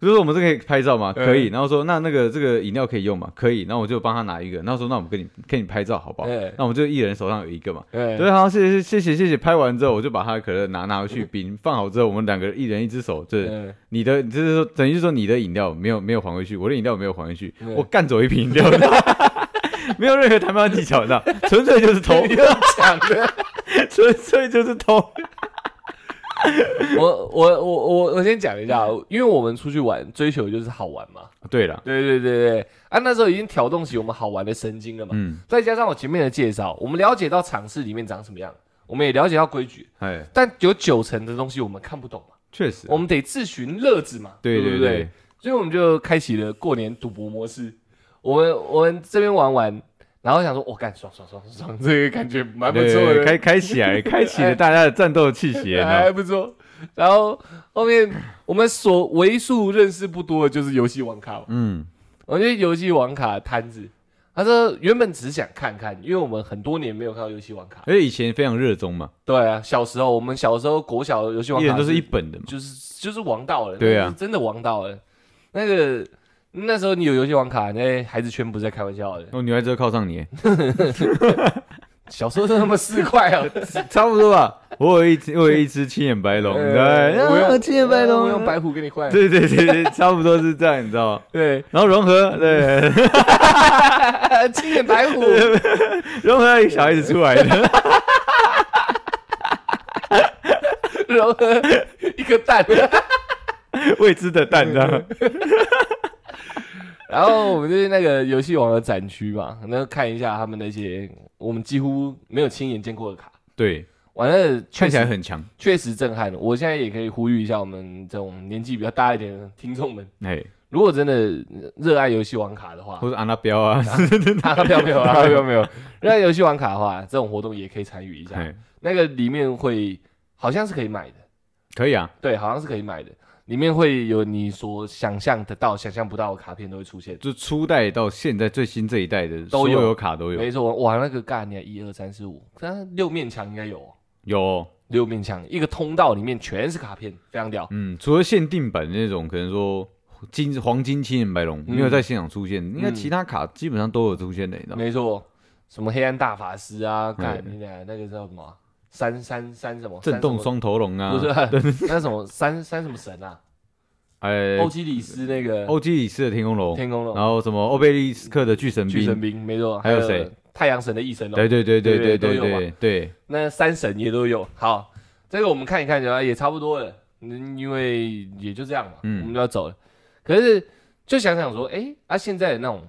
Speaker 2: 就是我们这个可以拍照嘛，
Speaker 1: 嗯
Speaker 2: 可以。然后说那那个这个饮料可以用嘛，可以。然后我就帮他拿一个，然后说那我们跟你跟你拍照好不好？
Speaker 1: 哎
Speaker 2: 那我们就一人手上有一个嘛。
Speaker 1: 哎，
Speaker 2: 对，好，谢谢谢谢谢谢。拍完之后，我就把他的可乐拿拿回去冰，放好之后，我们两个一人一只手，就是
Speaker 1: 嗯，
Speaker 2: 你的，就是说等于是说你的饮料没有没有还回去，我的饮料没有还回去，
Speaker 1: 嗯
Speaker 2: 我干走一瓶饮料， 没有任何谈判技巧，你知道，纯粹就是 偷。
Speaker 1: 讲的，
Speaker 2: 纯粹就是偷。
Speaker 1: 我我我我我先讲一下，因为我们出去玩，追求就是好玩嘛，
Speaker 2: 对了，
Speaker 1: 对对对对，啊，那时候已经挑动起我们好玩的神经了嘛，
Speaker 2: 嗯，
Speaker 1: 再加上我前面的介绍，我们了解到场次里面长什么样，我们也了解到规矩，
Speaker 2: 哎，
Speaker 1: 但有九成的东西我们看不懂嘛，
Speaker 2: 确实，
Speaker 1: 我们得自寻乐子嘛，
Speaker 2: 对
Speaker 1: 对
Speaker 2: 对
Speaker 1: 不对
Speaker 2: 对？，
Speaker 1: 所以我们就开启了过年赌博模式。我们我们这边玩完，然后想说，我、哦干爽爽爽爽，这个感觉蛮不
Speaker 2: 对
Speaker 1: 错的，哎
Speaker 2: 开开 起来，开启了大家的战斗气息，啊
Speaker 1: 还不错。然后后面我们所为数认识不多的就是游戏王卡嘛，
Speaker 2: 嗯，
Speaker 1: 我们就游戏王卡摊子。他说原本只想看看，因为我们很多年没有看到游戏王卡。
Speaker 2: 而且以前非常热衷嘛，
Speaker 1: 对啊，小时候我们小时候国小的游戏王
Speaker 2: 一
Speaker 1: 卡
Speaker 2: 人都
Speaker 1: 是
Speaker 2: 是一本的嘛，
Speaker 1: 就是就是王道了，
Speaker 2: 对啊
Speaker 1: 那是真的王道了。那个那时候你有游戏王卡，那孩子圈不是在开玩笑的，
Speaker 2: 哦，女孩子都靠上你，
Speaker 1: 小时候就那么四块 啊，
Speaker 2: 差不多吧。我有一只，我有一只青眼白龙，
Speaker 1: 呃
Speaker 2: 对，
Speaker 1: 我用
Speaker 2: 啊青眼白龙，
Speaker 1: 我用白虎跟你换，
Speaker 2: 对，对对对，差不多是这样，你知道吗？
Speaker 1: 对， 啊
Speaker 2: 然后融合，对，
Speaker 1: 青眼白虎，
Speaker 2: 融合一个小孩子出来的，
Speaker 1: 然后一颗蛋，
Speaker 2: 未知的蛋，你知道吗？
Speaker 1: 然后我们就是那个游戏王的展区嘛，那看一下他们那些我们几乎没有亲眼见过的卡，
Speaker 2: 对，
Speaker 1: 完了确
Speaker 2: 看起来
Speaker 1: 实
Speaker 2: 很强，
Speaker 1: 确实震撼。我现在也可以呼吁一下我们这种年纪比较大一点的听众们，
Speaker 2: 哎，
Speaker 1: 如果真的热爱游戏王卡的话，
Speaker 2: 或者安娜标啊，
Speaker 1: 啊，没有没 有啊，没有没有。那游戏玩卡的话，这种活动也可以参与一下。
Speaker 2: 哎，
Speaker 1: 那个里面会好像是可以买的，
Speaker 2: 可以啊，
Speaker 1: 对，好像是可以买的。里面会有你所想象得到、想象不到的卡片都会出现。
Speaker 2: 就初代到现在最新这一代的
Speaker 1: 都有
Speaker 2: 所有卡都有
Speaker 1: 没错，哇，那个干你看一二三四五，可能六面墙应该有、哦，
Speaker 2: 有哦，
Speaker 1: 六面墙一个通道里面全是卡片，非常屌。
Speaker 2: 嗯，除了限定版那种，可能说金黄金青眼白龙
Speaker 1: 嗯
Speaker 2: 没有在现场出现，应该其他卡基本上都有出现的，你知道吗？
Speaker 1: 没错，什么黑暗大法师啊，干
Speaker 2: 嗯
Speaker 1: 你俩那个叫什么啊三三三什么
Speaker 2: 震动、双头龙
Speaker 1: 三
Speaker 2: 啊，
Speaker 1: 什么不是那什么三三什么神啊？
Speaker 2: 哎，
Speaker 1: 欧几里斯那个
Speaker 2: 欧基里斯的天空龙，
Speaker 1: 天空龙
Speaker 2: 然。后什么欧贝利斯克的巨神
Speaker 1: 巨
Speaker 2: 兵
Speaker 1: 神，兵，没错，
Speaker 2: 还有谁？
Speaker 1: 太阳神的一神龙，
Speaker 2: 对对对对
Speaker 1: 对对
Speaker 2: 对对
Speaker 1: 都有啊
Speaker 2: 对对，
Speaker 1: 那三神也都有。好，这个我们看一看，然后也差不多了，嗯因为也就这样嘛，
Speaker 2: 嗯
Speaker 1: 我们就要走了。可是就想想说，哎、啊，现在的那种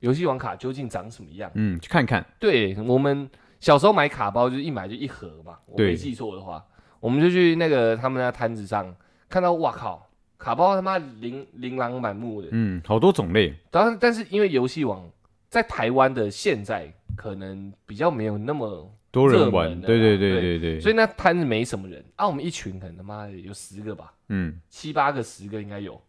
Speaker 1: 游戏王卡究竟长什么样？
Speaker 2: 嗯，去看看，
Speaker 1: 对我们小时候买卡包，就是一买就一盒嘛，我没
Speaker 2: 对
Speaker 1: 记错的话，我们就去那个他们那摊子上看到，哇靠，卡包他妈琳琳琅满目的，
Speaker 2: 嗯，好多种类，
Speaker 1: 当然，但是因为游戏王在台湾的现在可能比较没有那么，
Speaker 2: 多
Speaker 1: 热
Speaker 2: 人
Speaker 1: 门
Speaker 2: 玩，
Speaker 1: 的
Speaker 2: 对
Speaker 1: 啦
Speaker 2: 对
Speaker 1: 对
Speaker 2: 对对
Speaker 1: 所
Speaker 2: 对，
Speaker 1: 以那摊子没什么人啊。我们一群可能他妈的有十个吧，
Speaker 2: 嗯，
Speaker 1: 七八个、十个应该有。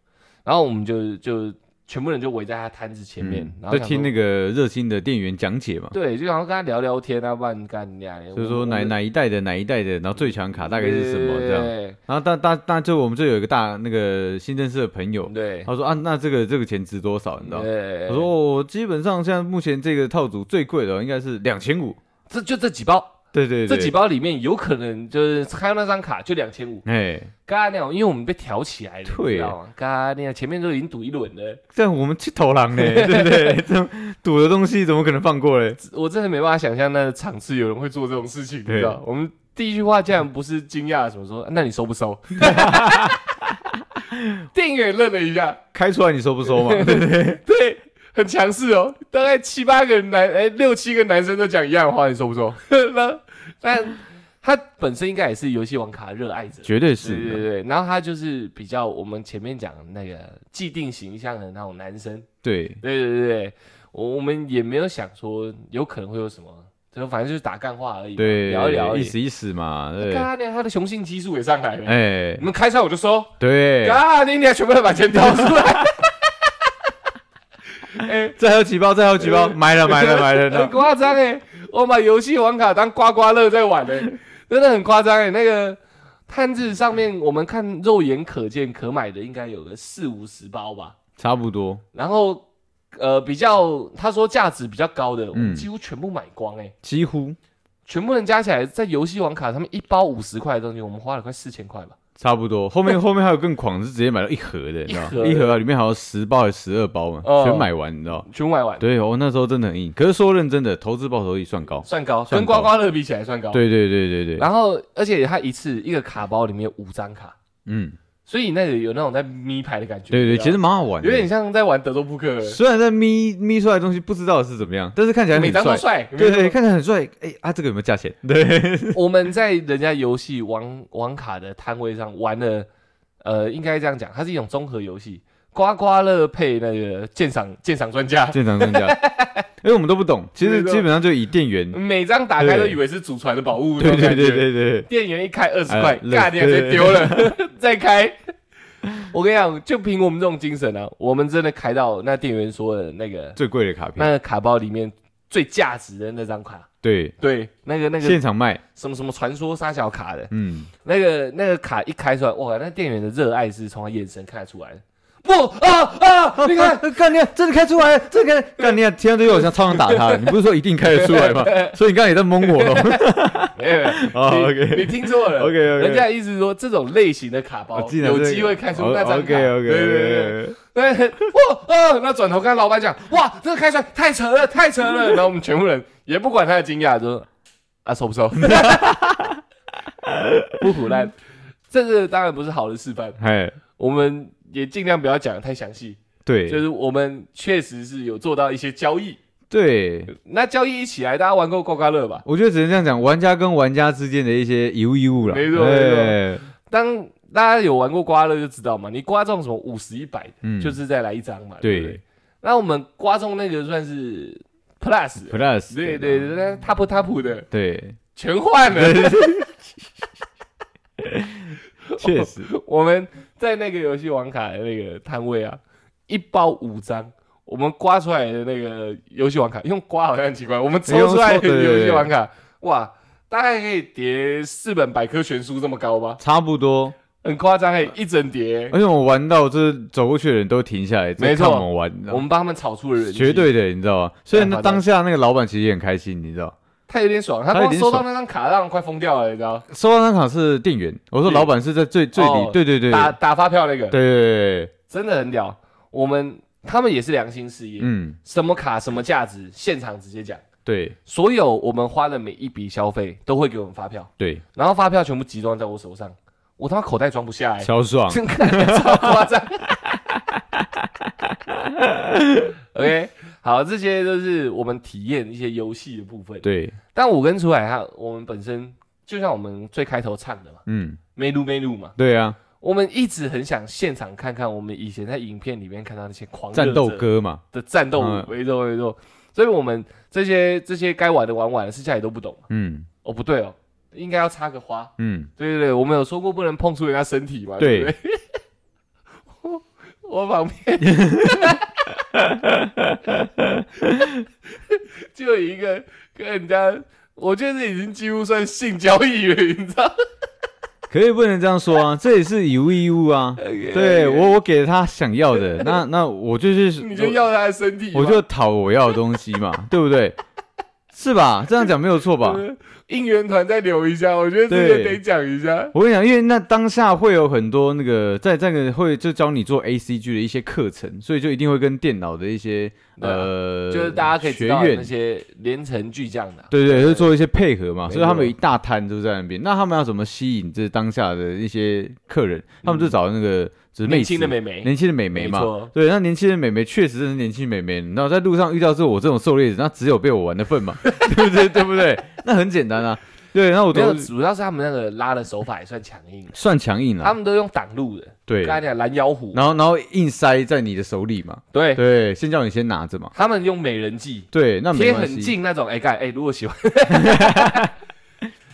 Speaker 1: 然后我们就就全部人就围在他摊子前面，
Speaker 2: 嗯
Speaker 1: 然后
Speaker 2: 就
Speaker 1: 想
Speaker 2: 听
Speaker 1: 说
Speaker 2: 那个热心的店员讲解嘛。
Speaker 1: 对，就想要跟他聊聊天啊，不然干你啊。
Speaker 2: 就是说
Speaker 1: 我
Speaker 2: 哪哪一代的哪一代的，然后最强卡大概是什么这？
Speaker 1: 我
Speaker 2: 样。
Speaker 1: 们
Speaker 2: 然后大大大就我们就有一个大那个新认识的朋友，
Speaker 1: 对
Speaker 2: 他说啊，那这个这个钱值多少？你知道？
Speaker 1: 对，
Speaker 2: 我说哦，基本上现在目前这个套组最贵的应该是两千五，
Speaker 1: 这就这几包，
Speaker 2: 对对
Speaker 1: 这
Speaker 2: 对，
Speaker 1: 几包里面有可能就是看到那张卡就两千五，
Speaker 2: 哎，
Speaker 1: 嘎尿，因为我们被挑起来了，你
Speaker 2: 对
Speaker 1: 知道吗？嘎尿，前面都已经赌一轮了，
Speaker 2: 但我们去投狼呢，对不对？ 这种赌的东西怎么可能放过嘞？
Speaker 1: 我真的没办法想象那个场次有人会做这种事情，你
Speaker 2: 对
Speaker 1: 知道？我们第一句话竟然不是惊讶什么说，那你收不收？ 店员愣了一下，
Speaker 2: 开出来你收不收嘛？
Speaker 1: 对，很强势哦。大概七八个男，哎、六七个男生都讲一样的话，你收不收？ 那但他本身应该也是游戏王卡热爱者，
Speaker 2: 绝对
Speaker 1: 对对
Speaker 2: 是，
Speaker 1: 对。然后他就是比较我们前面讲的那个既定形象的那种男生，
Speaker 2: 对
Speaker 1: 对对对对。我我们也没有想说有可能会有什么，就反正就是打干话而已嘛，
Speaker 2: 对，
Speaker 1: 聊一聊而
Speaker 2: 一
Speaker 1: 已。
Speaker 2: 时一时嘛，对，
Speaker 1: 干你娘他的雄性激素也上来了，
Speaker 2: 哎
Speaker 1: 你，们开上我就收。
Speaker 2: 对，
Speaker 1: 干你娘，全部都把钱掏出来。
Speaker 2: 再喝几包，再喝几包，买了买了买了，
Speaker 1: 很
Speaker 2: 那
Speaker 1: 夸张哎！我把游戏王卡当刮刮乐在玩哎、真的很夸张哎！那个摊子上面，我们看肉眼可见可买的应该有个四五十包吧，
Speaker 2: 差不多，
Speaker 1: 然后呃比较他说价值比较高的，我们
Speaker 2: 嗯
Speaker 1: 几乎全部买光哎、
Speaker 2: 几乎
Speaker 1: 全部人加起来，在游戏王卡上面一包五十块的东西，我们花了快四千块吧。
Speaker 2: 差不多。后面 后面还有更狂，是直接买到一盒的，你知道
Speaker 1: 一盒
Speaker 2: 吗？一盒啊里面好像十包还是十二包嘛，
Speaker 1: 哦
Speaker 2: 全买完，你知道吗？
Speaker 1: 全部买完，
Speaker 2: 对，哦我那时候真的很硬，可是说认真的，投资报酬率算高。
Speaker 1: 算高，
Speaker 2: 算
Speaker 1: 跟刮
Speaker 2: 高
Speaker 1: 刮乐比起来算高。，
Speaker 2: 对对对对对，
Speaker 1: 然后而且他一次一个卡包里面有五张卡，
Speaker 2: 嗯，
Speaker 1: 所以那个有那种在咪牌的感觉。
Speaker 2: 对
Speaker 1: 你知道吗
Speaker 2: 对，其实蛮好玩的
Speaker 1: 有，点像在玩德州扑克，
Speaker 2: 虽然在咪咪出来的东西不知道是怎么样，但是看起来
Speaker 1: 每
Speaker 2: 很
Speaker 1: 张都
Speaker 2: 帅。
Speaker 1: 帅。
Speaker 2: 对对，
Speaker 1: 没错，
Speaker 2: 看起来很帅。哎啊，这个有没有 价钱？对，
Speaker 1: 我们在人家游戏网网卡的摊位上玩了，呃，应该这样讲，它是一种综合游戏，刮刮乐配那个鉴赏鉴赏专家，
Speaker 2: 正常增加。因为我们都不懂，其实
Speaker 1: 对对
Speaker 2: 基本上就以店员，
Speaker 1: 每张打开都以为是祖传的宝物，
Speaker 2: 对
Speaker 1: 那种
Speaker 2: 对
Speaker 1: 感觉
Speaker 2: 对对对，
Speaker 1: 店员一开二十
Speaker 2: 哎
Speaker 1: 块，
Speaker 2: 乐
Speaker 1: 尬点直
Speaker 2: 对
Speaker 1: 接丢了，再开。我跟你讲，就凭我们这种精神啊，我们真的开到那店员说的那个
Speaker 2: 最贵的卡
Speaker 1: 那
Speaker 2: 片，
Speaker 1: 个卡包里面最价值的那张卡，
Speaker 2: 对，
Speaker 1: 对，那个那个
Speaker 2: 现场卖，
Speaker 1: 什么什么传说杀小卡的，
Speaker 2: 嗯，
Speaker 1: 那个那个卡一开出来，哇，那店员的热爱是从他眼神看得出来的。不啊啊！ 你看，
Speaker 2: 干你看，真的开出来，真 的开，干你看，天都有想超想打 他，你不是说一定开得出来吗？所以你刚刚也在蒙我喽。
Speaker 1: 没有没有
Speaker 2: 哦
Speaker 1: 你
Speaker 2: OK
Speaker 1: 你听错了
Speaker 2: OK，OK
Speaker 1: 人家意思说这种类型的卡包哦有机会开出那张卡，
Speaker 2: OK OK，
Speaker 1: 对对
Speaker 2: 对，
Speaker 1: 对对，哎哇啊！那转头跟老板讲，哇，这个开出来太扯了，太扯 了。然后我们全部人也不管他的惊讶，就说啊收不 收？不胡乱，这个当然不是好的示范，
Speaker 2: 哎，
Speaker 1: 我们也尽量不要讲得太详细。就
Speaker 2: 对
Speaker 1: 是我们确实是有做到一些交易。
Speaker 2: 对，
Speaker 1: 那交易一起来，大家玩过刮刮乐吧？
Speaker 2: 我觉得只能这样讲，玩家跟玩家之间的一些油油啦，
Speaker 1: 没错
Speaker 2: 哎，
Speaker 1: 当大家有玩过刮刮乐就知道嘛，你刮中什么五十一百的，
Speaker 2: 嗯
Speaker 1: 就是再来一张嘛，对不对
Speaker 2: 对？
Speaker 1: 那我们刮中那个算是 plus，
Speaker 2: ，Plus，
Speaker 1: 对对对，那 top top 的
Speaker 2: 对，
Speaker 1: 全换了。
Speaker 2: 确实，
Speaker 1: 我们在那个游戏网卡的那个摊位啊，一包五张。我们刮出来的那个游戏网卡，用刮好像很奇怪，我们抽出来的
Speaker 2: 用抽对对哎对
Speaker 1: 游戏网卡，哇，大概可以叠四本百科全书这么高吧？
Speaker 2: 差不多。
Speaker 1: 很夸张哎，一整叠，
Speaker 2: 而且我玩到就是走过去的人都停下来，在
Speaker 1: 没错
Speaker 2: 看我们玩，你知道
Speaker 1: 我
Speaker 2: 吗
Speaker 1: 们帮他们炒出了人气
Speaker 2: 绝，对的，你知道吗？所以
Speaker 1: 太
Speaker 2: 那
Speaker 1: 夸张
Speaker 2: 当下那个老板其实也很开心，你知道。
Speaker 1: 他有点爽，他
Speaker 2: 他有
Speaker 1: 光
Speaker 2: 点
Speaker 1: 收到
Speaker 2: 爽
Speaker 1: 那张卡让人快疯掉了，你知道？
Speaker 2: 收到那卡是店员，我说
Speaker 1: 对
Speaker 2: 老板是在最最
Speaker 1: 哦
Speaker 2: 里，对对对，
Speaker 1: 打
Speaker 2: 对
Speaker 1: 打发票那个，
Speaker 2: 对对，
Speaker 1: 真的很屌。我们他们也是良心事业，
Speaker 2: 嗯，
Speaker 1: 什么卡什么价值，现场直接讲，
Speaker 2: 对
Speaker 1: 所有我们花的每一笔消费都会给我们发票，
Speaker 2: 对，
Speaker 1: 然后发票全部集中在我手上，我他妈口袋装不下 哎、欸，
Speaker 2: 超爽，
Speaker 1: 真看超夸张。OK，好，这些都是我们体验一些游戏的部分。
Speaker 2: 对，
Speaker 1: 但我跟楚海他，我们本身就像我们最开头唱的嘛，
Speaker 2: 嗯，
Speaker 1: 没录没录嘛，
Speaker 2: 对啊，
Speaker 1: 我们一直很想现场看看我们以前在影片里面看到那些狂热者
Speaker 2: 战斗歌嘛，
Speaker 1: 的战斗
Speaker 2: 嗯
Speaker 1: 舞，没错没错。所以我们这些这些该玩的玩完了，剩下也都不懂嘛。
Speaker 2: 嗯
Speaker 1: 哦，不对哦，应该要插个花。
Speaker 2: 嗯，
Speaker 1: 对对对，我们有说过不能碰触人家身体嘛，对
Speaker 2: 对
Speaker 1: 不对？ 我我旁边 就有一个跟人家，我觉得这已经几乎算性交易了，你知道？
Speaker 2: 可以不能这样说啊， 这也是有义务啊，对我我给他想要 的，那那我就是
Speaker 1: 你就要他的身体嘛，
Speaker 2: 我就讨我要的东西嘛，对不对？是吧？这样讲没有错吧？
Speaker 1: 应援团再留一下，我觉得这个
Speaker 2: 对
Speaker 1: 得讲一下。
Speaker 2: 我跟你讲，因为那当下会有很多那个在这个会就教你做 ACG 的一些课程，所以就一定会跟电脑的一些
Speaker 1: 对啊
Speaker 2: 呃，
Speaker 1: 就是大家可以
Speaker 2: 学
Speaker 1: 知道那
Speaker 2: 院，
Speaker 1: 些连城巨匠的啊、
Speaker 2: 对对，就做一些配合嘛，
Speaker 1: 没
Speaker 2: 所以他们有
Speaker 1: 错
Speaker 2: 一大摊都在那边。那他们要怎么吸引这当下的一些客人？他们就找那个就是妹
Speaker 1: 嗯年
Speaker 2: 子
Speaker 1: 轻的美眉，
Speaker 2: 年轻的美眉
Speaker 1: 没
Speaker 2: 嘛
Speaker 1: 错。
Speaker 2: 对，那年轻的美眉确实真是年轻美眉。然后在路上遇到之后，我这种狩猎者，那只有被我玩的份嘛， 对不对？对不对？那很简单啊。对，那我
Speaker 1: 没有，
Speaker 2: 都
Speaker 1: 主要是他们那个拉的手法也算强硬，
Speaker 2: 算强硬
Speaker 1: 他
Speaker 2: 了。
Speaker 1: 们都用挡路的，
Speaker 2: 嗯啊对
Speaker 1: 刚，才讲拦腰虎，
Speaker 2: 然后然后硬塞在你的手里嘛。
Speaker 1: 对，
Speaker 2: 对，先叫你先拿着嘛。
Speaker 1: 他们用美人计，
Speaker 2: 对，那没
Speaker 1: 贴
Speaker 2: 关
Speaker 1: 很
Speaker 2: 系。
Speaker 1: 近那种，哎、干，哎、如果 喜欢，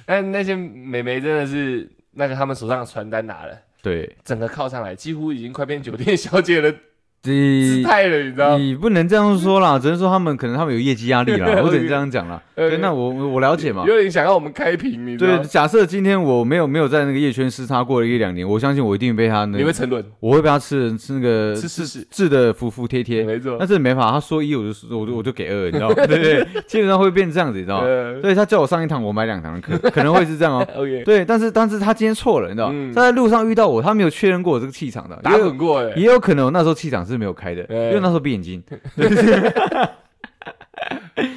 Speaker 1: 但那些美眉真的是那个他们手上的传单拿了，
Speaker 2: 对，
Speaker 1: 整个靠上来，几乎已经快变酒店小姐的姿
Speaker 2: 你
Speaker 1: 态了，你知道吗？
Speaker 2: 你不能这样说啦，只能说他们可能他们有业绩压力啦，我只能这样讲啦。
Speaker 1: 呃
Speaker 2: 对，那我我我了解嘛。
Speaker 1: 有点想要我们开屏，你知道
Speaker 2: 对，
Speaker 1: 吗？
Speaker 2: 假设今天我没有没有在那个夜圈厮杀过一两年，我相信我一定被他
Speaker 1: 你
Speaker 2: 那
Speaker 1: 会
Speaker 2: 个，
Speaker 1: 沉沦，
Speaker 2: 我会被他吃吃那个
Speaker 1: 吃吃屎，
Speaker 2: 治的服服帖帖。
Speaker 1: 没错
Speaker 2: 那，这没法，他说一我就我就我就给二，你知道吗？ 对不对？基本上会变这样子，你知道吗？
Speaker 1: 呃
Speaker 2: 对他叫我上一堂，我买两堂的课，可能会是这样哦。
Speaker 1: ，OK，
Speaker 2: 对，但是但是他今天错了，你知道吗？
Speaker 1: 嗯
Speaker 2: 他在路上遇到我，他没有确认过我这个气场的，
Speaker 1: 打
Speaker 2: 也有
Speaker 1: 滚过哎、
Speaker 2: 也有可能我那时候气场是没有开的，
Speaker 1: 哎
Speaker 2: 因为那时候闭眼睛。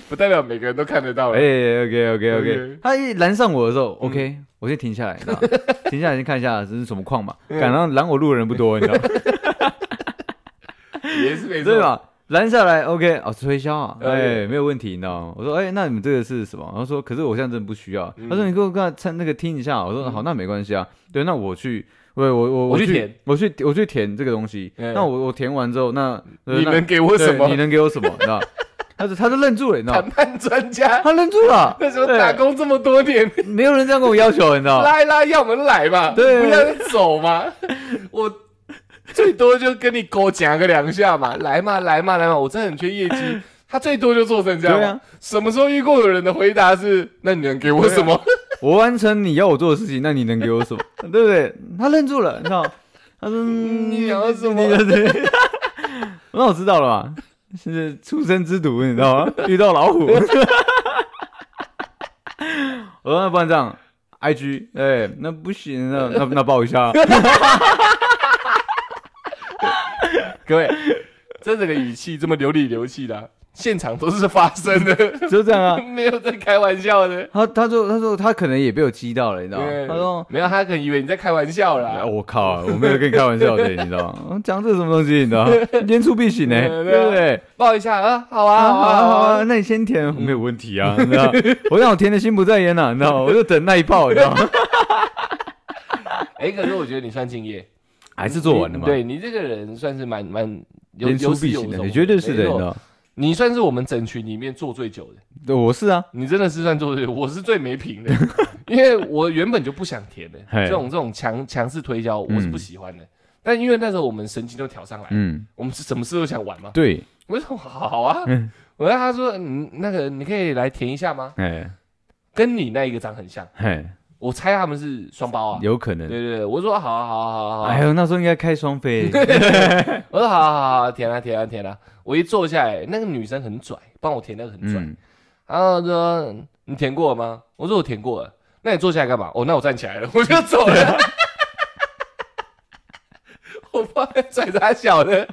Speaker 1: 不代表每个人都看得到
Speaker 2: 哎
Speaker 1: 哎、
Speaker 2: ，OK OK
Speaker 1: OK 嗯
Speaker 2: OK，他一拦上我的时候，OK，我先停下来，你知道吗停下来先看一下这是什么况嘛。
Speaker 1: 嗯
Speaker 2: 赶上拦我路的人不多，你知道吗？
Speaker 1: 也是没错
Speaker 2: 对，啊吧？拦下来，OK，哦，推销啊，哎，
Speaker 1: OK
Speaker 2: 没有问题，你知道吗？我说，哎，那你们这个是什么？他说，可是我现在真的不需要。
Speaker 1: 嗯
Speaker 2: 他说，你给我看参那个听一下。我说，好，那没关系啊。对，那我去，我我我
Speaker 1: 我去
Speaker 2: 去
Speaker 1: 填，
Speaker 2: 我去我去填这个东西。
Speaker 1: 嗯
Speaker 2: 那我我填完之后，那呃
Speaker 1: 你
Speaker 2: 那
Speaker 1: 能给我
Speaker 2: 对
Speaker 1: 什么
Speaker 2: 你？能给我什么？你知 道吗？他就他就愣住了，你知道
Speaker 1: 谈
Speaker 2: 吗？
Speaker 1: 判专家，，
Speaker 2: 他愣住了
Speaker 1: 那时
Speaker 2: 啊
Speaker 1: 候打工这么多年，
Speaker 2: 没有人这样跟我要求，你知道吗？
Speaker 1: 拉一拉要我们来嘛，
Speaker 2: 啊对
Speaker 1: 不要走 嘛，我。最多就跟你勾讲个两下嘛，来嘛来嘛来嘛，我真的很缺业绩。他最多就做成这样嘛。
Speaker 2: 对啊
Speaker 1: 什么时候遇过有人的回答是：那你能给我什么？
Speaker 2: 我完成你要我做的事情，那你能给 我什么？对不对？他愣住了，你知道吗？他说：“嗯
Speaker 1: 你想要什么
Speaker 2: 你你你 那我知道了嘛，是出生之犊，你知道吗？ 遇到老虎。我说：“那不然这样，IG，哎，那不行，那那那抱一下。
Speaker 1: 各位，
Speaker 2: 啊
Speaker 1: 这整个语气这么流里流气的啊、现场都是发生的，
Speaker 2: 就这样 啊。
Speaker 1: 没有在开玩笑的。
Speaker 2: 他他就他说他可能也被我激到了，你知道吗？
Speaker 1: 对
Speaker 2: 啊
Speaker 1: 啊
Speaker 2: 他说
Speaker 1: 没有，他可能以为你在开玩笑
Speaker 2: 哎
Speaker 1: 啦。
Speaker 2: 我靠，我没有跟你开玩笑的，你知道吗？讲这什么东西，你知 道吗？言出必行呢、
Speaker 1: 对对啊
Speaker 2: 对不对？
Speaker 1: 抱一下啊，好啊，
Speaker 2: 啊，
Speaker 1: 好
Speaker 2: 好
Speaker 1: 啊，
Speaker 2: 啊，
Speaker 1: 好嗯
Speaker 2: 好啊，
Speaker 1: 啊。
Speaker 2: 那你先填，没有问题啊，你 知道吗？我让我填的心不在焉呐、啊，你知道吗？我就等那一炮，你知 道吗？
Speaker 1: 哎、可是我觉得你算敬业，
Speaker 2: 还是做完了
Speaker 1: 你
Speaker 2: 嘛？，
Speaker 1: 对你这个人算是蛮蛮有
Speaker 2: 言
Speaker 1: 有
Speaker 2: 出
Speaker 1: 始
Speaker 2: 必
Speaker 1: 有
Speaker 2: 行的，
Speaker 1: 终
Speaker 2: 你绝对是
Speaker 1: 没
Speaker 2: 的，你
Speaker 1: 错
Speaker 2: 知道吗？
Speaker 1: 你算是我们整群里面做最久的，
Speaker 2: 对，我是啊，
Speaker 1: 你真的是算做最久， 我是最没品 的，因为我原本就不想填的，
Speaker 2: 嘿
Speaker 1: 这种这种强强势推销我是不喜欢的。但因为那时候我们神经都调上来，
Speaker 2: 嗯，
Speaker 1: 我们是什么事都想玩嘛。
Speaker 2: 对，
Speaker 1: 我就说好好啊，
Speaker 2: 嗯
Speaker 1: 我让他说，嗯，那个你可以来填一下吗？
Speaker 2: 哎
Speaker 1: 跟你那一个长很像，
Speaker 2: 嘿，
Speaker 1: 我猜他们是双胞啊。
Speaker 2: 有可
Speaker 1: 对
Speaker 2: 能。
Speaker 1: 对对，我说好啊好啊好啊好啊
Speaker 2: 哎，呦，那时候应该开双飞，
Speaker 1: 我说好啊好啊好啊，填啊填啊填啊。我一坐下来，那个女生很拽，帮我填那个很拽。
Speaker 2: 嗯，
Speaker 1: 然后说你填过了吗？我说我填过了。那你坐下来干嘛？哦，那我站起来了， 我就走
Speaker 2: 啊
Speaker 1: 了。我怕拽他小的，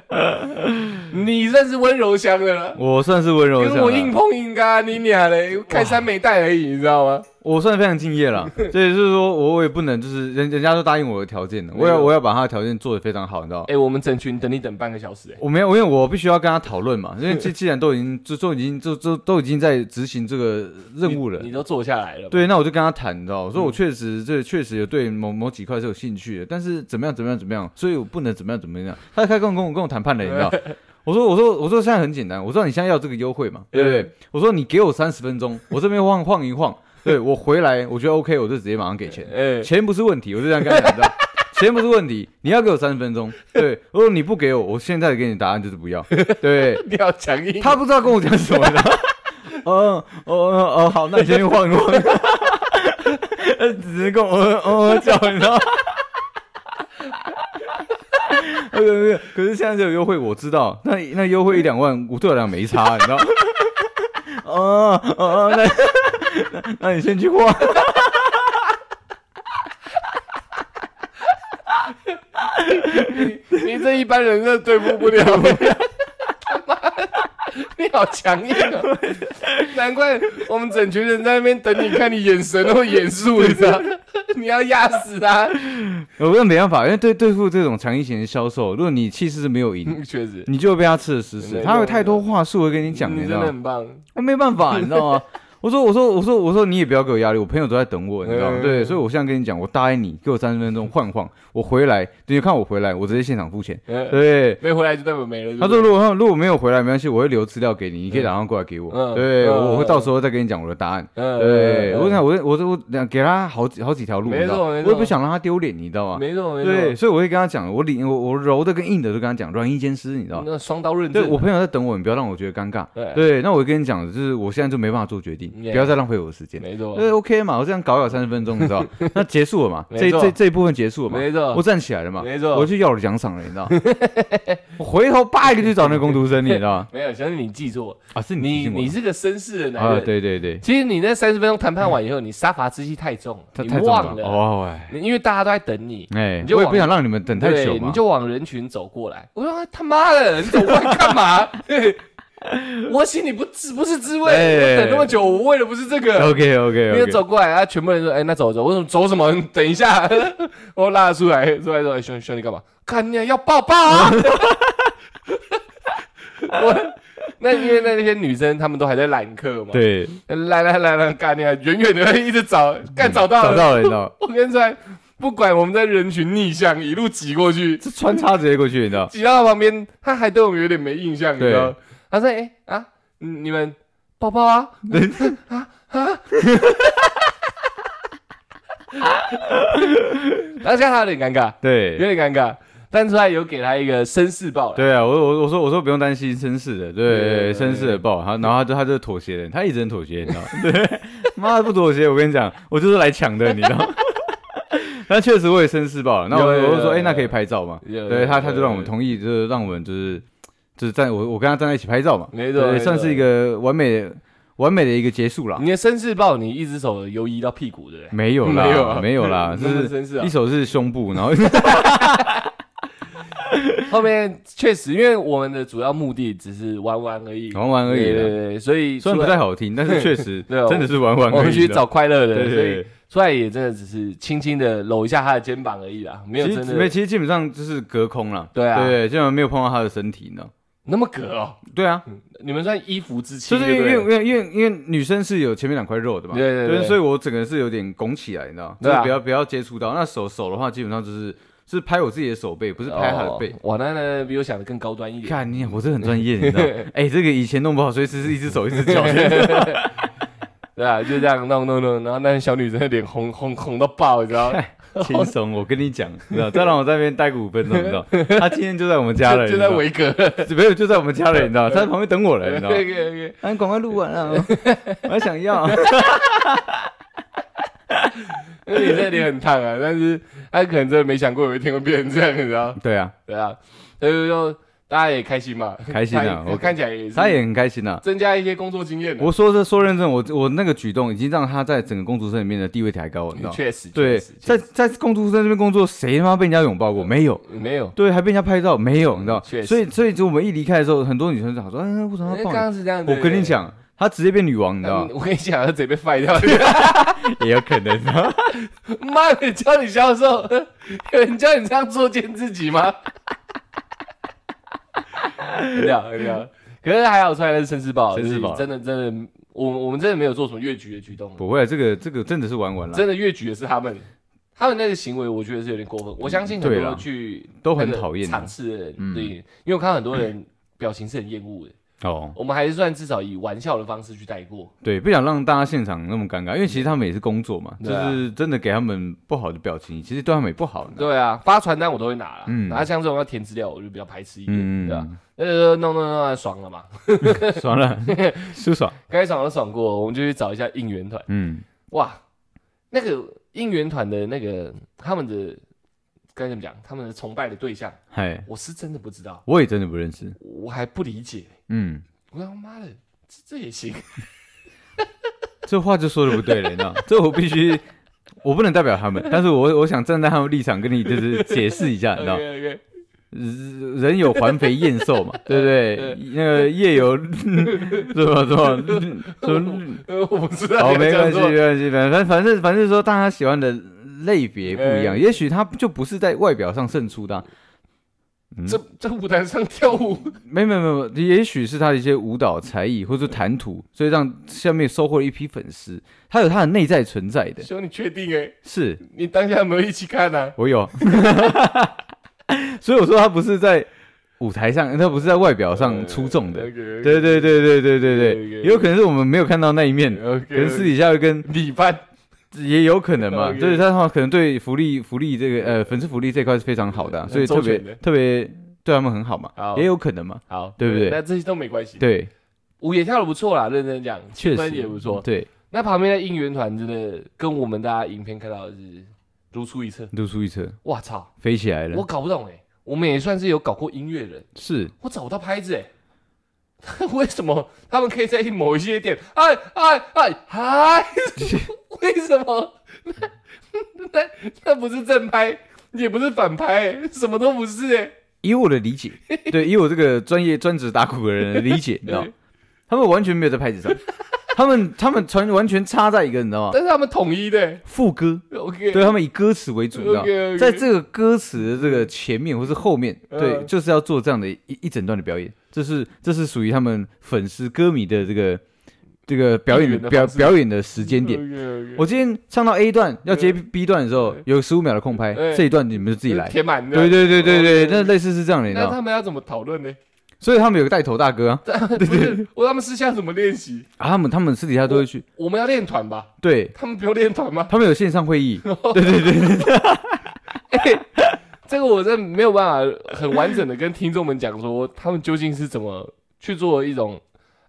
Speaker 1: 你算是温柔乡的了，
Speaker 2: 我算是温柔啊
Speaker 1: 跟我硬
Speaker 2: 的，
Speaker 1: 碰硬嘎，你俩嘞，看三美带而已，你知道吗？
Speaker 2: 我算非常敬 业了。所以就是说我我也不能，就是人人家都答应我的条件的，我
Speaker 1: 没
Speaker 2: 要
Speaker 1: 有
Speaker 2: 我要把他的条件做得非常好，你知道吗
Speaker 1: 哎、我们整群等你等半个小时、哎，
Speaker 2: 我没有，因为我必须要跟他讨论嘛，因为既既然都已经就都已经就就都已经在执行这个任务了
Speaker 1: 你，你都坐下来了，，
Speaker 2: 对，那我就跟他谈，你知道吗，我说我确实这确实有对某某几块是有兴趣的，但是怎么样怎么样怎么样，所以我不能怎么样怎么样。他开始跟我跟我跟我谈判了，你知道吗，我说我说我说现在很简单，我知道你现在要这个优惠嘛，对不对？我说你给我三十分钟，我这边晃晃一晃，对我回来我觉得 OK，我就直接马上给钱。
Speaker 1: 哎、
Speaker 2: 钱不是问题，我就这样跟他讲的。钱不是问题，你要给我三十分钟。对，如果你不给我，我现在给你答案就是不要。对，
Speaker 1: 你好强硬，
Speaker 2: 他不知道跟我讲什么的。哦哦哦哦，好，那你先去晃一晃。呃，只是跟我哦哦哦叫，你知道吗？呃，可是现在这有优惠，我知道。那那优惠一两万，我对我来讲没差，你知道吗？哦哦哦，那那那你先去画。
Speaker 1: 你这一般人真的对付不 了。他妈的 你好强硬啊！难怪我们整群人在那边等你，看你眼神都严肃，你知 道？你要压死他，
Speaker 2: 我跟没办法，因为对对付这种强硬型的销售，如果你气势是没有赢，
Speaker 1: 确实，
Speaker 2: 你就会被他吃的死死。
Speaker 1: 对
Speaker 2: 他有太多话术会跟嗯你讲，
Speaker 1: 你
Speaker 2: 你
Speaker 1: 嗯真
Speaker 2: 知道
Speaker 1: 的
Speaker 2: 吗？
Speaker 1: 很棒。
Speaker 2: 我没 办法，你知道吗？我说我说我说我说你也不要给我压力，我朋友都在等我，你知道吗？
Speaker 1: 嗯
Speaker 2: 对，所以我现在跟你讲，我答应你，给我三十分钟换晃，我回来，你就看我回来，我直接现场付钱。
Speaker 1: 呃
Speaker 2: 对，
Speaker 1: 没回来就代表没了。
Speaker 2: 他
Speaker 1: 对不
Speaker 2: 说
Speaker 1: 对
Speaker 2: 如果如果没有回来没关系，我会留资料给你，你可以打电话过来给我。
Speaker 1: 嗯
Speaker 2: 对，
Speaker 1: 嗯
Speaker 2: 我我会到时候再跟你讲我的答案。
Speaker 1: 嗯
Speaker 2: 对，我
Speaker 1: 想
Speaker 2: 想，我我我我给他好几好几条路，
Speaker 1: 没
Speaker 2: 你知道
Speaker 1: 错
Speaker 2: 吗
Speaker 1: 没
Speaker 2: 我也不
Speaker 1: 错
Speaker 2: 想让他丢脸，你知道吗？
Speaker 1: 没错没错，
Speaker 2: 对，所以我会跟他讲，我里我我柔的跟硬的都跟他讲，软硬兼施，你知道吗？
Speaker 1: 哦那双刀论
Speaker 2: 对
Speaker 1: 证，
Speaker 2: 我朋友在等我，你不要让我觉得尴尬。
Speaker 1: 对
Speaker 2: 对，那我跟你讲，就是我现在就没办法做决定，
Speaker 1: Yeah
Speaker 2: 不要再浪费我的时间。
Speaker 1: 没错，嗯
Speaker 2: 对，OK 嘛，我这样搞搞三十分钟，你 知道，那结束了嘛？这
Speaker 1: 没错
Speaker 2: 这这一部分结束了嘛？
Speaker 1: 没错
Speaker 2: 我站起来了嘛？
Speaker 1: 没错
Speaker 2: 我去要我的奖赏了，你知道？我回头叭一个去找那个工读生，你知 道吗？
Speaker 1: 没有，相信你记错了，
Speaker 2: 啊，是提
Speaker 1: 你
Speaker 2: 醒我
Speaker 1: 你
Speaker 2: 的
Speaker 1: 是个绅士的男
Speaker 2: 啊，
Speaker 1: 人。
Speaker 2: 对对对，
Speaker 1: 其实你那三十分钟谈判完以后，你杀伐之气太重了，
Speaker 2: 他
Speaker 1: 你
Speaker 2: 太重
Speaker 1: 忘
Speaker 2: 了
Speaker 1: 了，
Speaker 2: 哦，哎
Speaker 1: 因为大家都在等你，
Speaker 2: 哎
Speaker 1: 你，就
Speaker 2: 我也
Speaker 1: 往
Speaker 2: 不想让你们等嗯太久
Speaker 1: 对，
Speaker 2: 嘛
Speaker 1: 你。就往人群走过来。我说啊他妈的，你走过来干嘛？ 我心里不滋不是滋味，
Speaker 2: 哎
Speaker 1: 我等那么久，我为的不是这个。
Speaker 2: OK OK
Speaker 1: 你就
Speaker 2: OK，
Speaker 1: 走过来，啊，全部人说：“哎、那走走。”我说：“走什么？你等一下。” 我拉出来，出来说：“哎，兄兄，你干嘛？看你要抱抱啊！” 我那因为那些女生她们都还在揽客嘛，
Speaker 2: 对，
Speaker 1: 来来来来，干你啊！远远的一直找，干找到了，
Speaker 2: 嗯找到了，你知道，
Speaker 1: 我跟你说，不管我们在人群逆向一路挤过去，
Speaker 2: 这穿插直接过去，你知道？
Speaker 1: 挤到他旁边，他还对我们有点没印象，你知道吗？他说：“哎、啊，嗯你们抱抱啊， 啊啊！”当下他有点尴尬，
Speaker 2: 对，
Speaker 1: 有点尴尬，但出来有给他一个绅士抱了。
Speaker 2: 对啊，我我我说我说不用担心绅士的，对
Speaker 1: 对
Speaker 2: 绅士的抱他，然后他就他就妥协了，他一直很妥协，你知道？ 对，妈的不妥协，我跟你讲，我就是来抢的，你 知道？那确实我也绅士抱了，那我
Speaker 1: 有有
Speaker 2: 我就说，
Speaker 1: 有
Speaker 2: 哎，
Speaker 1: 有
Speaker 2: 那可以拍照吗？
Speaker 1: 有有
Speaker 2: 对他
Speaker 1: 有
Speaker 2: 他就让
Speaker 1: 有
Speaker 2: 我们同意，就是让我们就是就是站我我跟他站在一起拍照嘛，
Speaker 1: 没错
Speaker 2: 对
Speaker 1: 没错
Speaker 2: 算是一个完美的完美的一个结束啦。
Speaker 1: 你的绅士抱，你一只手游移到屁股，对不对？
Speaker 2: 没有啦，
Speaker 1: 没有啊
Speaker 2: 没有啦，就
Speaker 1: 那么
Speaker 2: 是
Speaker 1: 绅士啊
Speaker 2: 一！手是胸部，然后
Speaker 1: 后面确实，因为我们的主要目的只是玩玩而已，
Speaker 2: 玩玩而已
Speaker 1: 对对
Speaker 2: 啦。
Speaker 1: 对，所以
Speaker 2: 虽然
Speaker 1: 出
Speaker 2: 不
Speaker 1: 来
Speaker 2: 太好听，但是确实
Speaker 1: 对啊
Speaker 2: 真的是玩玩而已啦。
Speaker 1: 我们去找快乐的，
Speaker 2: 对对
Speaker 1: 所
Speaker 2: 对
Speaker 1: 以。出来也真的只是轻轻的搂一下他的肩膀而已啦，没有
Speaker 2: 其
Speaker 1: 真
Speaker 2: 实没，
Speaker 1: 的
Speaker 2: 其实基本上就是隔空了。
Speaker 1: 对啊
Speaker 2: 对，基本上没有碰到他的身体呢。
Speaker 1: 那么隔哦。
Speaker 2: 对啊，
Speaker 1: 你们算衣服之亲，
Speaker 2: 就是
Speaker 1: 对
Speaker 2: 因
Speaker 1: 不
Speaker 2: 为
Speaker 1: 对？
Speaker 2: 因为因为因为女生是有前面两块肉的嘛，
Speaker 1: 对对对
Speaker 2: 所以我整个是有点拱起来，你知道，就
Speaker 1: 对
Speaker 2: 是
Speaker 1: 啊
Speaker 2: 不要不要接触到。那手手的话，基本上就是是拍我自己的手背，不是拍他的背
Speaker 1: 哦。哇，那那比我想的更高端一点。
Speaker 2: 看你，我这很专业，你知道？哎，这个以前弄不好，随时是一只手一只 脚。对
Speaker 1: 对啊，就这样弄弄弄，然后那小女生的脸红红红到爆，你知道吗？
Speaker 2: 轻松，我跟你讲，你知道？再让我在那边待个五分钟，你知道？他今天就在我们家 了，
Speaker 1: 就就在
Speaker 2: 我
Speaker 1: 维格。
Speaker 2: 没有就在我们家了，你知道？他在旁边等我了，你知 道？
Speaker 1: OK，OK，OK
Speaker 2: 啊，你赶快录完了，我还想要。
Speaker 1: 那你这脸很烫啊，但是他可能真的没想过有一天会变成这样，你知道吗？
Speaker 2: 对啊，
Speaker 1: 对啊，所以就大家也开心嘛，
Speaker 2: 开心啊
Speaker 1: 他
Speaker 2: 我
Speaker 1: 看起来也是
Speaker 2: 他也很开心啊。
Speaker 1: 增加一些工作经验啊。
Speaker 2: 我说这说认真，我我那个举动已经让他在整个公主生里面的地位抬高，你知道？
Speaker 1: 确实，
Speaker 2: 哦
Speaker 1: 确
Speaker 2: 对，
Speaker 1: 实
Speaker 2: 在在公主生这边工作，谁他妈被人家拥抱过？没有。
Speaker 1: 没有，
Speaker 2: 对，还被人家拍照，没有，你知道？
Speaker 1: 确实
Speaker 2: 所以所以就我们一离开的时候，很多女生就想说，嗯、为什么
Speaker 1: 因为
Speaker 2: 要
Speaker 1: 刚
Speaker 2: 抱
Speaker 1: 刚是这样
Speaker 2: 你？
Speaker 1: 子。
Speaker 2: 我跟你讲，啊她直接变女王，你
Speaker 1: 嗯，
Speaker 2: 知道？
Speaker 1: 我跟你讲， 他直接被废掉。
Speaker 2: 也有可能，你知道？
Speaker 1: 妈的，教你销售， 有人教你这样作践自己吗？ 很屌，很屌。可是还好出来的是绅士宝，
Speaker 2: 绅士堡啊
Speaker 1: 就是真的真的，我我们真的没有做什么越矩的举动，
Speaker 2: 不会，这个这个真的是玩完了，
Speaker 1: 真的越矩的是他们，他们那个行为我觉得是有点过分。我相信很
Speaker 2: 对
Speaker 1: 多
Speaker 2: 啦
Speaker 1: 去
Speaker 2: 都很
Speaker 1: 那个
Speaker 2: 讨厌啊
Speaker 1: 场次的人，
Speaker 2: 嗯
Speaker 1: 对，因为我看到很多人表情是很厌恶的，
Speaker 2: 哦。
Speaker 1: 我们还是算至少以玩笑的方式去带过。
Speaker 2: 对，不想让大家现场那么尴尬，因为其实他们也是工作嘛，
Speaker 1: 嗯
Speaker 2: 就
Speaker 1: 对啊
Speaker 2: 是真的给他们不好的表情，其实对他们也不好呢。
Speaker 1: 对啊，发传单我都会拿啦，
Speaker 2: 嗯
Speaker 1: 然后像这种要填资料，我就比较排斥一点，
Speaker 2: 嗯，
Speaker 1: 对啊，呃，弄弄弄，爽了嘛，啊
Speaker 2: 爽了， 舒爽。
Speaker 1: 该爽都爽过，我们就去找一下应援团。
Speaker 2: 嗯，
Speaker 1: 哇，那个应援团的那个他们的该怎么讲？他们的崇拜的对象，
Speaker 2: 嗨，
Speaker 1: 我是真的不知道，
Speaker 2: 我也真的不认识。
Speaker 1: 我还不理解。
Speaker 2: 嗯，
Speaker 1: 我他妈的，这这也行？
Speaker 2: 这话就说的不对了，你知 道？这我必须，我不能代表他们，但是我我想站在他们立场跟你就是解释一 下，你知道？
Speaker 1: OK，
Speaker 2: 人有还肥燕瘦 嘛，对不对？那个夜游 什么什 么什么，
Speaker 1: 呃，我不知道
Speaker 2: 哦，
Speaker 1: 你
Speaker 2: 没
Speaker 1: 要
Speaker 2: 关
Speaker 1: 讲什么。
Speaker 2: 系，没关系，反正反正反正说大家喜欢的类别不一样，也许他就不是在外表上胜出的啊、嗯
Speaker 1: 这这舞台上跳舞，
Speaker 2: 没没没没，也许是他的一些舞蹈才艺或者谈吐，所以让下面收获了一批粉丝。他有他的内在存在的，
Speaker 1: 兄，你确定？哎，
Speaker 2: 是
Speaker 1: 你当下有没有一起看啊？
Speaker 2: 我有， 所以我说他不是在舞台上，他不是在外表上出众的。
Speaker 1: 呃 OK，OK，
Speaker 2: 对对对对对对对，
Speaker 1: OK，OK
Speaker 2: 也有可能是我们没有看到那一面，
Speaker 1: ，OK，
Speaker 2: 可能私底下会跟
Speaker 1: 李盼，
Speaker 2: 也有可能嘛，
Speaker 1: OK
Speaker 2: 就是他的话可能对福利福利这个呃粉丝福利这块是非常好的啊、
Speaker 1: 很
Speaker 2: 所以特
Speaker 1: 周
Speaker 2: 别
Speaker 1: 全的
Speaker 2: 特别对他们很好嘛，
Speaker 1: 好
Speaker 2: 也有可能嘛，
Speaker 1: 好，
Speaker 2: 对不对
Speaker 1: 那这些都没关系。，
Speaker 2: 对，
Speaker 1: 舞也跳的不错啦，认真讲，
Speaker 2: 确
Speaker 1: 气氛
Speaker 2: 实
Speaker 1: 也不错。
Speaker 2: 对，
Speaker 1: 那旁边的应援团真的跟我们大家影片看到的是如出一辙。
Speaker 2: 如出一辙，
Speaker 1: 哇操，
Speaker 2: 飞起来了
Speaker 1: 我，搞不懂哎、我们也算是有搞过音乐人，
Speaker 2: 是
Speaker 1: 我找不到拍子哎、 为什么他们可以在某一些点，哎哎哎 嗨？为什么？ 那那那不是正拍，也不是反拍、欸，什么都不是哎、
Speaker 2: 以我的理解，对，以我这个专业专职打鼓的人的理解，你知道，他们完全没有在拍子上，他们他们全完全插在一个你知道吗？
Speaker 1: 但是他们统一的、欸、
Speaker 2: 副歌，
Speaker 1: ，OK，
Speaker 2: 哦对他们以歌词为主，你知道吗。
Speaker 1: OK，OK
Speaker 2: 在这个歌词的这个前面或是后面，
Speaker 1: 嗯
Speaker 2: 对，就是要做这样的一一整段的表演，这是这是属于他们粉丝歌迷的这个这个表演
Speaker 1: 应援的
Speaker 2: 表
Speaker 1: 方式嗯
Speaker 2: 表演的时间点。
Speaker 1: OK，OK
Speaker 2: 我今天唱到 A 段要接 B 段的时候
Speaker 1: 嗯，
Speaker 2: 有十五秒的空拍，
Speaker 1: 嗯
Speaker 2: 这一段你们就自己来。
Speaker 1: 填满的，
Speaker 2: 对对对对对，
Speaker 1: OK，OK
Speaker 2: 那类似是这样的，你知
Speaker 1: 那
Speaker 2: 道吗？
Speaker 1: 他们要怎么讨论 呢？
Speaker 2: 所以他们有个带头大哥啊，
Speaker 1: 不是，我他们私下怎么练习？
Speaker 2: 啊他们他们私底下都会去，
Speaker 1: 我们要练团 吧？
Speaker 2: 对
Speaker 1: 他们不用练团吗？
Speaker 2: 他们有线上 会议，
Speaker 1: 这个我真的没有办法很完整的跟听众们讲说，他们究竟是怎么去做一种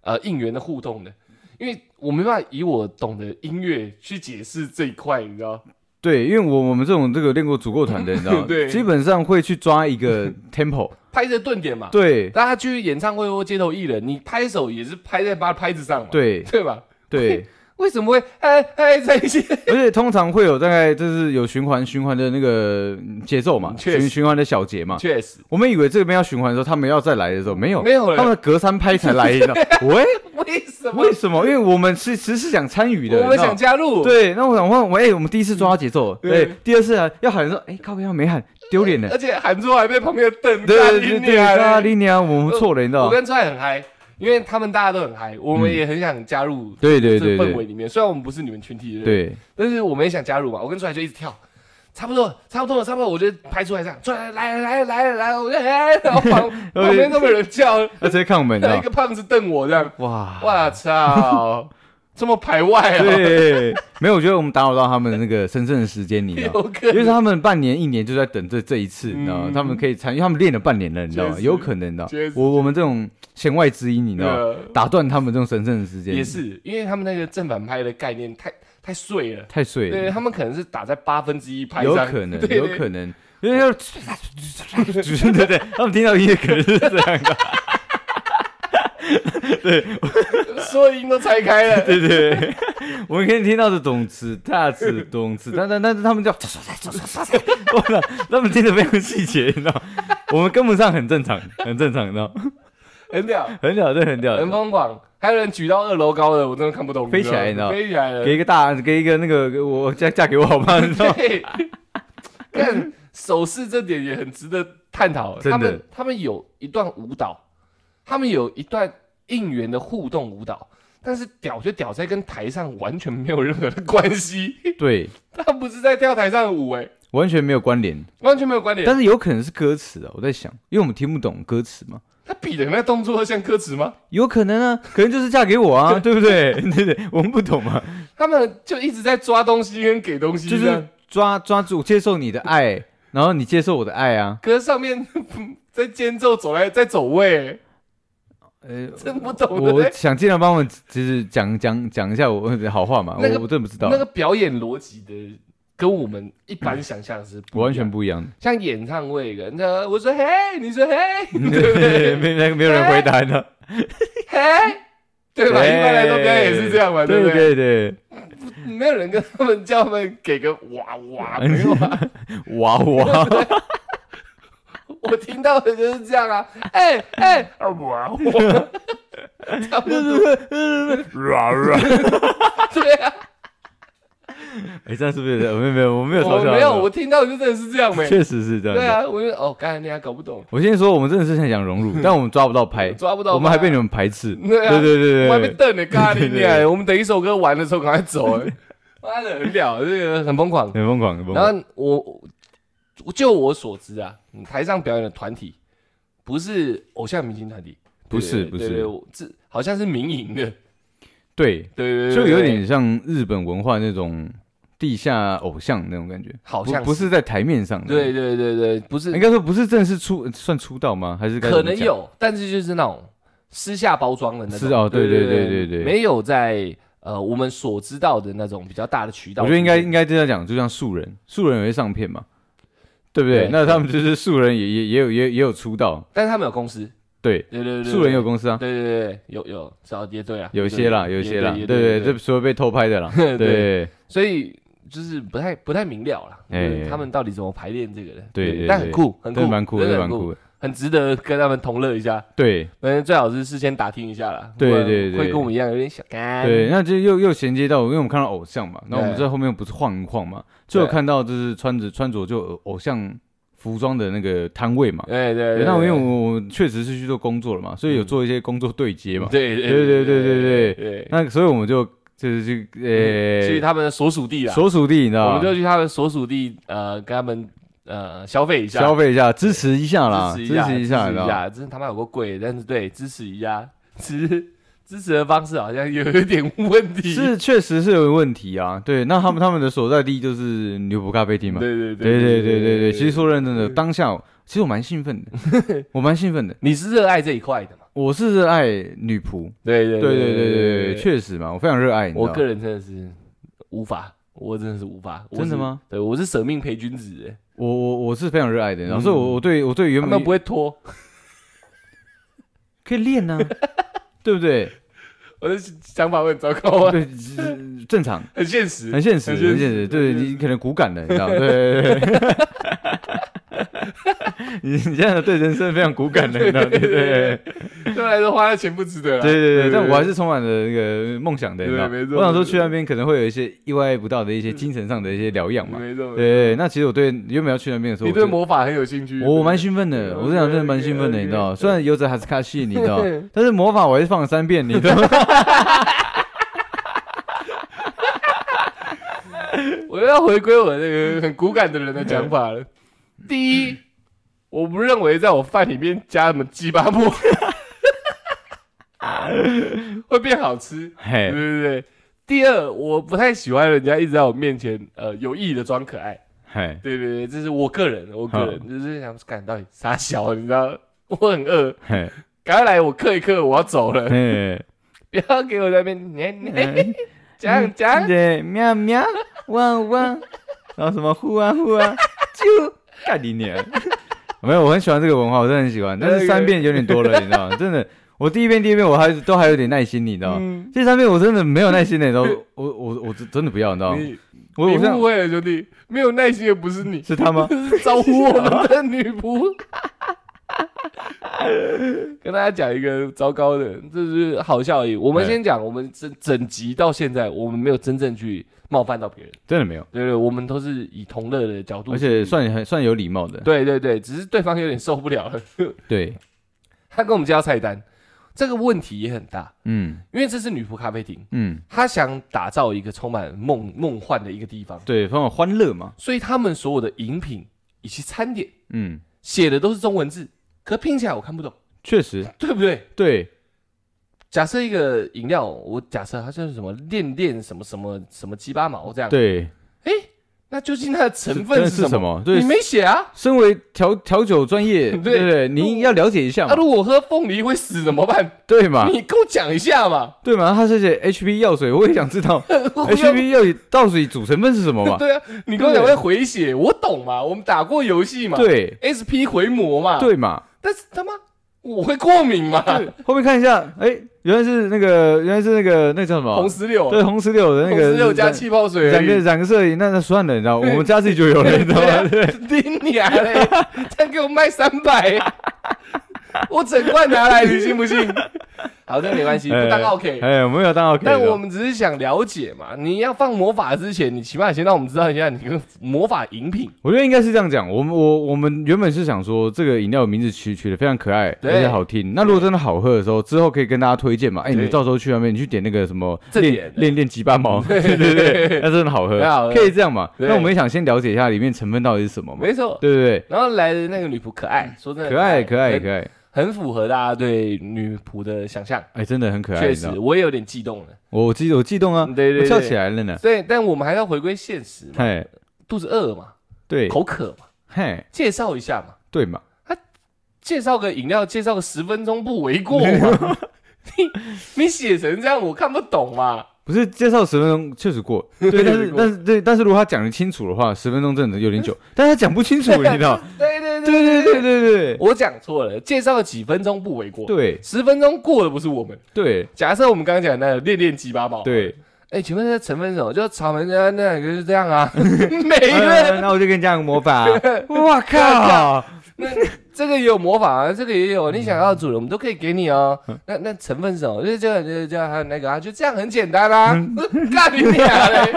Speaker 1: 呃应援的互动的，因为我没办法以我懂的音乐去解释这一块，你知道？？
Speaker 2: 对，因为我我们这种这个练过足够团的，你知道吗
Speaker 1: 对啊
Speaker 2: 基本上会去抓 一个 tempo，
Speaker 1: 拍着顿点嘛，
Speaker 2: 对
Speaker 1: 大家去演唱会或街头艺人，你拍手也是拍在八拍子上嘛，
Speaker 2: 对
Speaker 1: 对吧？
Speaker 2: 对，
Speaker 1: 为什么会哎哎在一 起？
Speaker 2: 而且通常会有大概就是有循环循环的那个嗯节奏嘛，
Speaker 1: 确实
Speaker 2: 循循环的小节嘛。
Speaker 1: 确实
Speaker 2: 我们以为这边要循环的时候，他们要再来的时候没有，
Speaker 1: 没有
Speaker 2: 他
Speaker 1: 了，
Speaker 2: 们隔三 拍才来，你知道？喂，
Speaker 1: 为什么
Speaker 2: 为？什么？因为我们是其实是想参与的，
Speaker 1: 我们
Speaker 2: 你知道
Speaker 1: 想加入，
Speaker 2: 对，那我想问，喂，我们第一次抓到节奏，
Speaker 1: 对
Speaker 2: 对，第二次啊要喊说，哎，靠边要没喊，丢脸了
Speaker 1: 而，且喊出来被旁边的瞪，
Speaker 2: 对
Speaker 1: 干
Speaker 2: 对
Speaker 1: 你
Speaker 2: 对对，
Speaker 1: 娘
Speaker 2: 啊，
Speaker 1: 嘞
Speaker 2: 你娘，我们错了，你知道
Speaker 1: 我
Speaker 2: 吗？
Speaker 1: 跟川很嗨，因为他们大家都很嗨，我们
Speaker 2: 嗯
Speaker 1: 也很想加入
Speaker 2: 对对
Speaker 1: 这
Speaker 2: 对
Speaker 1: 氛
Speaker 2: 对
Speaker 1: 围里面。虽然我们不是你们群体的人，
Speaker 2: 对。
Speaker 1: 但是我们也想加入嘛。我跟川就一直跳，差不多了，差不多了，差不多了，我就拍出来这样，川来来来来来，我就哎，然后旁旁边都没有人叫，
Speaker 2: 他直接看我们，你知
Speaker 1: 然后一
Speaker 2: 道
Speaker 1: 个胖子瞪我这样，
Speaker 2: 哇，
Speaker 1: 哇操，这么排外啊，
Speaker 2: 对，没有，我觉得我们打扰到他们那个神圣的时间，你知道
Speaker 1: 有
Speaker 2: 吗。
Speaker 1: 可
Speaker 2: 因为
Speaker 1: 能，
Speaker 2: 他们半年、一年就在等这这一次，你知道吗？
Speaker 1: 嗯
Speaker 2: 他们可以参与，因为他们练了半年了，你知道吗？
Speaker 1: 确实
Speaker 2: 有可能的
Speaker 1: 确。实
Speaker 2: 我我们这种弦外之音，你知道吗？
Speaker 1: 呃
Speaker 2: 打断他们这种神圣的时间，
Speaker 1: 也是因为他们那个正反拍的概念太太碎了。
Speaker 2: 太碎
Speaker 1: 对
Speaker 2: 了，
Speaker 1: 他们可能是打在八分之一拍
Speaker 2: 有
Speaker 1: 上，
Speaker 2: 可能，
Speaker 1: 对
Speaker 2: 有可能，因为要对对对，他们听到音乐可能是这样的，
Speaker 1: 所有音都拆开了，
Speaker 2: 对对。对我们可以听到的动词、大词、动词，但但但是他们叫，我操，他们听得非常细节，你知道吗，我们跟不上很正常，很正常，你知道吗。
Speaker 1: 很屌。
Speaker 2: 很屌，这很屌，
Speaker 1: 很疯狂，还有人举到二楼高的，我真的看不懂。
Speaker 2: 呃飞起来
Speaker 1: 吗
Speaker 2: 你
Speaker 1: 飞起来了，
Speaker 2: 给一个大，给一个那个，给我嫁嫁给我好吗？你知道吗
Speaker 1: 对，看手势这点也很值得探讨。
Speaker 2: 真
Speaker 1: 他
Speaker 2: 的
Speaker 1: 们他们有一段舞蹈，他们有一段应援的互动舞蹈，但是屌就屌在跟台上完全没有任何的关系，
Speaker 2: 对，
Speaker 1: 他不是在跳台上的舞、哎，
Speaker 2: 完全没有关联，
Speaker 1: 完全没有关联。
Speaker 2: 但是有可能是歌词啊，我在想，因为我们听不懂歌词嘛，
Speaker 1: 他比的那动作像歌词吗？
Speaker 2: 有可能啊，可能就是嫁给我啊，对不对？对对，我们不懂嘛，
Speaker 1: 他们就一直在抓东西跟给东西
Speaker 2: 就
Speaker 1: 这样，
Speaker 2: 是抓抓住接受你的爱，然后你接受我的爱啊，
Speaker 1: 可是上面 在间奏走来在走位、哎
Speaker 2: 呃。
Speaker 1: 真不懂的、
Speaker 2: 我
Speaker 1: 哎
Speaker 2: 想尽量帮我们，就是讲讲讲一下我的好话嘛，我
Speaker 1: 那个
Speaker 2: 我真的不知道
Speaker 1: 那，个表演逻辑的跟我们一般想象是不一样
Speaker 2: 我完全不一样，
Speaker 1: 像演唱会的，那我 说嘿，你说嘿，
Speaker 2: 没没没有人回答呢，
Speaker 1: 嘿，对吧？一般来说表演也是这样嘛，
Speaker 2: 对
Speaker 1: 不对？
Speaker 2: 对对，
Speaker 1: 没有人跟他们叫他们给个哇哇，没有啊，
Speaker 2: 哇哇，
Speaker 1: 我听到的就是这样啊，哎哎啊哇 哇，差不多
Speaker 2: 软软，
Speaker 1: 对啊，
Speaker 2: 哎，这样是不是？没有没有，我没有嘲
Speaker 1: 我哦
Speaker 2: 笑，
Speaker 1: 没有，我，听到的就真的是这样没，
Speaker 2: 确实是这样。
Speaker 1: 对，啊，我就哦，刚才那家搞不懂，
Speaker 2: 我先说，我们真的是很想融入，但我们抓不到拍，
Speaker 1: 抓不到吧，
Speaker 2: 我们还被你们排斥。
Speaker 1: 对啊
Speaker 2: 对对对
Speaker 1: 我还
Speaker 2: 对
Speaker 1: 被
Speaker 2: 对，
Speaker 1: 瞪呢，咖喱
Speaker 2: 对对
Speaker 1: 你我们等一首歌完的时候赶快走， 哎妈的很屌，这个很疯狂。
Speaker 2: 很疯狂，很疯
Speaker 1: 然
Speaker 2: 狂。
Speaker 1: 后我我就我所知啊，台上表演的团体不是偶像明星团体，
Speaker 2: 不是
Speaker 1: 对
Speaker 2: 不
Speaker 1: 对
Speaker 2: 是
Speaker 1: 对我这好像是民营的，
Speaker 2: 对，
Speaker 1: 对对对，
Speaker 2: 就有
Speaker 1: 对
Speaker 2: 点像日本文化那种地下偶像那种感觉，
Speaker 1: 好
Speaker 2: 不
Speaker 1: 像
Speaker 2: 不是在台面上的。
Speaker 1: 对，对对对，不
Speaker 2: 应
Speaker 1: 是
Speaker 2: 该说不是正式出算出道吗？还是该怎
Speaker 1: 可
Speaker 2: 么
Speaker 1: 能
Speaker 2: 讲
Speaker 1: 有，但是就是那种私下包装的那种，
Speaker 2: 是哦对
Speaker 1: 对
Speaker 2: 对对对对
Speaker 1: 没有在呃我们所知道的那种比较大的渠道
Speaker 2: 我
Speaker 1: 出
Speaker 2: 觉
Speaker 1: 现，
Speaker 2: 得应该应该这样讲，就像素人，素人也会上片嘛，对不对？
Speaker 1: 对
Speaker 2: 那他们就是素人也也也有也有也有出道，
Speaker 1: 但是他们有公司，
Speaker 2: 对，
Speaker 1: 对对对对，
Speaker 2: 素人有公司啊，
Speaker 1: 对对对，有有少也对啊，
Speaker 2: 有些啦，
Speaker 1: 也
Speaker 2: 有些啦，
Speaker 1: 也
Speaker 2: 对
Speaker 1: 对
Speaker 2: 对，这所有被偷拍的啦，
Speaker 1: 对
Speaker 2: 对
Speaker 1: 所以就是不太不太明了啦，
Speaker 2: 哎
Speaker 1: 就是他们到底怎么排练这个的？
Speaker 2: 对对
Speaker 1: 但
Speaker 2: 对
Speaker 1: 很酷，很
Speaker 2: 对，
Speaker 1: 酷，
Speaker 2: 蛮酷
Speaker 1: 真
Speaker 2: 的，
Speaker 1: 的
Speaker 2: 蛮
Speaker 1: 很
Speaker 2: 酷，的，
Speaker 1: 很值得跟他们同乐一下。
Speaker 2: 对
Speaker 1: 嗯，最好是事先打听一下啦，
Speaker 2: 对
Speaker 1: 不然
Speaker 2: 对对
Speaker 1: 会跟我们一样有点小干。
Speaker 2: 对，那就又又衔接到，因为我们看到偶像嘛，那我们
Speaker 1: 对
Speaker 2: 在后面不是晃一晃嘛，就有
Speaker 1: 对
Speaker 2: 看到就是穿着穿着就偶偶像服装的那个摊位嘛，
Speaker 1: 哎，对对
Speaker 2: 对
Speaker 1: 对，嗯
Speaker 2: 那我因为我我确实是去做工作了嘛，所以有做一些工作对接嘛，
Speaker 1: 对
Speaker 2: 对
Speaker 1: 对
Speaker 2: 对对对
Speaker 1: 对
Speaker 2: 对
Speaker 1: 对，
Speaker 2: 那所以我们就就是去呃
Speaker 1: 去他们的所属地啦，
Speaker 2: 所啊属地，你知
Speaker 1: 我
Speaker 2: 道
Speaker 1: 们就
Speaker 2: 吗？
Speaker 1: 去他们所属地，呃，跟他们呃消费一下，
Speaker 2: 消费一下，支持一下啦，
Speaker 1: 支
Speaker 2: 支
Speaker 1: 持一下，
Speaker 2: 持
Speaker 1: 支
Speaker 2: 一下，你知
Speaker 1: 持一
Speaker 2: 道吗？
Speaker 1: 下，真的他妈有够贵，但是对，支持一下，支支持的方式好像有一点问题，
Speaker 2: 是，确实是有问题啊。对，那他们他们的所在地就是牛埔咖啡厅嘛。
Speaker 1: 对对
Speaker 2: 对对
Speaker 1: 对
Speaker 2: 对对对，其实说认真的，
Speaker 1: 对
Speaker 2: 当下其实我蛮兴奋的， 我蛮兴奋的。
Speaker 1: 你是热爱这一块的嘛？
Speaker 2: 我是热爱女仆，
Speaker 1: 对对
Speaker 2: 对对对对对，确实嘛，我非常热爱。你知道
Speaker 1: 我
Speaker 2: 吗
Speaker 1: 个人真的是无法，我真的是无法，我
Speaker 2: 真的
Speaker 1: 是？
Speaker 2: 吗？
Speaker 1: 对，我是舍命陪君子欸，
Speaker 2: 我我我是非常热爱的，然后所以
Speaker 1: 嗯
Speaker 2: 我我对我对原
Speaker 1: 他们
Speaker 2: 本
Speaker 1: 不会拖，
Speaker 2: 可以练 呢，对不对？
Speaker 1: 我的想法会很糟糕啊，
Speaker 2: 对，是正 常。
Speaker 1: 很现实
Speaker 2: 很，现实，
Speaker 1: 很现实
Speaker 2: 很现实。对
Speaker 1: 很现实
Speaker 2: 你可能骨感的，你知 道？对对对对。 你你这样对人生非常骨感的，你知道？对对对
Speaker 1: 对我来说花的钱不值得啦。
Speaker 2: 对对对。但我还是充满了那个梦想的，你知道？
Speaker 1: 对没错
Speaker 2: 我想说去那边可能会有一些意外不到的一些精神上的一些疗养嘛。
Speaker 1: 没错
Speaker 2: 对，对，那其实我对原本要去那边的时候，
Speaker 1: 你
Speaker 2: 我
Speaker 1: 对
Speaker 2: 就
Speaker 1: 魔法很有兴趣，
Speaker 2: 我我蛮兴奋的，
Speaker 1: OK，
Speaker 2: 我这两天蛮兴奋的，
Speaker 1: OK，
Speaker 2: 你知道？
Speaker 1: OK
Speaker 2: 虽然有着哈斯卡西，你知道， 但是魔法我还是放了三遍，你知道？
Speaker 1: 我又要回归我那个很骨感的人的讲法
Speaker 2: 嗯
Speaker 1: 了。第一，我不认为在我饭里面加什么鸡巴沫 会变好吃，对
Speaker 2: 嘿，
Speaker 1: 对对。第二，我不太喜欢人家一直在我面前呃有意的装可爱，
Speaker 2: 嘿，
Speaker 1: 对对对，这是我个人，我个人就是想干到底傻小，你知道， 我很饿，
Speaker 2: 嘿，
Speaker 1: 赶快来，我嗑一嗑，我要走
Speaker 2: 哎
Speaker 1: 了，
Speaker 2: 嘿。
Speaker 1: 不要给我在那边你你哎讲讲，
Speaker 2: 嗯对，喵喵，汪汪， 然后什么呼啊呼啊，啾，干你娘！ 没有，我很喜欢这个文化，我真的很喜欢，但
Speaker 1: 哎
Speaker 2: 是三遍有点多了，你知道吗？真的，我第一遍、第一遍我还都还有点耐心，你知道吗？
Speaker 1: 嗯，
Speaker 2: 第三遍我真的没有耐心的，你知道吗，我我我真真的不要，你知道吗？
Speaker 1: 你
Speaker 2: 我
Speaker 1: 你
Speaker 2: 我
Speaker 1: 误
Speaker 2: 像
Speaker 1: 会了，兄弟，没有耐心的不是你，
Speaker 2: 是他吗？
Speaker 1: 是招呼我们的女仆。跟大家讲一个糟糕的，这是好笑而已。我们
Speaker 2: 哎
Speaker 1: 先讲，我们整整集到现在，我们没有真正去冒犯到别人，
Speaker 2: 真的没有，
Speaker 1: 对对，我们都是以同乐的角度
Speaker 2: 而
Speaker 1: 去，
Speaker 2: 且算很算有礼貌的，
Speaker 1: 对对对，只是对方有点受不了了，
Speaker 2: 对，
Speaker 1: 他跟我们介绍菜单，这个问题也很大，
Speaker 2: 嗯
Speaker 1: 因为这是女仆咖啡厅，
Speaker 2: 嗯，
Speaker 1: 他想打造一个充满梦梦幻的一个地方，
Speaker 2: 对，非常欢乐嘛，
Speaker 1: 所以他们所有的饮品以及餐点。
Speaker 2: 嗯，
Speaker 1: 写的都是中文字，可拼起来我看不懂，
Speaker 2: 确实，
Speaker 1: 对不对？
Speaker 2: 对，
Speaker 1: 假设一个饮料，我假设它就是什么恋恋什么什么什么鸡巴毛这样，
Speaker 2: 对，
Speaker 1: 那究竟它的成
Speaker 2: 真
Speaker 1: 分
Speaker 2: 的
Speaker 1: 是
Speaker 2: 是
Speaker 1: 什
Speaker 2: 什
Speaker 1: 么？
Speaker 2: 么？对
Speaker 1: 你，没写啊？
Speaker 2: 身为调调酒专业，
Speaker 1: 对
Speaker 2: 对不对？你要了解一下
Speaker 1: 那、
Speaker 2: 嘛，
Speaker 1: 啊
Speaker 2: 啊
Speaker 1: 如果喝凤梨会死怎么办？
Speaker 2: 对嘛？
Speaker 1: 你跟我讲一下嘛。
Speaker 2: 对嘛？他是写 HP 药水，我也想知道
Speaker 1: 我要
Speaker 2: HP 药水到底主成分是什么嘛？
Speaker 1: 对啊，你跟我讲会回血，我懂嘛，我们打过游戏嘛，啊
Speaker 2: 对
Speaker 1: ，SP 回魔嘛，，
Speaker 2: 对嘛？
Speaker 1: 但是他妈我会过敏吗？
Speaker 2: 后面看一下，哎，原来是那个，原来是那个，那叫什么？
Speaker 1: 红石榴，啊
Speaker 2: 对，红石榴的那
Speaker 1: 红
Speaker 2: 个
Speaker 1: 石榴加
Speaker 2: 染
Speaker 1: 气泡水而
Speaker 2: 染个
Speaker 1: 已。
Speaker 2: 染个色，那那算了，你知 道，我们家自己就有了，你知道吗？
Speaker 1: 对啊，顶你 啊嘞！再给我卖三百，我整罐拿来，你信不信？ 好，这个没关系，不当 OK。
Speaker 2: 哎，我没有当 OK，
Speaker 1: 但
Speaker 2: 的
Speaker 1: 我们只是想了解嘛，你要放魔法之前，你起码先让我们知道一下你跟魔法饮品。
Speaker 2: 我觉得应该是这样讲，我们我我们原本是想说这个饮料的名字取取的非常可爱，
Speaker 1: 对
Speaker 2: 而且好听。那如果真的好喝的时候，之后可以跟大家推荐嘛？哎、
Speaker 1: 对
Speaker 2: 你到时候去外面，你去点那个什么
Speaker 1: 正
Speaker 2: 练
Speaker 1: 点的
Speaker 2: 练练鸡巴 毛，对对对，那真的好喝
Speaker 1: 很好，喝
Speaker 2: 可以这样嘛？
Speaker 1: 对
Speaker 2: 那我们也想先了解一下里面成分到底是什么嘛？
Speaker 1: 没错。
Speaker 2: 对对对，
Speaker 1: 然后来的那个女仆可爱，说真的
Speaker 2: 可爱可爱
Speaker 1: 很
Speaker 2: 可爱，
Speaker 1: 很符合大家对女仆的想象。
Speaker 2: 哎、真的很可爱，嗯
Speaker 1: 确
Speaker 2: 你知
Speaker 1: 实
Speaker 2: 道，
Speaker 1: 我也有点激动了。
Speaker 2: 我我激我激动啊，
Speaker 1: 对对对
Speaker 2: 我跳起来了呢，
Speaker 1: 对，但我们还是要回归现实嘛，
Speaker 2: 嘿，
Speaker 1: 肚子饿嘛，
Speaker 2: 嗯对，
Speaker 1: 口渴嘛，
Speaker 2: 嘿，
Speaker 1: 介绍一下嘛，
Speaker 2: 对嘛，
Speaker 1: 介绍个饮料，介绍个十分钟不为过嘛。你你写成这样，我看不懂嘛。
Speaker 2: 不是介绍十分钟确实过，对，但是但是对，但是如果他讲的清楚的话，十分钟真的有点久，但是他讲不清楚，你知道。
Speaker 1: 对对啊对，
Speaker 2: 对对对对对
Speaker 1: 我讲错了，介绍几分钟不为过。，
Speaker 2: 对
Speaker 1: 十分钟过的不是我们。
Speaker 2: 对
Speaker 1: 假设我们刚刚讲的那个练练鸡巴宝，，
Speaker 2: 对，
Speaker 1: 哎，请问这成分是什么？就草莓加那个就是这样啊，没
Speaker 2: 呃
Speaker 1: 了。
Speaker 2: 那我就跟你讲个魔法，我靠，
Speaker 1: 那这个也有魔法啊，这个也有，你想要主人我们都可以给你哦。那那成分是什么？就是这个，就是这个，还有那个啊，就这样很简单啦、啊。 干你俩嘞！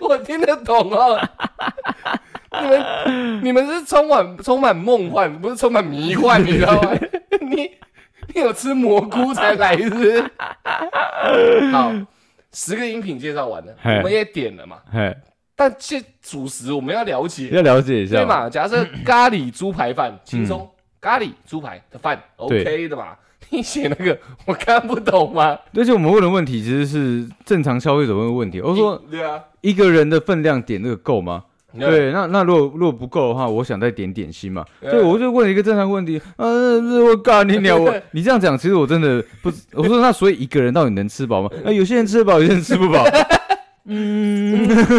Speaker 1: 我听得懂哦。你们你们是充满充满梦幻，不是充满迷幻，你知道吗？你你有吃蘑菇才来是不是？好，十个饮品介绍完了，
Speaker 2: 嘿
Speaker 1: 我们也点了嘛。
Speaker 2: 哎，
Speaker 1: 但这主食我们要了解，
Speaker 2: 要了解一下
Speaker 1: 对，嘛？假 设咖喱猪排
Speaker 2: 嗯
Speaker 1: 饭轻松，咖喱猪排的饭
Speaker 2: 对
Speaker 1: OK 的嘛？ 你写那个我看不懂吗？
Speaker 2: 而且我们问的问题其实是正常消费者问的问题，我
Speaker 1: 我
Speaker 2: 说
Speaker 1: 对啊，
Speaker 2: 一个人的分量点这个够吗？
Speaker 1: 对
Speaker 2: 对，那那如果如果不够的话，我想再点点心嘛。
Speaker 1: 对
Speaker 2: 对，我就问了一个正常问题，啊，那那我 告你鸟，我
Speaker 1: 对
Speaker 2: 你这样讲，其实我真的不知，我说那所以一个人到底能吃饱吗？啊，有些人吃得饱，有些人吃不 饱。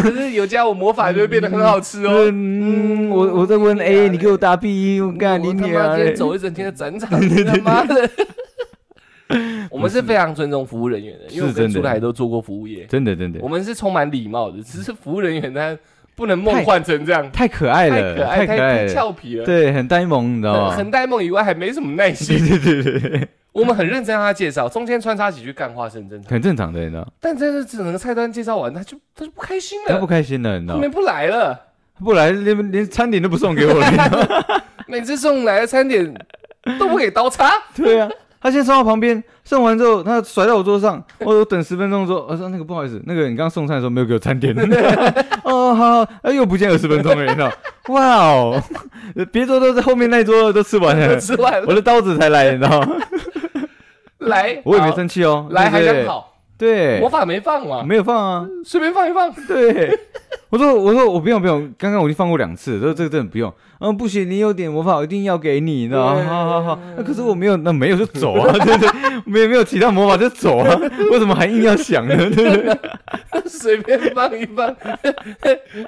Speaker 1: 可是有加我魔法就会变得很好吃哦。
Speaker 2: 嗯，我我在问 A，你给我答 B，我干你
Speaker 1: 哎我他
Speaker 2: 娘
Speaker 1: 妈今
Speaker 2: 嘞
Speaker 1: 天！走一整天的展 场，你他妈的！我们是非常尊重服务人员的，因为我
Speaker 2: 是真
Speaker 1: 跟
Speaker 2: 的
Speaker 1: 出台都做过服务业，
Speaker 2: 真的真的
Speaker 1: 我，们是充满礼貌的。只是服务人员他不能梦幻成这样，
Speaker 2: 太可爱
Speaker 1: 太可
Speaker 2: 了，
Speaker 1: 爱，
Speaker 2: 可
Speaker 1: 太
Speaker 2: 爱
Speaker 1: 太
Speaker 2: 了，
Speaker 1: 俏皮了。
Speaker 2: 对，哦很呆萌，你知道
Speaker 1: 很
Speaker 2: 吗？
Speaker 1: 很呆萌以外，还没什么耐心
Speaker 2: 对。对对对对，
Speaker 1: 我们很认真让他介绍，中间穿插几句干话是很正常。
Speaker 2: 很正常的，你知道？
Speaker 1: 但真的整个菜单介绍完，他就他就不开心
Speaker 2: 他不
Speaker 1: 了，
Speaker 2: 开心了，你知
Speaker 1: 后
Speaker 2: 道？
Speaker 1: 面不来了。
Speaker 2: 不然连连餐点都不送给 我了，你知道？
Speaker 1: 每次送来的餐点都不给刀叉，
Speaker 2: 对啊。他先送到旁边，送完之后他甩到我 桌上，我等十分钟之后，我说那个不好意思，那个你刚刚送餐的时候没有给我 餐点，哦好，好哎又不见二十分钟了，你知道？哇哦，别桌都在后面那一桌都吃完
Speaker 1: 都，
Speaker 2: 了
Speaker 1: 吃完
Speaker 2: 我
Speaker 1: 了
Speaker 2: 的刀子才来，你知道？吗？
Speaker 1: 来，
Speaker 2: 我也没
Speaker 1: 好
Speaker 2: 生气哦，
Speaker 1: 来还
Speaker 2: 对
Speaker 1: 想跑，
Speaker 2: 对
Speaker 1: 魔，法没放嘛，
Speaker 2: 没有放啊，
Speaker 1: 随便放一放。
Speaker 2: 对。我说我说我不用不用，刚刚我已经放过两次了，这这个真的不用。嗯，不行，你有点魔法，我一定要给你，你知道吗？
Speaker 1: 对
Speaker 2: 好好好，那啊可是我没有，那没有就走 啊，对对，没有没有其他魔法就走啊， 为什么还硬要想呢？对对
Speaker 1: 随便放一放，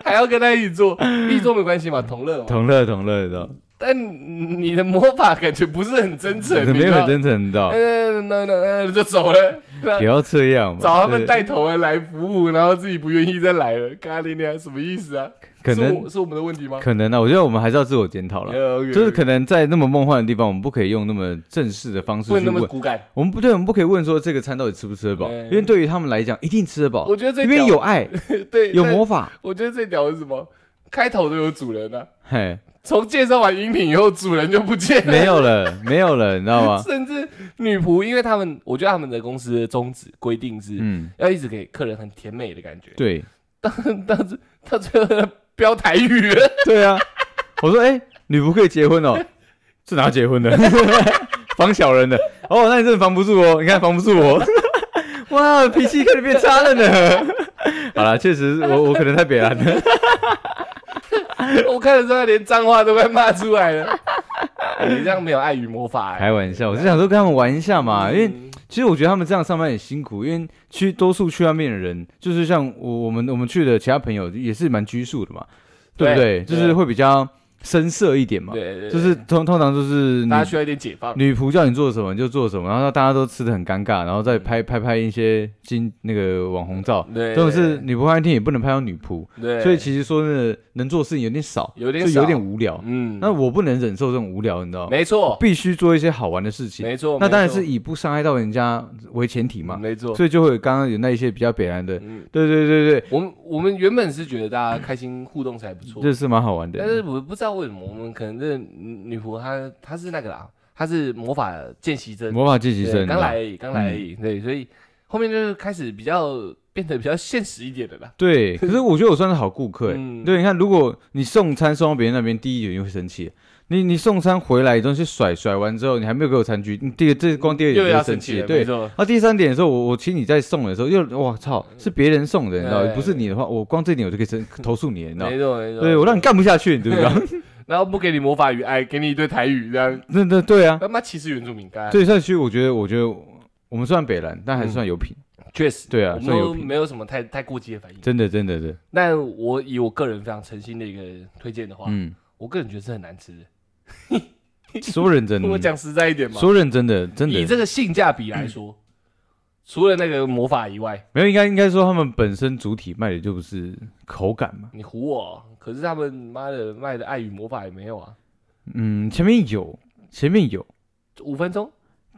Speaker 1: 还要跟他一起 做，一起做没关系嘛，同乐嘛。
Speaker 2: 同乐同乐的，
Speaker 1: 但你的魔法感觉不是很真诚，
Speaker 2: 没有很
Speaker 1: 诚。
Speaker 2: 真诚的，
Speaker 1: 呃，那那那就走了。
Speaker 2: 不要这样嘛。
Speaker 1: 找他们
Speaker 2: 对，
Speaker 1: 带头的来服务，然后自己不愿意再来了，咖喱呢？什么意思啊？
Speaker 2: 可
Speaker 1: 是
Speaker 2: 能
Speaker 1: 我是我们的问题吗？
Speaker 2: 可能啊，我觉得我们还是要自我检讨了。
Speaker 1: 呃，
Speaker 2: 就是
Speaker 1: 能
Speaker 2: 可能在那么梦幻的地方，我们不可以用那么正式的方式
Speaker 1: 不能
Speaker 2: 去
Speaker 1: 那
Speaker 2: 问
Speaker 1: 么，骨感。
Speaker 2: 我们不对，我们不可以问说这个餐到底吃不吃得饱，
Speaker 1: 对
Speaker 2: 因为对于他们来讲一定吃得饱
Speaker 1: 我，觉得最
Speaker 2: 因为
Speaker 1: 屌
Speaker 2: 有爱，
Speaker 1: 对
Speaker 2: 有
Speaker 1: 但
Speaker 2: 魔法，
Speaker 1: 我觉得最屌的是什么？开头都有主人啊，
Speaker 2: 嘿，
Speaker 1: 从介绍完饮品以后，主人就不见了。
Speaker 2: 没有了，没有了，你知道 吗？
Speaker 1: 甚至女仆，因为他们，我觉得他们的公司的宗旨规定是
Speaker 2: 嗯，
Speaker 1: 要一直给客人很甜美的感觉。
Speaker 2: 对，
Speaker 1: 但但是他最后标台语了，
Speaker 2: 对啊， 我说，哎、女仆可以结婚哦，是哪结婚的？ 防小人的，哦，那你真的防不住哦，你看防不住我， 哇，脾气开始变差了呢。 好啦，确实，我我可能太北蓝了，
Speaker 1: 我看的时候他连脏话都快骂出来 了。哎你这样没有爱与魔法、哎
Speaker 2: 开玩笑，我是想说跟他们玩一下嘛，因为
Speaker 1: 嗯
Speaker 2: 其实我觉得他们这样上班很辛苦，因为去多数去外面的人，就是像我我们我们去的其他朋友也是蛮拘束的嘛，对不对？
Speaker 1: 对
Speaker 2: 就是会比较深色一点嘛，
Speaker 1: 对对，
Speaker 2: 就是通通常就是女
Speaker 1: 大家需要一点解放。
Speaker 2: 女仆叫你做什么你就做什么，然后大家都吃的很尴尬，然后再拍拍拍一些金那个网红照，
Speaker 1: 嗯对，
Speaker 2: 这种是女仆咖啡厅也不能拍到女仆，
Speaker 1: 对，
Speaker 2: 所以其实说真的能做的事情有点少，
Speaker 1: 有点
Speaker 2: 就
Speaker 1: 少
Speaker 2: 有点无聊。
Speaker 1: 嗯，
Speaker 2: 那我不能忍受这种无聊，你知道吗？
Speaker 1: 没错，
Speaker 2: 必须做一些好玩的事情。
Speaker 1: 没错，
Speaker 2: 那当然
Speaker 1: 没错
Speaker 2: 是以不伤害到人家为前提嘛，
Speaker 1: 没错。
Speaker 2: 所以就会有刚刚有那一些比较北南的，
Speaker 1: 嗯，
Speaker 2: 对对对对，
Speaker 1: 我们我们原本是觉得大家开心互动才不错，
Speaker 2: 这是蛮好玩
Speaker 1: 但
Speaker 2: 的。
Speaker 1: 是我不知道为什么我们可能这女仆她她是那个啦，她是魔法见习生，
Speaker 2: 魔法见习
Speaker 1: 对
Speaker 2: 生，啊嗯
Speaker 1: 刚
Speaker 2: 你知道
Speaker 1: 来
Speaker 2: 吗
Speaker 1: 而已刚来而已，对，所以后面就是开始比较变得比较现实一点的啦。
Speaker 2: 对，可是我觉得我算是好顾客欸。
Speaker 1: 嗯
Speaker 2: 对，你看，如果你送餐送到别人那边，第一眼就会生气。你你送餐回来，你东西甩甩完之后，你还没有给我餐具，你第这光第二
Speaker 1: 嗯
Speaker 2: 点
Speaker 1: 又
Speaker 2: 就
Speaker 1: 要
Speaker 2: 会
Speaker 1: 生
Speaker 2: 生
Speaker 1: 气
Speaker 2: 气。
Speaker 1: 了，
Speaker 2: 对
Speaker 1: 没，错，
Speaker 2: 那、第三点的时候，我我请你在送的时候，又哇操，是别人送的，你知道
Speaker 1: 嗯对，
Speaker 2: 不是你的话，我光这点我就可以生投诉你了，你知道
Speaker 1: 没。错，没错。
Speaker 2: 对，我让你干不下去，你知不知道？
Speaker 1: 然后不给你魔法语，哎，给你一堆台语这样，
Speaker 2: 那那对啊，
Speaker 1: 他妈歧视原住民，啊干
Speaker 2: 对，所以其实我觉得，我觉得我们虽然北蓝，但还是算有品。
Speaker 1: 确实，
Speaker 2: 对啊
Speaker 1: 嗯我们
Speaker 2: 算有
Speaker 1: 都
Speaker 2: 品
Speaker 1: 没有什么太太过激的反应。
Speaker 2: 真的，真的，真的，
Speaker 1: 但我以我个人非常诚心的一个推荐的话，
Speaker 2: 嗯，
Speaker 1: 我个人觉得是很难吃的。
Speaker 2: 说认真
Speaker 1: 我
Speaker 2: 的，
Speaker 1: 讲实在一点嘛，
Speaker 2: 说认真的，真
Speaker 1: 以
Speaker 2: 的，嗯
Speaker 1: 这个性价比来说，除了那个魔法以外，
Speaker 2: 没有应该应该说他们本身主体卖的就不是口感嘛。
Speaker 1: 你唬我哦，可是他们妈的卖的爱与魔法也没有啊，
Speaker 2: 嗯，前面有，前面有，
Speaker 1: 五分钟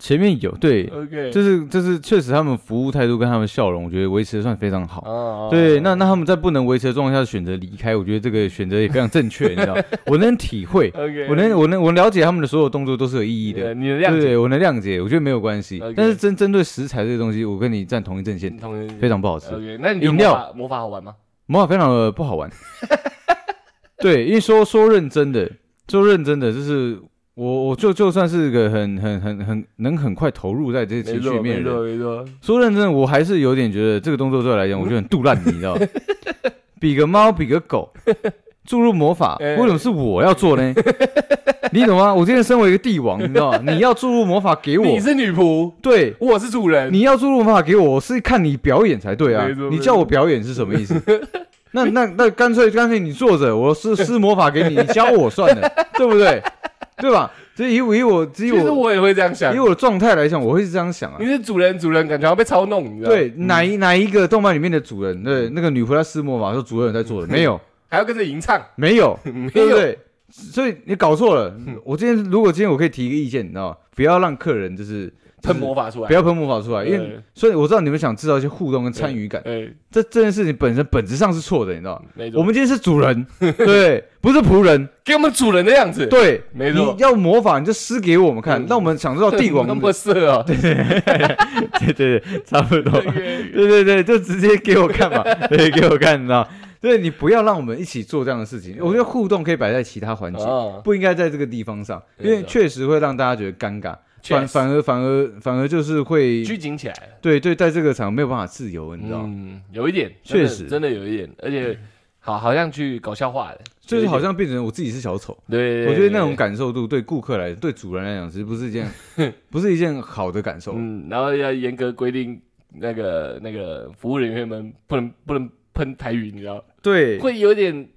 Speaker 2: 前面有，对，
Speaker 1: ，OK，
Speaker 2: 就是就是确实他们服务态度跟他们笑容，我觉得维持的算非常好。
Speaker 1: 哦
Speaker 2: 对，那那他们在不能维持的状况下选择离开，我觉得这个选择也非常正确，你知道， 我能 体会，
Speaker 1: OK，
Speaker 2: 我能我能我了解他们的所有动作都是有意义的，
Speaker 1: 你的
Speaker 2: 对
Speaker 1: 量
Speaker 2: 对，我能谅解，我觉得没有关系
Speaker 1: OK。
Speaker 2: 但是针针对食材这个东西，我跟你站同一阵线，
Speaker 1: 同人
Speaker 2: 非常不好吃，
Speaker 1: OK，那你觉得
Speaker 2: 饮
Speaker 1: 魔
Speaker 2: 料
Speaker 1: 法魔法好玩吗？
Speaker 2: 魔法非常的不好 玩。对，因为说说认真的，说认真的，就是我我就就算是个很很很很能很快投入在这些情绪里面的人，
Speaker 1: 没错，嗯
Speaker 2: 说认真的，我还是有点觉得这个动作对我来讲，我觉得很杜烂，你知道吗？ 比个猫，比个 狗，注入魔法，
Speaker 1: 哎
Speaker 2: 为什么是我要做呢？你懂吗？我今天身为一个帝王，你知道吗？你要注入魔法给我
Speaker 1: 你，是女仆，
Speaker 2: 对，
Speaker 1: 我是主人，
Speaker 2: 你要注入魔法给我，我是看你表演才对啊
Speaker 1: 没错。
Speaker 2: 你叫我表演是什么意 思？那那那干脆干脆你坐着，我施施魔法给你，你教我算 了，对不对？对吧？所以以我以我以
Speaker 1: 其实
Speaker 2: 我
Speaker 1: 我也会这样想
Speaker 2: 以，我的状态来讲，我会是这样想啊
Speaker 1: 你。是主人，主人感觉要被操弄，你知道吗？
Speaker 2: 对，哪一哪一个动漫里面的主人，
Speaker 1: 嗯
Speaker 2: 对那个女仆在施魔法，说主人有在做的，没有，
Speaker 1: 还要跟着吟唱，
Speaker 2: 没有，
Speaker 1: 没
Speaker 2: 对不
Speaker 1: 有，嗯
Speaker 2: 对？所以你搞错了。我今天如果今天我可以提一个意见，你知道吗？不要让客人就是
Speaker 1: 喷魔法出来，
Speaker 2: 不要喷魔法出来，因为
Speaker 1: 对
Speaker 2: 所以我知道你们想制造一些互动跟参与感，
Speaker 1: 哎，
Speaker 2: 这这件事情本身本质上是错的，你知道吗？
Speaker 1: 没
Speaker 2: 我
Speaker 1: 错，
Speaker 2: 们今天是主 人，对，不是仆人，
Speaker 1: 给我们主人的样子，
Speaker 2: 对。
Speaker 1: 没
Speaker 2: 你
Speaker 1: 错，
Speaker 2: 要魔法，你就施给我们看
Speaker 1: 嗯，
Speaker 2: 让我们享受到 帝王
Speaker 1: 那
Speaker 2: 的。
Speaker 1: 么色啊，对
Speaker 2: 对对 对，差不多。
Speaker 1: 对
Speaker 2: 对对对，就直接给我看 嘛，对，给我看，你知道？对你不要让我们一起做这样的事情。我觉得互动可以摆在其他环节，
Speaker 1: 啊，
Speaker 2: 不应该在这个地方上，因
Speaker 1: 没
Speaker 2: 为
Speaker 1: 错
Speaker 2: 确实会让大家觉得尴尬，
Speaker 1: 确
Speaker 2: 反
Speaker 1: 实
Speaker 2: 反而反而反而就是会
Speaker 1: 拘谨起来了，
Speaker 2: 对对，在这个场没有办法自由，你知道？
Speaker 1: 嗯，有一点，
Speaker 2: 确
Speaker 1: 真的
Speaker 2: 实
Speaker 1: 真的有一点，而且好好像去搞笑化了，
Speaker 2: 就是好
Speaker 1: 有一点
Speaker 2: 像变成我自己是小丑，
Speaker 1: 对，对
Speaker 2: 我觉得那种，
Speaker 1: 对对
Speaker 2: 感受度对顾客来，对主人来讲，其实不是 一件不是一件好的感受。
Speaker 1: 嗯，然后要严格规定那个那个服务人员们不能不能喷台语，你知道，
Speaker 2: 对，
Speaker 1: 会有点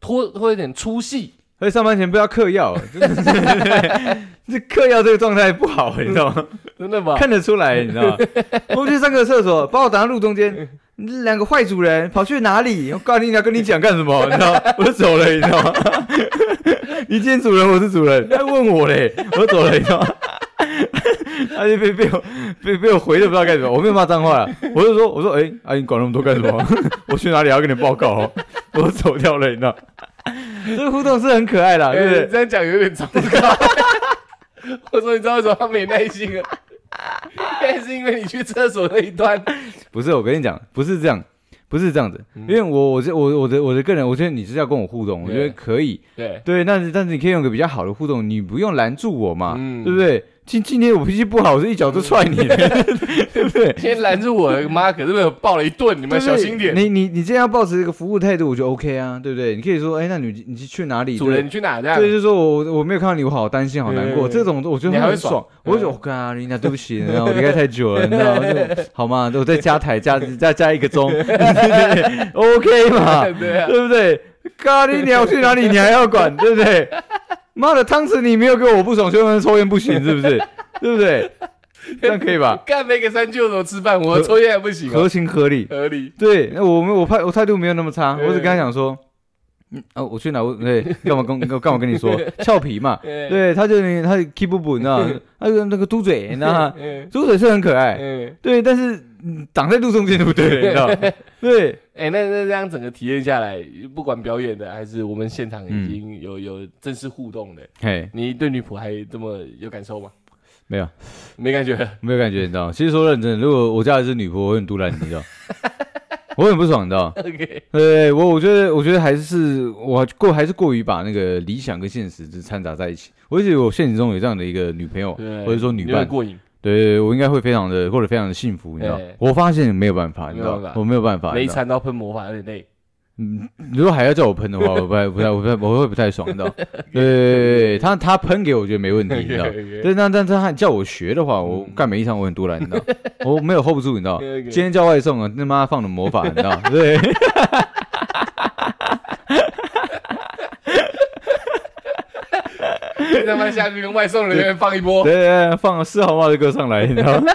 Speaker 1: 脱，会有点出戏，
Speaker 2: 而且上班前不要嗑药，真 的是这嗑药这个状态不好，你知道吗？
Speaker 1: 真的吗？
Speaker 2: 看得出来，你知道吗？我们去上个厕所，把我挡在路中间，你这两个坏主人跑去哪里？我告诉你，要跟你讲干什么？你知道吗？我就走了，你知道吗？ 你今天主人，我是主人，他还问我嘞，我就走了，你知道吗？他就被被我被被我回的不知道该怎么，我没有骂脏话了，我就说我说哎、啊你管那么多干什么？我去哪里还要跟你报告、哦？我就走掉了，你知道吗？这个互动是很可爱的啊，对不
Speaker 1: 哎
Speaker 2: 对
Speaker 1: 你？这样讲有点糟糕。 我说，你知道为什么他没耐心了？ 那是因为你去厕所那一段，
Speaker 2: 不是，我跟你讲，不是这样，不是这样子，因为我我这我我的我的个人，我觉得你是要跟我互动，我觉
Speaker 1: 嗯对
Speaker 2: 得可以，
Speaker 1: 对，
Speaker 2: 对，但是但是你可以用个比较好的互动，你不用拦住我嘛，
Speaker 1: 嗯
Speaker 2: 对不对？今今天我脾气不好，我是一脚就 踹你，对不对？
Speaker 1: 先拦住我，妈可是被我暴了一顿，你们
Speaker 2: 对
Speaker 1: 小心点。
Speaker 2: 你你你这样要保持一个服务态度，我觉得 OK 啊，对不对？你可以说，哎，那你你去哪里？
Speaker 1: 主人，你去哪这样？
Speaker 2: 对，就是说我我没有看到你，我好担心，好难过。
Speaker 1: 对
Speaker 2: 这种我觉得
Speaker 1: 你还会
Speaker 2: 很
Speaker 1: 爽嗯
Speaker 2: 爽，我会觉得我靠，琳达，对不起，然后我离开太久了，你知道吗？这种好 嘛，我再加台加加加一个钟，OK 嘛，
Speaker 1: 对啊，
Speaker 2: 对不对？咖喱鸟去哪里你还要管，对不对？妈的，汤匙你没有给我，我不爽，所以我们抽烟不行，是不是？对不 对？这样可以吧？
Speaker 1: 干没个三舅怎么吃饭？我抽烟还不行哦，
Speaker 2: 合情合理。
Speaker 1: 合理。
Speaker 2: 对，那我们我态我态度没有那么差，
Speaker 1: 对
Speaker 2: 我只跟他讲说，嗯啊，我去哪？我对，干嘛跟干嘛跟你说俏皮嘛？
Speaker 1: 对，
Speaker 2: 对，他就他 keep 不稳啊， 他就那个嘟嘴，你知道吗？
Speaker 1: 嗯
Speaker 2: 嘟嘴是很可爱，
Speaker 1: 嗯，
Speaker 2: 对，但是嗯挡在路中间就不对了，你知道吗？ 对，
Speaker 1: 哎，那那这样整个体验下来，不管表演的还是我们现场已经有有正式互动的，
Speaker 2: 嘿，
Speaker 1: 你对女仆还这么有感受吗？
Speaker 2: 没有
Speaker 1: 没 感觉，
Speaker 2: 没有感觉，你知道吗？其实说认真的，如果我家的是女仆，我会很嘟烂，你知道吗， 我很不爽，你知道吗？
Speaker 1: OK，
Speaker 2: 对，我我觉得，我觉得还是我过还是过于把那个理想跟现实是掺杂在一起。我觉得我现实中有这样的一个女朋友，
Speaker 1: 对
Speaker 2: 或者说
Speaker 1: 你
Speaker 2: 女
Speaker 1: 会
Speaker 2: 伴，
Speaker 1: 过瘾，
Speaker 2: 对我应该会非常的过得非常的幸福，你知道
Speaker 1: 对？
Speaker 2: 我发现没有办法，你知道
Speaker 1: 没有办，法
Speaker 2: 我没有办法。
Speaker 1: 每
Speaker 2: 你
Speaker 1: 一
Speaker 2: 知道
Speaker 1: 餐都要喷魔法，有点 累。
Speaker 2: 嗯，如果还要叫我喷的话，我不太不太我不太我会不太爽，你知道？对对对对，他他喷给我，我觉得没问题，你知道？
Speaker 1: OK，OK，
Speaker 2: 对，那但他叫我学的话，我干每一场我很多来，你知道？我没有 hold 不住，你知道？
Speaker 1: OK
Speaker 2: 今天叫外送啊，他妈放的魔法，你知道？对。
Speaker 1: 他妈下去跟外送人员放一波，
Speaker 2: 对对，对放四号帽的歌上来，你知道吗？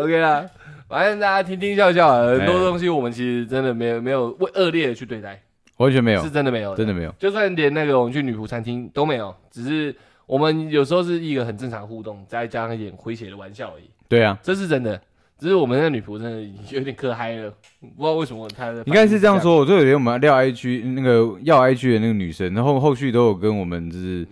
Speaker 1: OK 啦，反正大家听听笑笑啊，很多
Speaker 2: 哎
Speaker 1: 东西我们其实真的没有没有为恶劣的去对待，
Speaker 2: 完全没有
Speaker 1: 是，真的没有，
Speaker 2: 真的没有。
Speaker 1: 就算连那个我们去女仆餐厅都没有，只是我们有时候是一个很正常的互动，再加上一点诙谐的玩笑而已，
Speaker 2: 对啊，
Speaker 1: 这是真的。只是我们那女仆真的有点磕嗨了，不知道为什么她的反应
Speaker 2: 应该是这样，说。我就有天我们撂 IG 那个要 IG 的那个女生，然后后续都有跟我们就是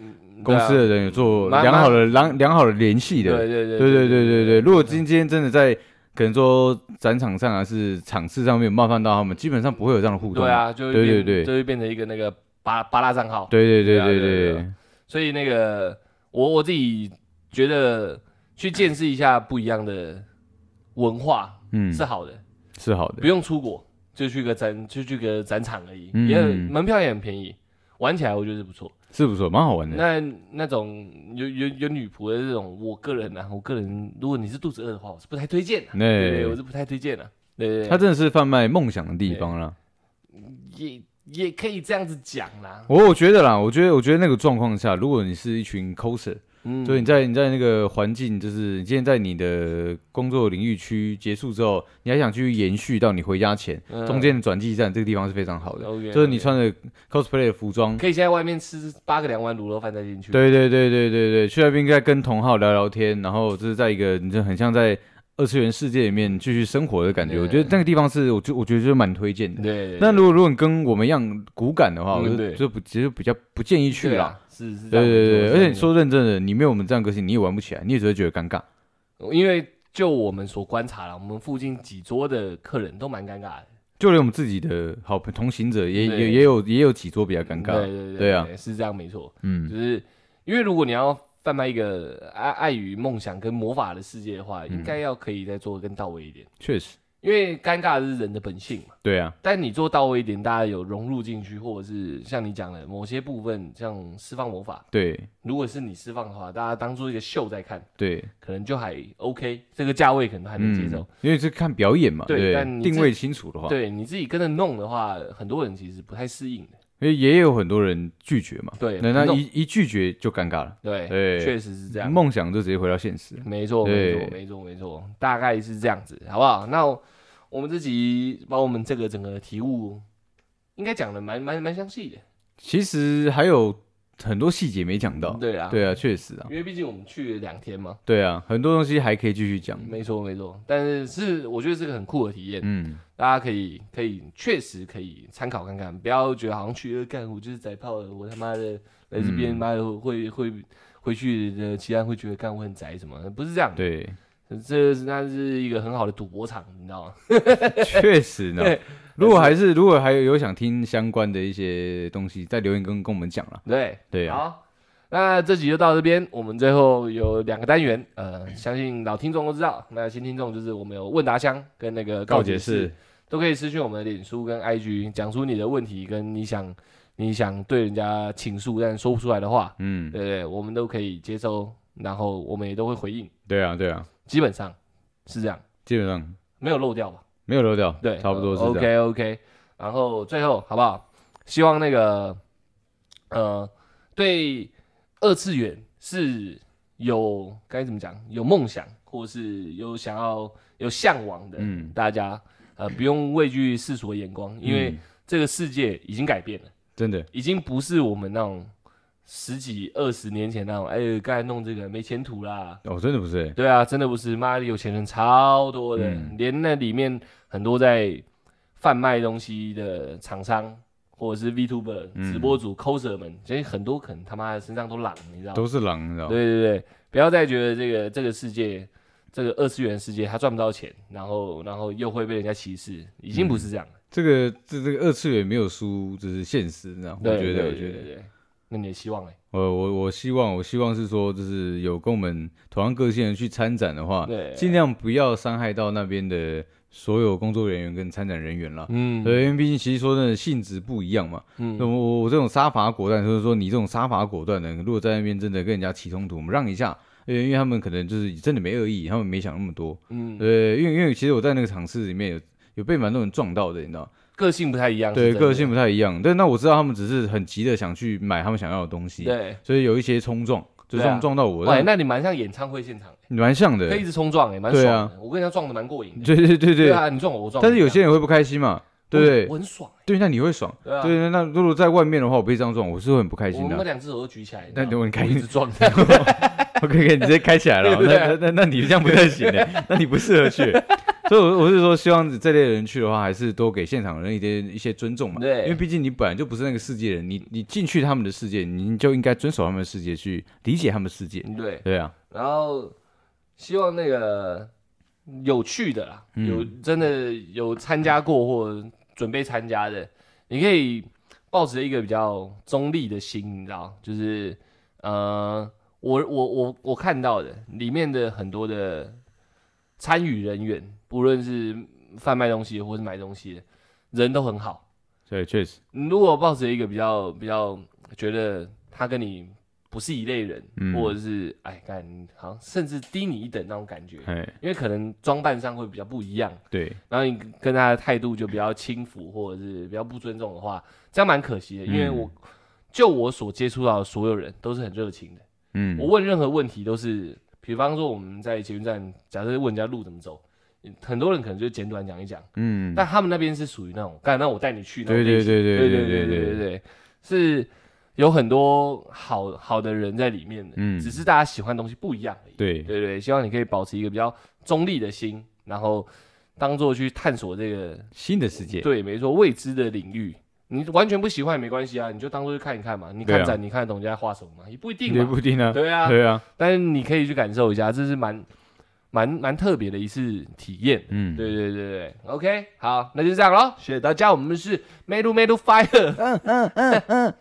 Speaker 2: 公司的人有做
Speaker 1: 蛮
Speaker 2: 良好的良良好的联系
Speaker 1: 对啊
Speaker 2: 的。
Speaker 1: 对对
Speaker 2: 对对对对对，如果
Speaker 1: 对
Speaker 2: 今天真的在可能说展场上啊，是场次上面冒犯到他们，基本上不会有这样的互动。
Speaker 1: 对，啊，就会
Speaker 2: 对对
Speaker 1: 变
Speaker 2: 对
Speaker 1: 就会变成一个那个巴巴拉账号，
Speaker 2: 对对
Speaker 1: 对啊
Speaker 2: 对
Speaker 1: 对
Speaker 2: 对
Speaker 1: 对
Speaker 2: 对，
Speaker 1: 所以那个我我自己觉得去见识一下不一样的文化
Speaker 2: 嗯，
Speaker 1: 是好的，
Speaker 2: 是好的
Speaker 1: 不。用出国，就去个展就去个展场而已，
Speaker 2: 嗯
Speaker 1: 也很门票也很便宜，玩起来我觉得是不错。
Speaker 2: 是不错，蛮好玩的。
Speaker 1: 那那种有有有女仆的这种，我个人啊，我个人如果你是肚子饿的话，我是不太推荐的、啊
Speaker 2: 对
Speaker 1: 对对，我是不太推荐的、对对对，
Speaker 2: 它真的是贩卖梦想的地方啦。
Speaker 1: 也也可以这样子讲啦，
Speaker 2: 我我觉得啦，我觉得我觉得那个状况下，如果你是一群 coser，
Speaker 1: 嗯，
Speaker 2: 所以你在你在那个环境，就是你今天在你的工作领域区结束之后，你还想去延续到你回家前，
Speaker 1: 嗯
Speaker 2: 中间的转机站这个地方是非常好的，
Speaker 1: OK，
Speaker 2: 就是你
Speaker 1: OK
Speaker 2: 穿着 cosplay 的服装。
Speaker 1: 可以先在外面吃八个两碗卤肉饭再进去，
Speaker 2: 对对对对对对，去那边应该跟同好聊聊天，然后就是在一个你就很像在二次元世界里面继续生活的感觉。
Speaker 1: 对
Speaker 2: 我觉得那个地方是，我就我觉得就蛮推荐的。
Speaker 1: 对，
Speaker 2: 那如果如果你跟我们一样骨感的话，
Speaker 1: 嗯
Speaker 2: 我就
Speaker 1: 对
Speaker 2: 就不其实比较不建议去
Speaker 1: 对
Speaker 2: 啦。
Speaker 1: 啊，是是这
Speaker 2: 对
Speaker 1: 样
Speaker 2: 对对，
Speaker 1: 没错
Speaker 2: 而且
Speaker 1: 没
Speaker 2: 你
Speaker 1: 错
Speaker 2: 说认真的，你没有我们这样个性，你也玩不起来，你也只会觉得尴尬。
Speaker 1: 因为就我们所观察了，我们附近几桌的客人都蛮尴尬的，
Speaker 2: 就连我们自己的好朋同行者也
Speaker 1: 对
Speaker 2: 也也有也有几桌比较
Speaker 1: 对
Speaker 2: 尴尬。
Speaker 1: 对对
Speaker 2: 对啊，
Speaker 1: 是这样没错，
Speaker 2: 嗯，
Speaker 1: 就是因为如果你要贩卖一个爱爱与梦想跟魔法的世界的话，
Speaker 2: 嗯
Speaker 1: 应该要可以再做得更到位一点，
Speaker 2: 确实，
Speaker 1: 因为尴尬是人的本性嘛。
Speaker 2: 对啊，
Speaker 1: 但你做到位一点，大家有融入进去，或者是像你讲的某些部分，像释放魔法，
Speaker 2: 对
Speaker 1: 如果是你释放的话，大家当做一个秀在看，
Speaker 2: 对，
Speaker 1: 可能就还 OK，这个价位可能还能接受。
Speaker 2: 嗯，因为是看表演嘛，
Speaker 1: 对
Speaker 2: 对
Speaker 1: 但你，
Speaker 2: 定
Speaker 1: 自
Speaker 2: 位清楚的话，
Speaker 1: 对你自己跟着弄的话，很多人其实不太适应的。
Speaker 2: 因为也有很多人拒绝嘛，
Speaker 1: 对
Speaker 2: 那那
Speaker 1: 那
Speaker 2: 一一拒绝就尴尬了，
Speaker 1: 对，
Speaker 2: 对
Speaker 1: 确实是这样。
Speaker 2: 梦想就直接回到现实了。
Speaker 1: 没错，没
Speaker 2: 对
Speaker 1: 错，没错，没错，大概是这样子，好不好？那我我们这集把我们这个整个题目应该讲的蛮蛮蛮详细的，
Speaker 2: 其实还有很多细节没讲到，
Speaker 1: 对啊，，
Speaker 2: 对啊，确实啊，
Speaker 1: 因为毕竟我们去了两天嘛，
Speaker 2: 对啊，很多东西还可以继续讲。
Speaker 1: 没错，没错，但是是我觉得是个很酷的体验，
Speaker 2: 嗯，
Speaker 1: 大家可以可以确实可以参考看看，不要觉得好像去了干我就是宅炮了，我他妈的来这边
Speaker 2: 嗯
Speaker 1: 妈的会会回去的其他人会觉得干我很宅什么的，不是这样的，
Speaker 2: 对，
Speaker 1: 这是那是一个很好的赌博场，你知道吗？
Speaker 2: 确实呢
Speaker 1: 对。
Speaker 2: 如果还是如果还有有想听相关的一些东西，再留言跟跟我们讲了。
Speaker 1: 对，
Speaker 2: 对啊，
Speaker 1: 好，那这集就到这边。我们最后有两个单元，呃，相信老听众都知道。那新听众就是我们有问答箱跟那个告
Speaker 2: 告
Speaker 1: 解
Speaker 2: 解
Speaker 1: 室，
Speaker 2: 是
Speaker 1: 都可以私讯我们的脸书跟 IG，讲出你的问题跟你想你想对人家倾诉但说不出来的话，
Speaker 2: 嗯，
Speaker 1: 对不对？我们都可以接收，然后我们也都会回应，
Speaker 2: 对啊，对啊，
Speaker 1: 基本上是这样，
Speaker 2: 基本上
Speaker 1: 没有漏掉吧？
Speaker 2: 没有流掉，
Speaker 1: 对，
Speaker 2: 差不多是这样。
Speaker 1: OK OK，然后最后好不好？希望那个呃，对二次元是有该怎么讲，有梦想或是有想要有向往的，
Speaker 2: 嗯
Speaker 1: 大家呃不用畏惧世俗的眼光，因为
Speaker 2: 嗯
Speaker 1: 这个世界已经改变了，
Speaker 2: 真的，
Speaker 1: 已经不是我们那种十几二十年前那种，哎、刚才弄这个没前途啦，
Speaker 2: 哦，真的不是、欸，
Speaker 1: 对啊，真的不是，妈的有钱人超多的，
Speaker 2: 嗯
Speaker 1: 连那里面很多在贩卖东西的厂商或者是 VTuber、
Speaker 2: 嗯
Speaker 1: 直播主、coser 们，其实很多可能他妈的身上都狼，你知道吗？
Speaker 2: 都是狼，你知道吗？
Speaker 1: 对对对，不要再觉得这个这个世界，这个二次元世界他赚不到钱，然后然后又会被人家歧视，已经不
Speaker 2: 嗯
Speaker 1: 是这样了。
Speaker 2: 这个这这个二次元没有输，只是现实，你知道吗？我
Speaker 1: 对
Speaker 2: 觉得，
Speaker 1: 对
Speaker 2: 我
Speaker 1: 对
Speaker 2: 觉
Speaker 1: 对
Speaker 2: 得，
Speaker 1: 对那你的希望哎、
Speaker 2: 我我我希望，我希望是说，就是有跟我们同样个性的人去参展的话，
Speaker 1: 对
Speaker 2: 尽量不要伤害到那边的所有工作人员跟参展人员啦。
Speaker 1: 嗯
Speaker 2: 对，因为毕竟其实说真的，性质不一样嘛。那
Speaker 1: 嗯，
Speaker 2: 我我我这种杀伐果断，就是说你这种杀伐果断的，如果在那边真的跟人家起冲突，我们让一下，因为因为他们可能就是真的没恶意，他们没想那么多。
Speaker 1: 嗯
Speaker 2: 对，因为因为其实我在那个场次里面有有被蛮多人撞到的，你知道。
Speaker 1: 个性不太一样，
Speaker 2: 对，
Speaker 1: 是真的
Speaker 2: 个性不太一样。但那我知道他们只是很急的想去买他们想要的东西，
Speaker 1: 对。
Speaker 2: 所以有一些冲撞，就
Speaker 1: 对啊
Speaker 2: 撞撞到我，
Speaker 1: 喂，
Speaker 2: 但
Speaker 1: 那你蛮像演唱会现场。
Speaker 2: 蛮像
Speaker 1: 可以一
Speaker 2: 的。
Speaker 1: 直冲撞、欸，蛮爽
Speaker 2: 对
Speaker 1: 的。
Speaker 2: 啊
Speaker 1: 我跟人家撞的蛮过瘾的。
Speaker 2: 对对对对，
Speaker 1: 啊，你撞我，我撞你。
Speaker 2: 但是有些人会不开心嘛，对不
Speaker 1: 我
Speaker 2: 对？
Speaker 1: 我很爽、欸。
Speaker 2: 对，那你会爽。
Speaker 1: 对啊，
Speaker 2: 对，那如果在外面的话，我被这样撞，我是会很不开
Speaker 1: 我
Speaker 2: 心
Speaker 1: 们
Speaker 2: 的。
Speaker 1: 两只手都举起来，
Speaker 2: 那
Speaker 1: 你知道
Speaker 2: 我
Speaker 1: 吗
Speaker 2: 很开
Speaker 1: 我
Speaker 2: 心
Speaker 1: 一直 撞。
Speaker 2: OK，你直接开起来了，
Speaker 1: 对
Speaker 2: 那
Speaker 1: 对
Speaker 2: 那那那你这样不太行的，那你不适合去。所以，我我是说，希望这类人去的话，还是多给现场人一些一些尊重嘛。
Speaker 1: 对
Speaker 2: 因为毕竟你本来就不是那个世界人，你你进去他们的世界，你就应该遵守他们的世界，去理解他们的世界。
Speaker 1: 对，
Speaker 2: 对啊，
Speaker 1: 然后希望那个有趣的啦，有真的有参加过或准备参加的，你可以抱着一个比较中立的心，你知道，就是呃，我我我我看到的里面的很多的参与人员，不论是贩卖东西的或是买东西的，人都很好。
Speaker 2: 对，确实，
Speaker 1: 你如果抱着一个比较比较觉得他跟你不是一类人，
Speaker 2: 嗯
Speaker 1: 或者是哎干好像甚至低你一等那种感觉，
Speaker 2: 哎，
Speaker 1: 因为可能装扮上会比较不一样，
Speaker 2: 对，
Speaker 1: 然后你跟他的态度就比较轻浮或者是比较不尊重的话，这样蛮可惜的。因为
Speaker 2: 嗯
Speaker 1: 我、就我所接触到的所有人都是很热情的，
Speaker 2: 嗯
Speaker 1: 我，问任何问题都是，比方说我们在捷运站，假设问人家路怎么走，很多人可能就简短讲一讲，
Speaker 2: 嗯，
Speaker 1: 但他们那边是属于那种，干，那我带你去那种
Speaker 2: 对对
Speaker 1: 类型
Speaker 2: 对对
Speaker 1: 对
Speaker 2: 对
Speaker 1: 对
Speaker 2: 对
Speaker 1: 对对对，是有很多好好的人在里面的，
Speaker 2: 嗯
Speaker 1: 只是大家喜欢的东西不一样而已。
Speaker 2: 对
Speaker 1: 对对，希望你可以保持一个比较中立的心，然后当做去探索这个
Speaker 2: 新的世界，
Speaker 1: 对没错未知的领域。你完全不喜欢也没关系啊，你就当做去看一看嘛。你
Speaker 2: 对啊
Speaker 1: 看展，你看得懂人家在画什么吗？也不一定
Speaker 2: 对
Speaker 1: 嘛。
Speaker 2: 不一定啊，
Speaker 1: 对啊，
Speaker 2: 对啊，
Speaker 1: 但是你可以去感受一下，这是蛮蛮蛮特别的一次体验。
Speaker 2: 嗯，
Speaker 1: 对对对对，OK，好，那就这样喽，谢谢大家，我们是梅露梅露 Fire，
Speaker 2: 嗯嗯嗯嗯，